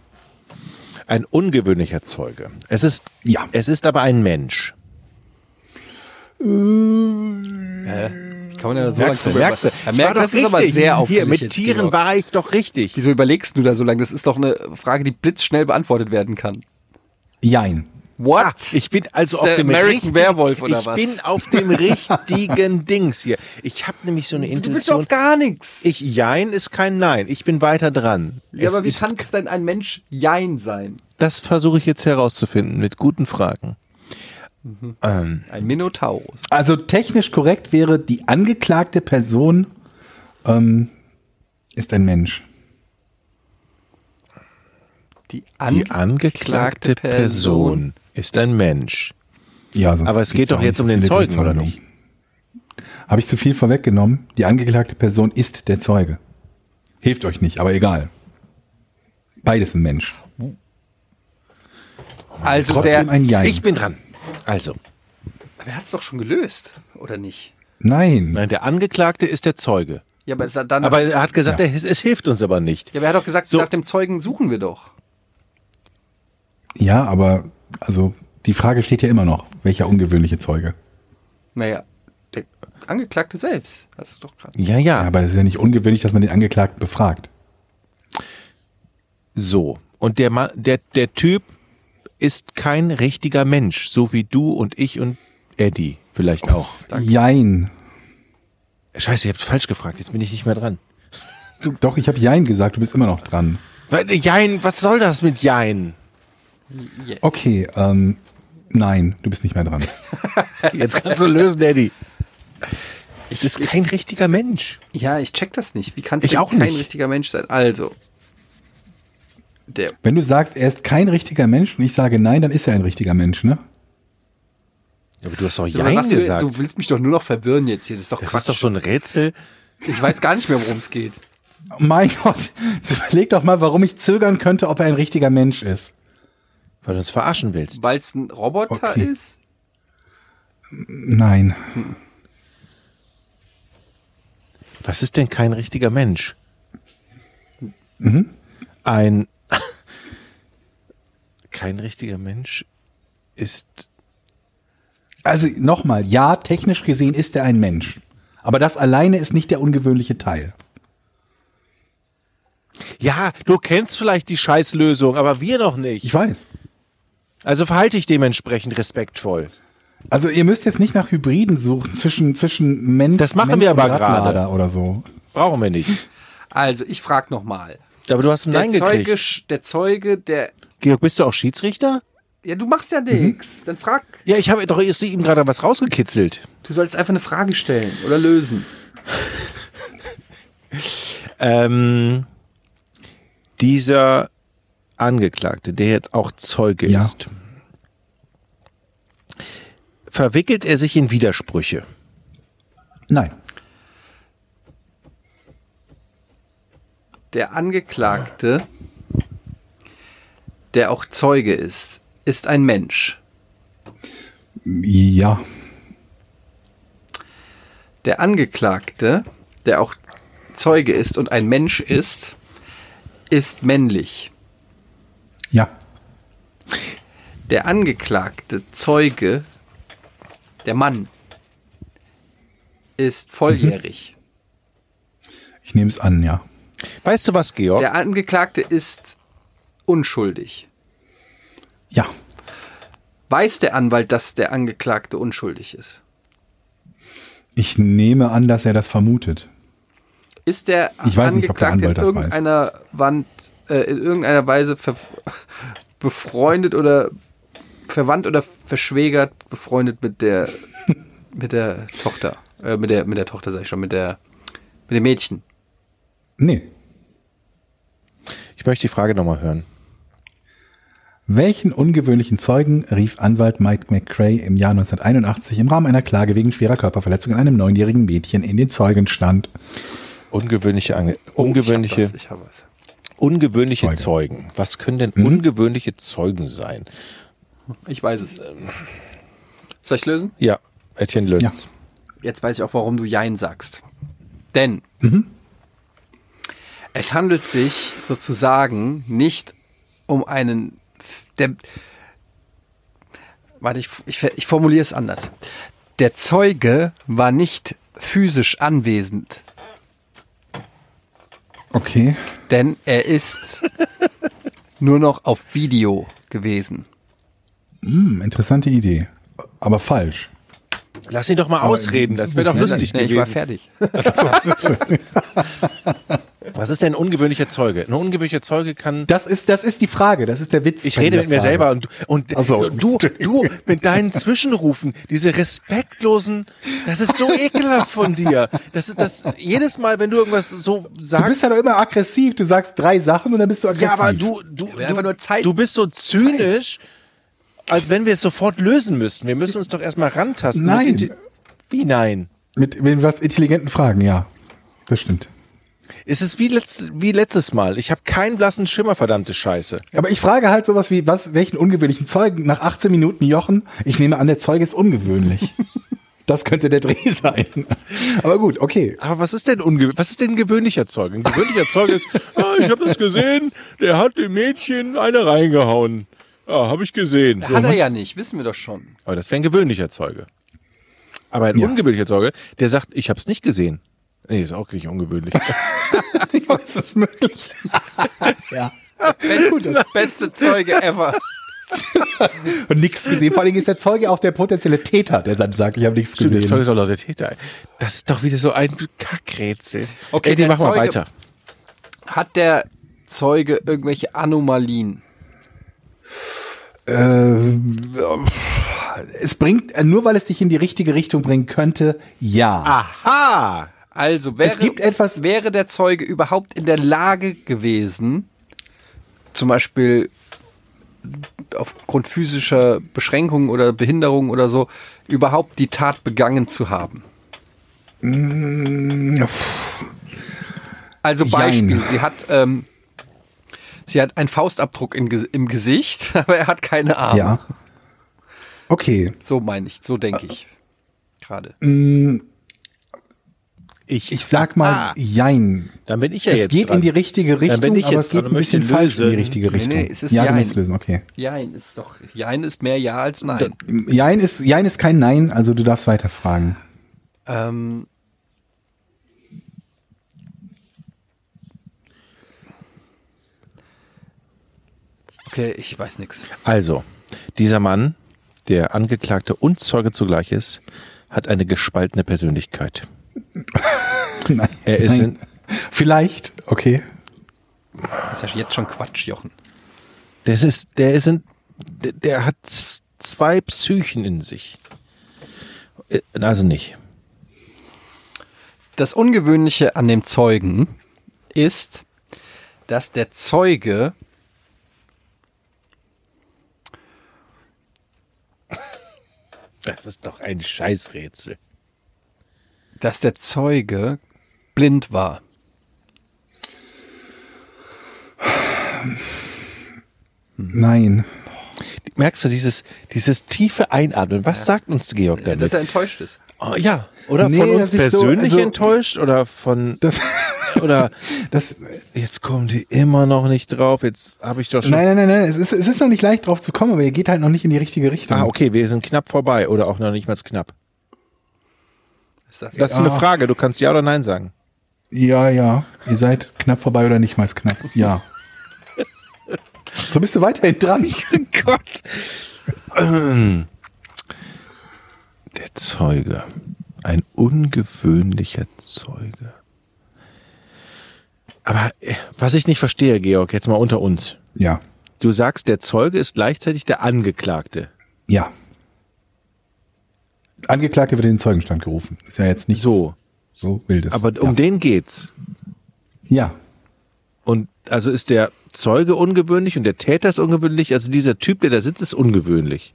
B: Ein ungewöhnlicher Zeuge. Es ist,
C: Ja.
B: es ist aber ein Mensch.
A: Kann man ja so
B: Merkst du, merkst du.
A: Da
B: Ich
A: merkst,
B: war
A: das
B: doch
A: ist aber
B: richtig.
A: sehr auffällig.
B: Hier, mit
A: jetzt,
B: Tieren
A: Georg.
B: war ich doch richtig.
A: Wieso überlegst du da so lange? Das ist doch eine Frage, die blitzschnell beantwortet werden kann.
C: Jein.
A: What?
B: Ah, ich bin also
A: Ist
B: auf
A: der
B: dem
A: American
B: richtigen
A: Werewolf oder
B: ich
A: was?
B: bin auf dem
A: [LAUGHS]
B: richtigen Dings hier. Ich habe nämlich so eine
A: du bist doch
B: Intuition.
A: gar nichts.
B: Ich jein ist kein Nein. Ich bin weiter dran.
A: Ja,
B: Es
A: aber wie
B: ist,
A: kann es denn ein Mensch Jein sein?
B: das versuche ich jetzt herauszufinden mit guten Fragen. Ähm,
A: Ein Minotaurus.
C: Also technisch korrekt wäre, die angeklagte Person ähm, ist ein Mensch.
A: Die,
B: die angeklagte Person ist ein Mensch.
C: Ja, sonst
B: Aber es geht
C: gibt's
B: doch
C: auch nicht
B: jetzt
C: so
B: um den
C: viele
B: Zeugen, oder
C: Bezeugung.
B: nicht?
C: Habe ich zu viel vorweggenommen? Die angeklagte Person ist der Zeuge. Hilft euch nicht, aber egal. Beides ein Mensch.
A: Also
C: Trotzdem
A: der,
C: ein Jein.
B: Ich bin dran. Also,
A: wer hat es doch schon gelöst, oder nicht?
C: Nein.
B: nein, der Angeklagte ist der Zeuge.
A: Ja, aber sa- dann.
B: Aber
A: ja,
B: er hat gesagt, er- es, es hilft uns aber nicht.
A: aber er hat doch gesagt,
B: So.
A: nach dem Zeugen suchen wir doch.
C: Ja, aber also die Frage steht ja immer noch, welcher ungewöhnliche Zeuge.
A: Naja, der Angeklagte selbst. Das ist doch krass.
B: Ja, ja.
C: Aber es ist ja nicht ungewöhnlich, dass man den Angeklagten befragt.
B: So. Und der, Mann, der, der Typ ist kein richtiger Mensch, so wie du und ich und Eddie vielleicht auch.
C: Jein.
B: Scheiße, ihr habt falsch gefragt, jetzt bin ich nicht mehr dran.
C: Doch, ich habe Jein gesagt, du bist immer noch dran.
B: Weil, äh, Jein, was soll das mit Jein?
C: Okay, ähm, nein, du bist nicht mehr dran.
B: Jetzt kannst du lösen, Eddie. Es ist kein richtiger Mensch.
A: Ja, ich check das nicht. Wie kann
B: Ich
A: es
B: auch
A: kein
B: nicht.
A: richtiger Mensch sein? Also. Der.
C: Wenn du sagst, er ist kein richtiger Mensch und ich sage nein, dann ist er ein richtiger Mensch, ne?
B: Aber du hast doch
A: Aber
B: Jein
A: was
B: gesagt.
A: Du, du willst mich doch nur noch verwirren jetzt hier. Das ist doch
B: das
A: Quatsch.
B: ist doch so ein Rätsel.
A: ich weiß gar nicht mehr, worum es geht.
C: Oh mein [LAUGHS] Gott, jetzt überleg doch mal, warum ich zögern könnte, ob er ein richtiger Mensch ist.
B: Weil du uns verarschen willst.
A: Weil es ein Roboter
C: Okay.
A: ist?
C: Nein.
B: Was ist denn kein richtiger Mensch? Ein [LAUGHS] kein richtiger Mensch ist
C: Also nochmal, ja, technisch gesehen ist er ein Mensch. Aber das alleine ist nicht der ungewöhnliche Teil.
B: ja, du kennst vielleicht die Scheißlösung, aber wir noch
C: Ich
B: nicht.
C: weiß.
B: Also verhalte ich dementsprechend respektvoll.
C: Also ihr müsst jetzt nicht nach Hybriden suchen zwischen zwischen Mensch.
B: Das machen
C: Mensch
B: wir aber
C: und Radlader
B: gerade.
C: oder so.
B: Brauchen wir nicht.
A: Also, ich frag nochmal.
B: Aber du hast ein
A: Der
B: Nein
A: Zeuge,
B: gekriegt.
A: sch- der Zeuge, der.
B: Georg, bist du auch Schiedsrichter?
A: Ja, du machst ja nichts. Dann frag.
B: Ja, ich habe doch erst ihm gerade was rausgekitzelt.
A: Du sollst einfach eine Frage stellen oder lösen.
B: Ähm, dieser Angeklagte, der jetzt auch Zeuge
C: Ja.
B: ist, verwickelt er sich in Widersprüche?
C: Nein.
A: Der Angeklagte, der auch Zeuge ist, ist ein Mensch.
C: Ja.
A: Der Angeklagte, der auch Zeuge ist und ein Mensch ist, ist männlich.
C: Ja.
A: Der angeklagte Zeuge, der Mann, ist volljährig.
C: Ich nehme es an, ja.
B: Weißt du was, Georg?
A: Der Angeklagte ist unschuldig.
C: Ja.
A: Weiß der Anwalt, dass der Angeklagte unschuldig ist?
C: Ich nehme an, dass er das vermutet.
A: Ist der
C: Ich weiß nicht, ob der
A: Angeklagte
C: Anwalt das
A: in irgendeiner Wand, äh, in irgendeiner Weise ver befreundet oder verwandt oder verschwägert, befreundet mit
C: [LAUGHS]
A: der mit der Tochter, äh, mit der mit der Tochter sag ich schon, mit der mit dem Mädchen?
C: Nee.
B: Ich möchte die Frage nochmal hören.
C: Welchen ungewöhnlichen Zeugen rief Anwalt Mike McCray im Jahr 1981 im Rahmen einer Klage wegen schwerer Körperverletzung an einem neunjährigen Mädchen in den Zeugenstand?
B: Ungewöhnliche, Ange
A: Oh, Ich hab
B: ungewöhnliche,
A: was, ich hab was.
B: ungewöhnliche
C: Zeuge.
B: Zeugen. Hm? Was können denn ungewöhnliche Zeugen sein?
A: Ich weiß es. Soll ich lösen?
B: Ja, Etienne löst.
C: Ja.
B: es.
A: Jetzt weiß ich auch, warum du Jein sagst. Denn es handelt sich sozusagen nicht um einen. F- Der, warte, ich, ich, ich formuliere es anders. Der Zeuge war nicht physisch anwesend,
C: Okay.
A: denn er
B: [LAUGHS]
A: ist nur noch auf Video gewesen.
C: Hm, interessante Idee. Aber falsch.
B: Lass ihn doch mal ausreden, das wäre doch lustig
A: Nee, ich war
B: gewesen.
A: fertig.
B: [LAUGHS] Was ist denn ein ungewöhnlicher Zeuge? Ein ungewöhnlicher Zeuge kann.
C: Das ist, das ist die Frage. Das ist der Witz.
B: Ich
C: bei
B: rede
C: dieser
B: mit mir
C: Frage.
B: selber und, und
C: Ach so.
B: du, du mit
C: [LAUGHS]
B: deinen Zwischenrufen, diese respektlosen, das ist so ekelhaft von dir. Das ist das jedes Mal, wenn du irgendwas so
C: Du
B: sagst.
C: bist ja doch immer aggressiv. Du sagst drei Sachen und dann bist du aggressiv.
B: Ja, aber du, du,
A: will einfach nur
B: du,
A: Zeit.
B: du bist so zynisch, als wenn wir es sofort lösen müssten. Wir müssen uns doch erstmal rantasten.
C: Nein.
B: Mit den- Wie nein?
C: Mit, mit was intelligenten Fragen, ja. Das stimmt.
B: Es ist wie, letzt, wie letztes Mal. Ich habe keinen blassen Schimmer, verdammte Scheiße.
C: Aber ich frage halt sowas wie, was, welchen ungewöhnlichen Zeugen nach 18 Minuten Jochen? Ich nehme an, der Zeuge
B: [LAUGHS]
C: ist ungewöhnlich. das könnte der Dreh sein. Aber gut, okay.
B: Aber was ist denn unge was ist denn ein gewöhnlicher Zeuge? Ein gewöhnlicher Zeuge ist, ah, ich habe das gesehen, der hat dem Mädchen eine reingehauen. Ah, habe ich gesehen. So,
A: Hat er
B: was-
A: ja nicht, wissen wir doch schon.
B: Aber das wäre ein gewöhnlicher Zeuge. Aber ein
C: Ja.
B: ungewöhnlicher Zeuge, der sagt, ich habe es nicht gesehen. Nee, ist auch nicht ungewöhnlich.
C: Was ist möglich? [LAUGHS] ja.
B: [LAUGHS]
A: Das beste Zeuge ever.
C: Und nichts gesehen. Vor allen Dingen ist der Zeuge auch der potenzielle Täter, der dann sagt, ich habe nichts
B: Stimmt, der Zeuge
C: gesehen.
B: ist auch noch der Täter. Das ist doch wieder so ein Kackrätsel.
A: Okay,
B: Eddie,
A: der
B: mach mal
A: Zeuge-
B: weiter.
A: Hat der Zeuge irgendwelche Anomalien?
C: Äh, Es bringt, nur weil es dich in die richtige Richtung bringen könnte, ja.
B: Ah. Aha!
A: Also wäre,
C: Es gibt etwas-
A: wäre der Zeuge überhaupt in der Lage gewesen, zum Beispiel aufgrund physischer Beschränkungen oder Behinderungen oder so, überhaupt die Tat begangen zu haben? Also Beispiel,
C: Jein.
A: sie hat, ähm, sie hat einen Faustabdruck im, Ge- im Gesicht, [LAUGHS] aber er hat keine Arme.
C: Ja.
B: Ah.
C: Okay.
A: So meine ich, so denke
C: Äh,
A: ich. Gerade.
C: Hm. Ich sag mal,
B: Ah.
C: jein.
B: Dann bin ich ja
C: Es
B: jetzt
C: geht
B: dran.
C: in die richtige Richtung,
B: bin ich
C: aber
B: jetzt
C: es geht
B: dran
C: ein
B: und möchte
C: bisschen falsch in die
B: lösen.
C: richtige
A: Nee, nee,
C: Richtung.
A: es ist
C: ja, du
A: Jein.
C: musst lösen, okay.
A: Jein ist doch, Jein ist mehr Ja als
B: Äh,
A: Nein.
C: Jein ist, jein ist kein Nein, also du darfst weiterfragen.
A: Ähm, okay, ich weiß nichts.
B: Also, dieser Mann, der Angeklagte und Zeuge zugleich ist, hat eine gespaltene Persönlichkeit.
C: Nein.
B: [LAUGHS] Er ist
C: Nein. Vielleicht, okay.
A: Das ist ja jetzt schon Quatsch, Jochen.
B: Das ist, der ist in, der- der hat z- zwei Psychen in sich. Äh, Also nicht.
A: Das Ungewöhnliche an dem Zeugen ist, dass der Zeuge
B: Das ist doch ein Scheißrätsel.
A: dass der Zeuge blind war.
C: Nein.
B: Merkst du dieses, dieses tiefe Einatmen? Was sagt uns Georg damit?
A: enttäuscht ist.
B: Oh, ja, oder
C: Nee,
B: von uns
C: dass ich so-
B: persönlich
C: also-
B: enttäuscht oder von
C: Das,
B: [LAUGHS] Oder
C: Das,
B: jetzt kommen die immer noch nicht drauf. Jetzt habe ich doch schon.
C: nein, nein, nein, nein. Es ist, es ist noch nicht leicht drauf zu kommen, aber ihr geht halt noch nicht in die richtige Richtung.
B: Ah, okay, wir sind knapp vorbei oder auch noch nicht mal knapp.
A: Ist das,
B: Das ist eine Frage. Du kannst ja oder nein sagen.
C: Ja, ja. Ihr seid knapp vorbei oder nicht mal knapp.
B: [LAUGHS]
C: Ja. so bist du weiterhin dran.
B: [LAUGHS] Gott. Ähm. Der Zeuge. Ein ungewöhnlicher Zeuge. Aber äh, was ich nicht verstehe, Georg, jetzt mal unter uns.
C: Ja.
B: Du sagst, der Zeuge ist gleichzeitig der Angeklagte.
C: Ja. Angeklagte wird in den Zeugenstand gerufen. Ist ja jetzt nicht
B: So.
C: so wildes.
B: Aber um
C: ja.
B: den geht's.
C: ja.
B: Und also ist der Zeuge ungewöhnlich und der Täter ist ungewöhnlich. Also dieser Typ, der da sitzt, ist ungewöhnlich.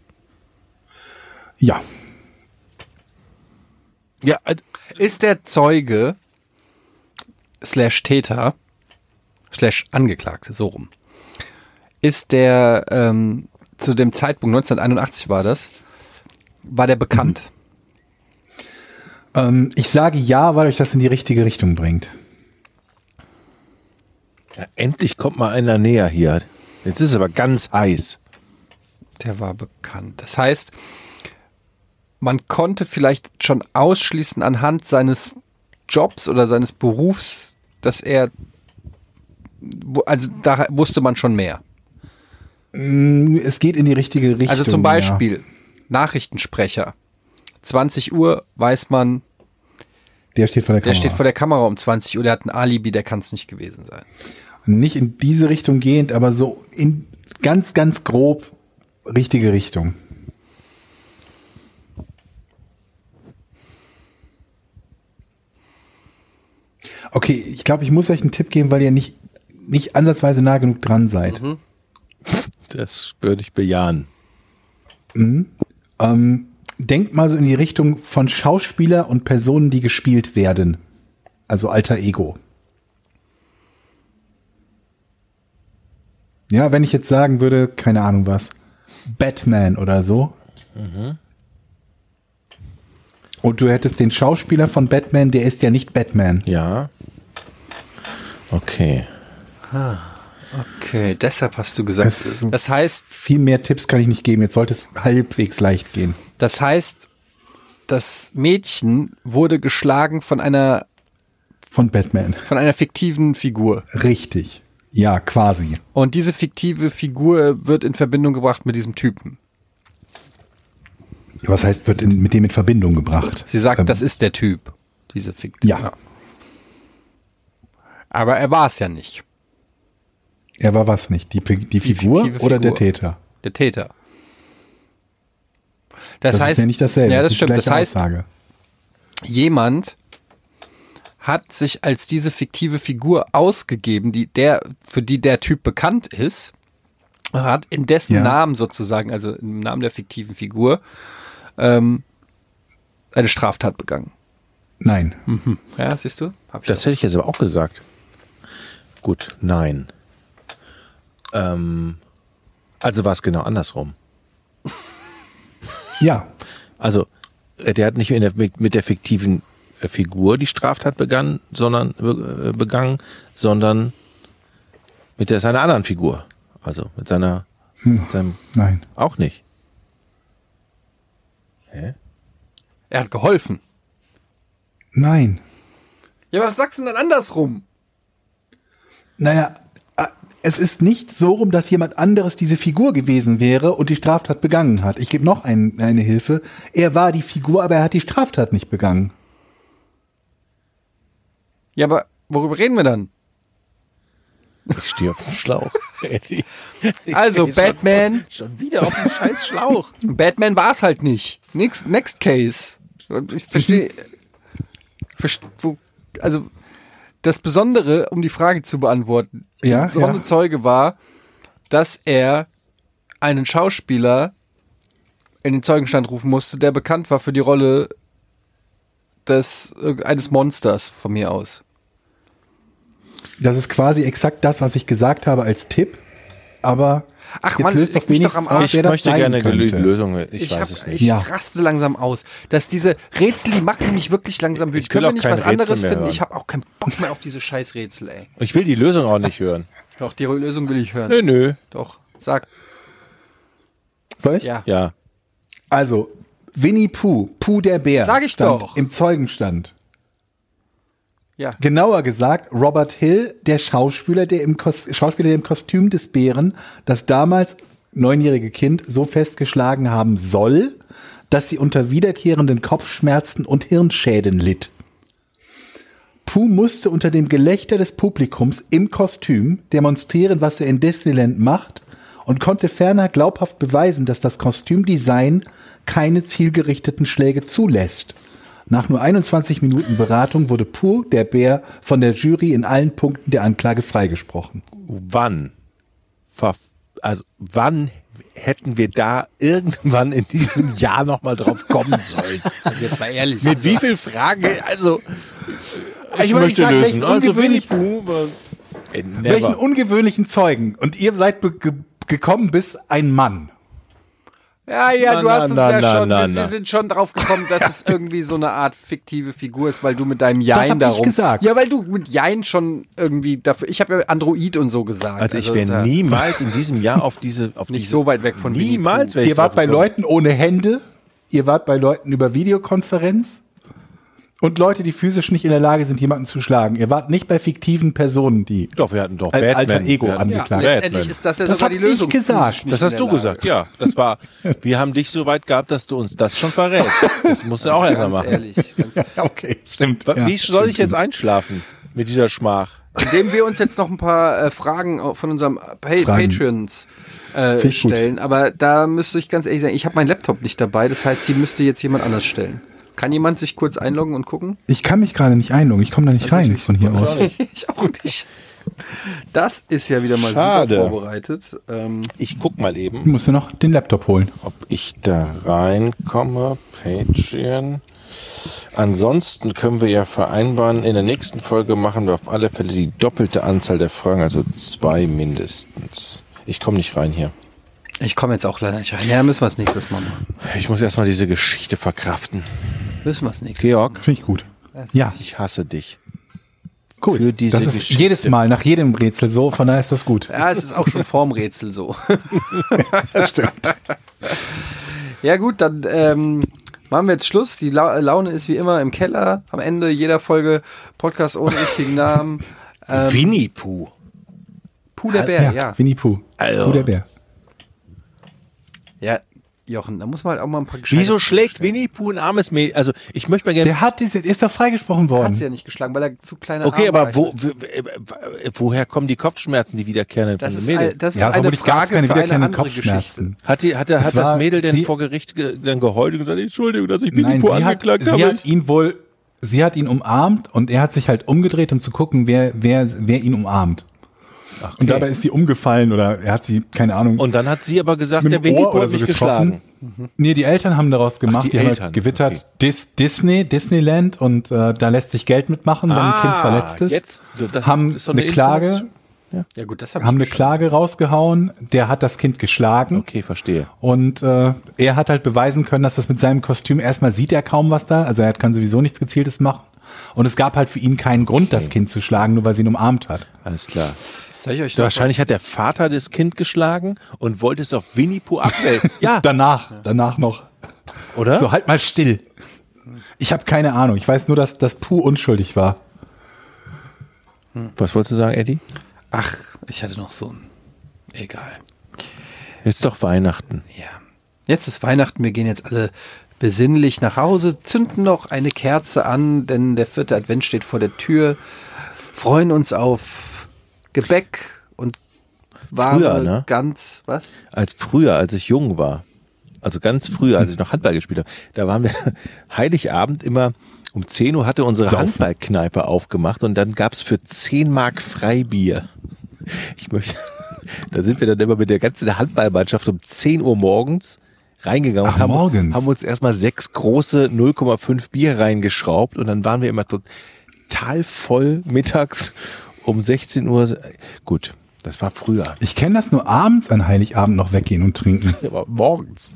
C: Ja.
B: Ja, äh,
A: ist der Zeuge slash Täter slash Angeklagte, so rum. Ist der, ähm, zu dem Zeitpunkt, 1981 war das, war der bekannt?
C: Ähm, ich sage ja, weil euch das in die richtige Richtung bringt.
B: ja, endlich kommt mal einer näher hier. Jetzt ist es aber ganz heiß.
A: Der war bekannt. Das heißt, man konnte vielleicht schon ausschließen anhand seines Jobs oder seines Berufs, dass er, wo- also da wusste man schon mehr.
C: Mm, Es geht in die richtige Richtung.
A: Also zum Beispiel Nachrichtensprecher. 20 Uhr weiß man,
C: Ja. Der steht vor der
A: der
C: Kamera.
A: steht vor der Kamera um 20 Uhr, der hat ein Alibi, der kann es nicht gewesen sein.
C: nicht in diese Richtung gehend, aber so in ganz, ganz grob richtige Richtung. Okay, ich glaube, ich muss euch einen Tipp geben, weil ihr nicht, nicht ansatzweise nah genug dran
A: Mhm.
C: seid.
B: Das würde ich bejahen.
C: Ähm, denkt mal so in die Richtung von Schauspieler und Personen, die gespielt werden. Also alter Ego. Ja, wenn ich jetzt sagen würde, keine Ahnung was, Batman oder so. Und du hättest den Schauspieler von Batman, der ist ja nicht Batman.
B: Ja. Okay.
A: Okay, deshalb hast du gesagt.
C: Das ist so-
A: das heißt,
C: Viel mehr Tipps kann ich nicht geben. Jetzt sollte es halbwegs leicht gehen.
A: Das heißt, das Mädchen wurde geschlagen von einer,
C: Von Batman.
A: von einer fiktiven Figur.
C: Richtig. Ja, quasi.
A: Und diese fiktive Figur wird in Verbindung gebracht mit diesem Typen.
C: Was heißt, wird in, mit dem in Verbindung gebracht?
A: Sie sagt,
C: Ähm,
A: das ist der Typ, diese fiktive.
C: Ja.
A: Aber er war es ja nicht,
C: Er war was nicht? Die, Pi- die Figur
A: fiktive
C: oder der
A: Figur.
C: Täter?
A: der Täter. Das,
C: Das
A: heißt,
C: ist ja nicht dasselbe.
A: Ja, das
C: ist die
A: stimmt. Das
C: gleiche
A: heißt,
C: Aussage.
A: jemand hat sich als diese fiktive Figur ausgegeben, die der, für die der Typ bekannt ist, hat in dessen
C: Ja.
A: Namen sozusagen, also im Namen der fiktiven Figur, ähm, eine Straftat begangen.
C: Nein.
A: Hm. Ja, siehst du? Hab ich
B: Das hätte ich jetzt aber auch gesagt. Gut, nein. Ähm, also war es genau andersrum.
C: Ja.
B: Also, äh, der hat nicht in der, mit, mit der fiktiven äh, Figur die Straftat begangen, sondern be- äh, begangen, sondern mit der, seiner anderen Figur. Also mit seiner mit seinem
C: Nein.
B: auch nicht.
A: er hat geholfen.
C: Nein.
A: Ja, aber was sagst du denn dann andersrum?
C: Naja, äh, es ist nicht so rum, dass jemand anderes diese Figur gewesen wäre und die Straftat begangen hat. Ich gebe noch ein, eine Hilfe. Er war die Figur, aber er hat die Straftat nicht begangen.
A: Ja, aber worüber reden wir dann?
B: Ich stehe auf dem Schlauch. [LAUGHS] Eddie. Ich
A: Also,
B: stehe schon-
A: Batman.
B: Schon wieder auf dem
A: [LAUGHS]
B: scheiß Schlauch.
A: Batman war es halt nicht. Next, next case. Ich
C: [LAUGHS]
A: verstehe. verst- wo- also, das Besondere, um die Frage zu beantworten,
C: Ja,
A: der besondere
C: ja.
A: Zeuge war, dass er einen Schauspieler in den Zeugenstand rufen musste, der bekannt war für die Rolle des, äh, eines Monsters von mir aus.
C: Das ist quasi exakt das, was ich gesagt habe als Tipp, aber
A: Ach
C: Jetzt
A: man,
C: löst doch
A: leck mich doch am
C: wenigstens auf,
A: Arsch.
C: wer
B: Ich
C: das
B: möchte
C: sein
B: gerne
C: könnte.
B: gelö- Lösungen. Ich,
A: Ich, hab,
B: weiß es nicht.
A: ich
C: Ja.
A: raste langsam aus. Dass diese Rätsel, die machen mich wirklich langsam wütend.
B: Ich will
A: Können wir
B: auch
A: nicht
B: kein
A: was anderes
B: Rätsel mehr
A: finden?
B: hören.
A: Ich habe auch keinen Bock mehr auf diese Scheißrätsel, ey.
B: Ich will die Lösung auch nicht
A: [LAUGHS]
B: hören.
A: Doch, die Lösung will ich hören.
B: Nö, nö.
A: Doch, sag,
C: Soll ich?
A: ja.
B: Ja.
C: Also, Winnie Pooh, Pooh der Bär,
A: Sag ich
C: stand
A: doch.
C: im Zeugenstand.
A: ja.
C: Genauer gesagt, Robert Hill, der Schauspieler, der im Kos Schauspieler, der im Kostüm des Bären, das damals neunjährige Kind so festgeschlagen haben soll, dass sie unter wiederkehrenden Kopfschmerzen und Hirnschäden litt. Pooh musste unter dem Gelächter des Publikums im Kostüm demonstrieren, was er in Disneyland macht und konnte ferner glaubhaft beweisen, dass das Kostümdesign keine zielgerichteten Schläge zulässt. Nach nur 21 Minuten Beratung wurde Pooh, der Bär, von der Jury in allen Punkten der Anklage freigesprochen.
B: Wann? verf- Also wann hätten wir da irgendwann in
A: [LAUGHS]
B: diesem Jahr nochmal drauf kommen sollen?
A: Also jetzt mal ehrlich.
B: Mit wie vielen Fragen? Also ich,
A: Ich meine,
B: möchte
A: ich sag,
B: lösen.
A: welchen
B: Also Winnie
A: ungewöhnlichen-
B: Pooh. war- Ey,
C: Welchen
B: Never.
C: ungewöhnlichen Zeugen. Und ihr seid be- ge gekommen bis ein Mann.
A: Ja, ja,
B: Na,
A: du hast
B: na,
A: uns
B: na,
A: ja
B: na,
A: schon,
B: na,
A: wir, wir
B: na.
A: sind schon drauf gekommen,
B: [LAUGHS]
A: dass es irgendwie so eine Art fiktive Figur ist, weil du mit deinem Jein
C: hab ich
A: darum.
C: gesagt.
A: Ja, weil du mit Jein schon irgendwie dafür. Ich habe ja Android und so gesagt.
B: Also ich
A: das ist
B: wäre
A: ja [LAUGHS]
B: niemals in diesem Jahr auf diese auf
A: nicht
B: diese,
A: so weit weg von Winnie
B: niemals wäre ich
C: Ihr wart
A: also
B: drauf
C: bei
B: gekommen.
C: Leuten ohne Hände, ihr wart bei Leuten über Videokonferenz und Leute, die physisch nicht in der Lage sind, jemanden zu schlagen. Ihr wart nicht bei fiktiven
A: [LAUGHS]
C: Personen, die.
B: Doch, wir hatten doch
C: Als
B: Batman.
C: alter Ego
B: Wir hatten
A: Pooh. Ja,
C: angeklagt.
A: letztendlich ist das ja
C: Das
A: sogar
C: hab
A: die Lösung.
C: ich gesagt.
A: Physisch nicht
B: Das
A: in
B: hast
A: der
B: du
A: Lage.
B: gesagt, ja. Das war, wir haben dich so weit gehabt, dass du uns das schon verrätst. Das musst du auch erst mal
A: [LAUGHS] Ganz
B: machen.
A: ehrlich. Ganz
C: Okay, stimmt.
B: Wa- Wie soll ich jetzt einschlafen mit dieser Schmach?
A: Indem wir uns jetzt noch ein paar äh, Fragen au- von unserem pa
C: Fragen.
A: Patreons äh,
C: Finde ich gut.
A: stellen. Aber da müsste ich ganz ehrlich sagen, ich habe meinen Laptop nicht dabei. Das heißt, die müsste jetzt jemand anders stellen. Kann jemand sich kurz einloggen und gucken?
C: Ich kann mich gerade nicht einloggen, ich komme da nicht rein von hier aus.
A: [LAUGHS] ich auch nicht. Das ist ja wieder mal
B: Schade.
A: super vorbereitet. Ähm,
B: Ich guck mal
C: Ich
B: eben,
C: musste noch den Laptop holen.
B: ob ich da reinkomme. Patreon. Ansonsten können wir ja vereinbaren, in der nächsten Folge machen wir auf alle Fälle die doppelte Anzahl der Fragen, also zwei mindestens. Ich komme nicht rein hier.
A: ich komme jetzt auch leider nicht rein. Ja, müssen wir es nächstes Mal machen.
B: Ich muss erstmal diese Geschichte verkraften.
A: Müssen wir es nächstes Mal.
B: Georg,
C: Finde ich gut. Ja,
B: ich hasse dich.
C: cool.
B: Für diese
C: das ist
B: Geschichte.
C: jedes Mal, nach jedem Rätsel so, von daher ist das gut.
A: Ja, es ist auch schon vorm Rätsel
B: [LAUGHS]
A: so. Ja gut, dann ähm, machen wir jetzt Schluss. Die La Laune ist wie immer im Keller. Am Ende jeder Folge Podcast ohne richtigen Namen.
B: Winnie Pooh.
A: Puh, der Bär, ja.
C: Winnie Pooh.
B: Also.
C: Pooh der Bär.
A: Ja, Jochen, da muss man halt auch mal ein paar gescheite
B: Wieso
A: Fragen
B: schlägt
A: stellen.
B: Winnie Pooh ein armes Mädchen? Also, ich möchte mal gerne
C: Der hat diese, ist doch freigesprochen
A: Hat's
C: worden.
A: ja nicht geschlagen, weil er zu kleine
B: Okay,
A: Arme
B: aber
A: hat.
B: wo, w- w- woher kommen die Kopfschmerzen, die wiederkehrenden
A: Das
B: von
A: ist,
B: dem
A: ein,
B: Mädel?
A: das ist eine
C: vermutlich gab's
A: Frage für eine andere Geschichte.
B: Hat, die, hat, der,
C: Es
B: hat das
C: war-
B: Mädel denn
C: sie-
B: vor Gericht ge, dann geheult und gesagt, Entschuldigung, dass ich Winnie
C: Nein,
B: Pooh
C: sie hat,
B: angeklagt
C: sie
B: habe?
C: hat ihn wohl, sie hat ihn umarmt und er hat sich halt umgedreht, um zu gucken, wer, wer, wer ihn umarmt. Und dabei ist sie umgefallen oder er hat sie, keine Ahnung,
B: und dann hat sie aber gesagt, der
C: dem
B: Winnie
C: Ohr
B: Pooh
C: oder
B: hat
C: so
B: mich
C: getroffen. Mhm.
B: geschlagen.
C: Nee, die Eltern haben daraus gemacht,
B: die
C: die, haben
B: Eltern,
C: halt gewittert
B: okay.
C: Dis Disney, Disneyland und äh, da lässt sich Geld mitmachen, wenn ein Kind
B: Ah,
C: verletzt ist.
B: jetzt, das
C: haben
B: ist so eine
C: eine, Klage,
B: Information.
A: Ja gut, das hab
C: haben
A: ich
C: eine
A: schon.
C: Klage rausgehauen, der hat das Kind geschlagen.
B: Okay, verstehe.
C: Und äh, er hat halt beweisen können, dass das mit seinem Kostüm erstmal sieht er kaum was da. Also er kann sowieso nichts Gezieltes machen. Und es gab halt für ihn keinen Grund, das Kind zu schlagen, nur weil sie ihn umarmt hat.
B: Alles klar.
A: Soll ich euch noch
B: Wahrscheinlich hat der Vater das Kind geschlagen und wollte es auf Winnie Pooh
C: [LAUGHS]
B: abwälzen. ja,
C: Danach, danach noch.
B: oder?
C: So, halt mal still. Ich habe keine Ahnung. Ich weiß nur, dass das Puh unschuldig war.
B: Was wolltest du sagen, Eddie?
A: Ach, ich hatte noch so ein... Egal.
B: Jetzt doch Weihnachten.
A: Ja. Jetzt ist Weihnachten, wir gehen jetzt alle besinnlich nach Hause, zünden noch eine Kerze an, denn der vierte Advent steht vor der Tür, freuen uns auf Gebäck und warme
B: Früher, ne?
A: Gans, was?
B: als früher, als ich jung war, also ganz früher, als ich noch Handball gespielt habe, da waren wir [LAUGHS] Heiligabend immer um 10 Uhr hatte unsere Handballkneipe aufgemacht und dann gab's für 10 Mark Freibier. Ich möchte, [LAUGHS] da sind wir dann immer mit der ganzen Handballmannschaft um 10 Uhr morgens reingegangen und
C: Ach,
B: haben,
C: morgens.
B: haben uns erstmal sechs große 0,5 Bier reingeschraubt und dann waren wir immer total voll mittags um 16 Uhr. Gut, Das war früher.
C: Ich kenne das nur abends an Heiligabend noch weggehen und trinken.
B: Aber morgens.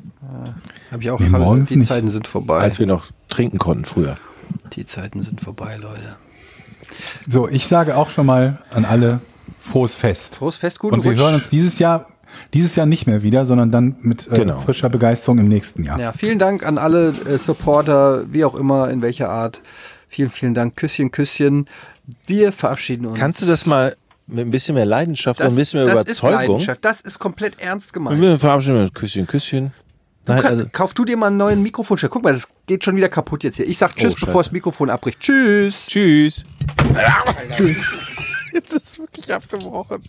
A: Habe ich auch.
C: Nee,
A: hab ich-
C: morgens
A: die
C: nicht. Also-
A: Zeiten sind vorbei.
B: Als wir noch trinken konnten früher.
A: die Zeiten sind vorbei, Leute.
C: So, ich sage auch schon mal an alle frohes Fest.
A: Frohes Fest, guten
C: Und wir
A: Rutsch.
C: hören uns dieses Jahr, dieses Jahr nicht mehr wieder, sondern dann mit äh,
B: Genau.
C: frischer Begeisterung im nächsten Jahr.
A: Ja, vielen Dank an alle äh, Supporter, wie auch immer, in welcher Art. Vielen, vielen Dank. Küsschen, Küsschen. Wir verabschieden uns.
B: Kannst du das mal mit ein bisschen mehr Leidenschaft und ein bisschen mehr
A: das Ist
B: Überzeugung?
A: Leidenschaft. das ist komplett ernst gemeint.
B: Wir verabschieden uns. Küsschen, Küsschen. Nein,
A: Ka-
B: also,
A: Kauf du dir mal einen neuen Mikrofonstecker. Guck mal, das geht schon wieder kaputt jetzt hier. Ich sag Tschüss,
B: Oh,
A: bevor
B: Scheiße.
A: das Mikrofon abbricht. Tschüss. [LAUGHS]
B: tschüss. Jetzt ist wirklich abgebrochen.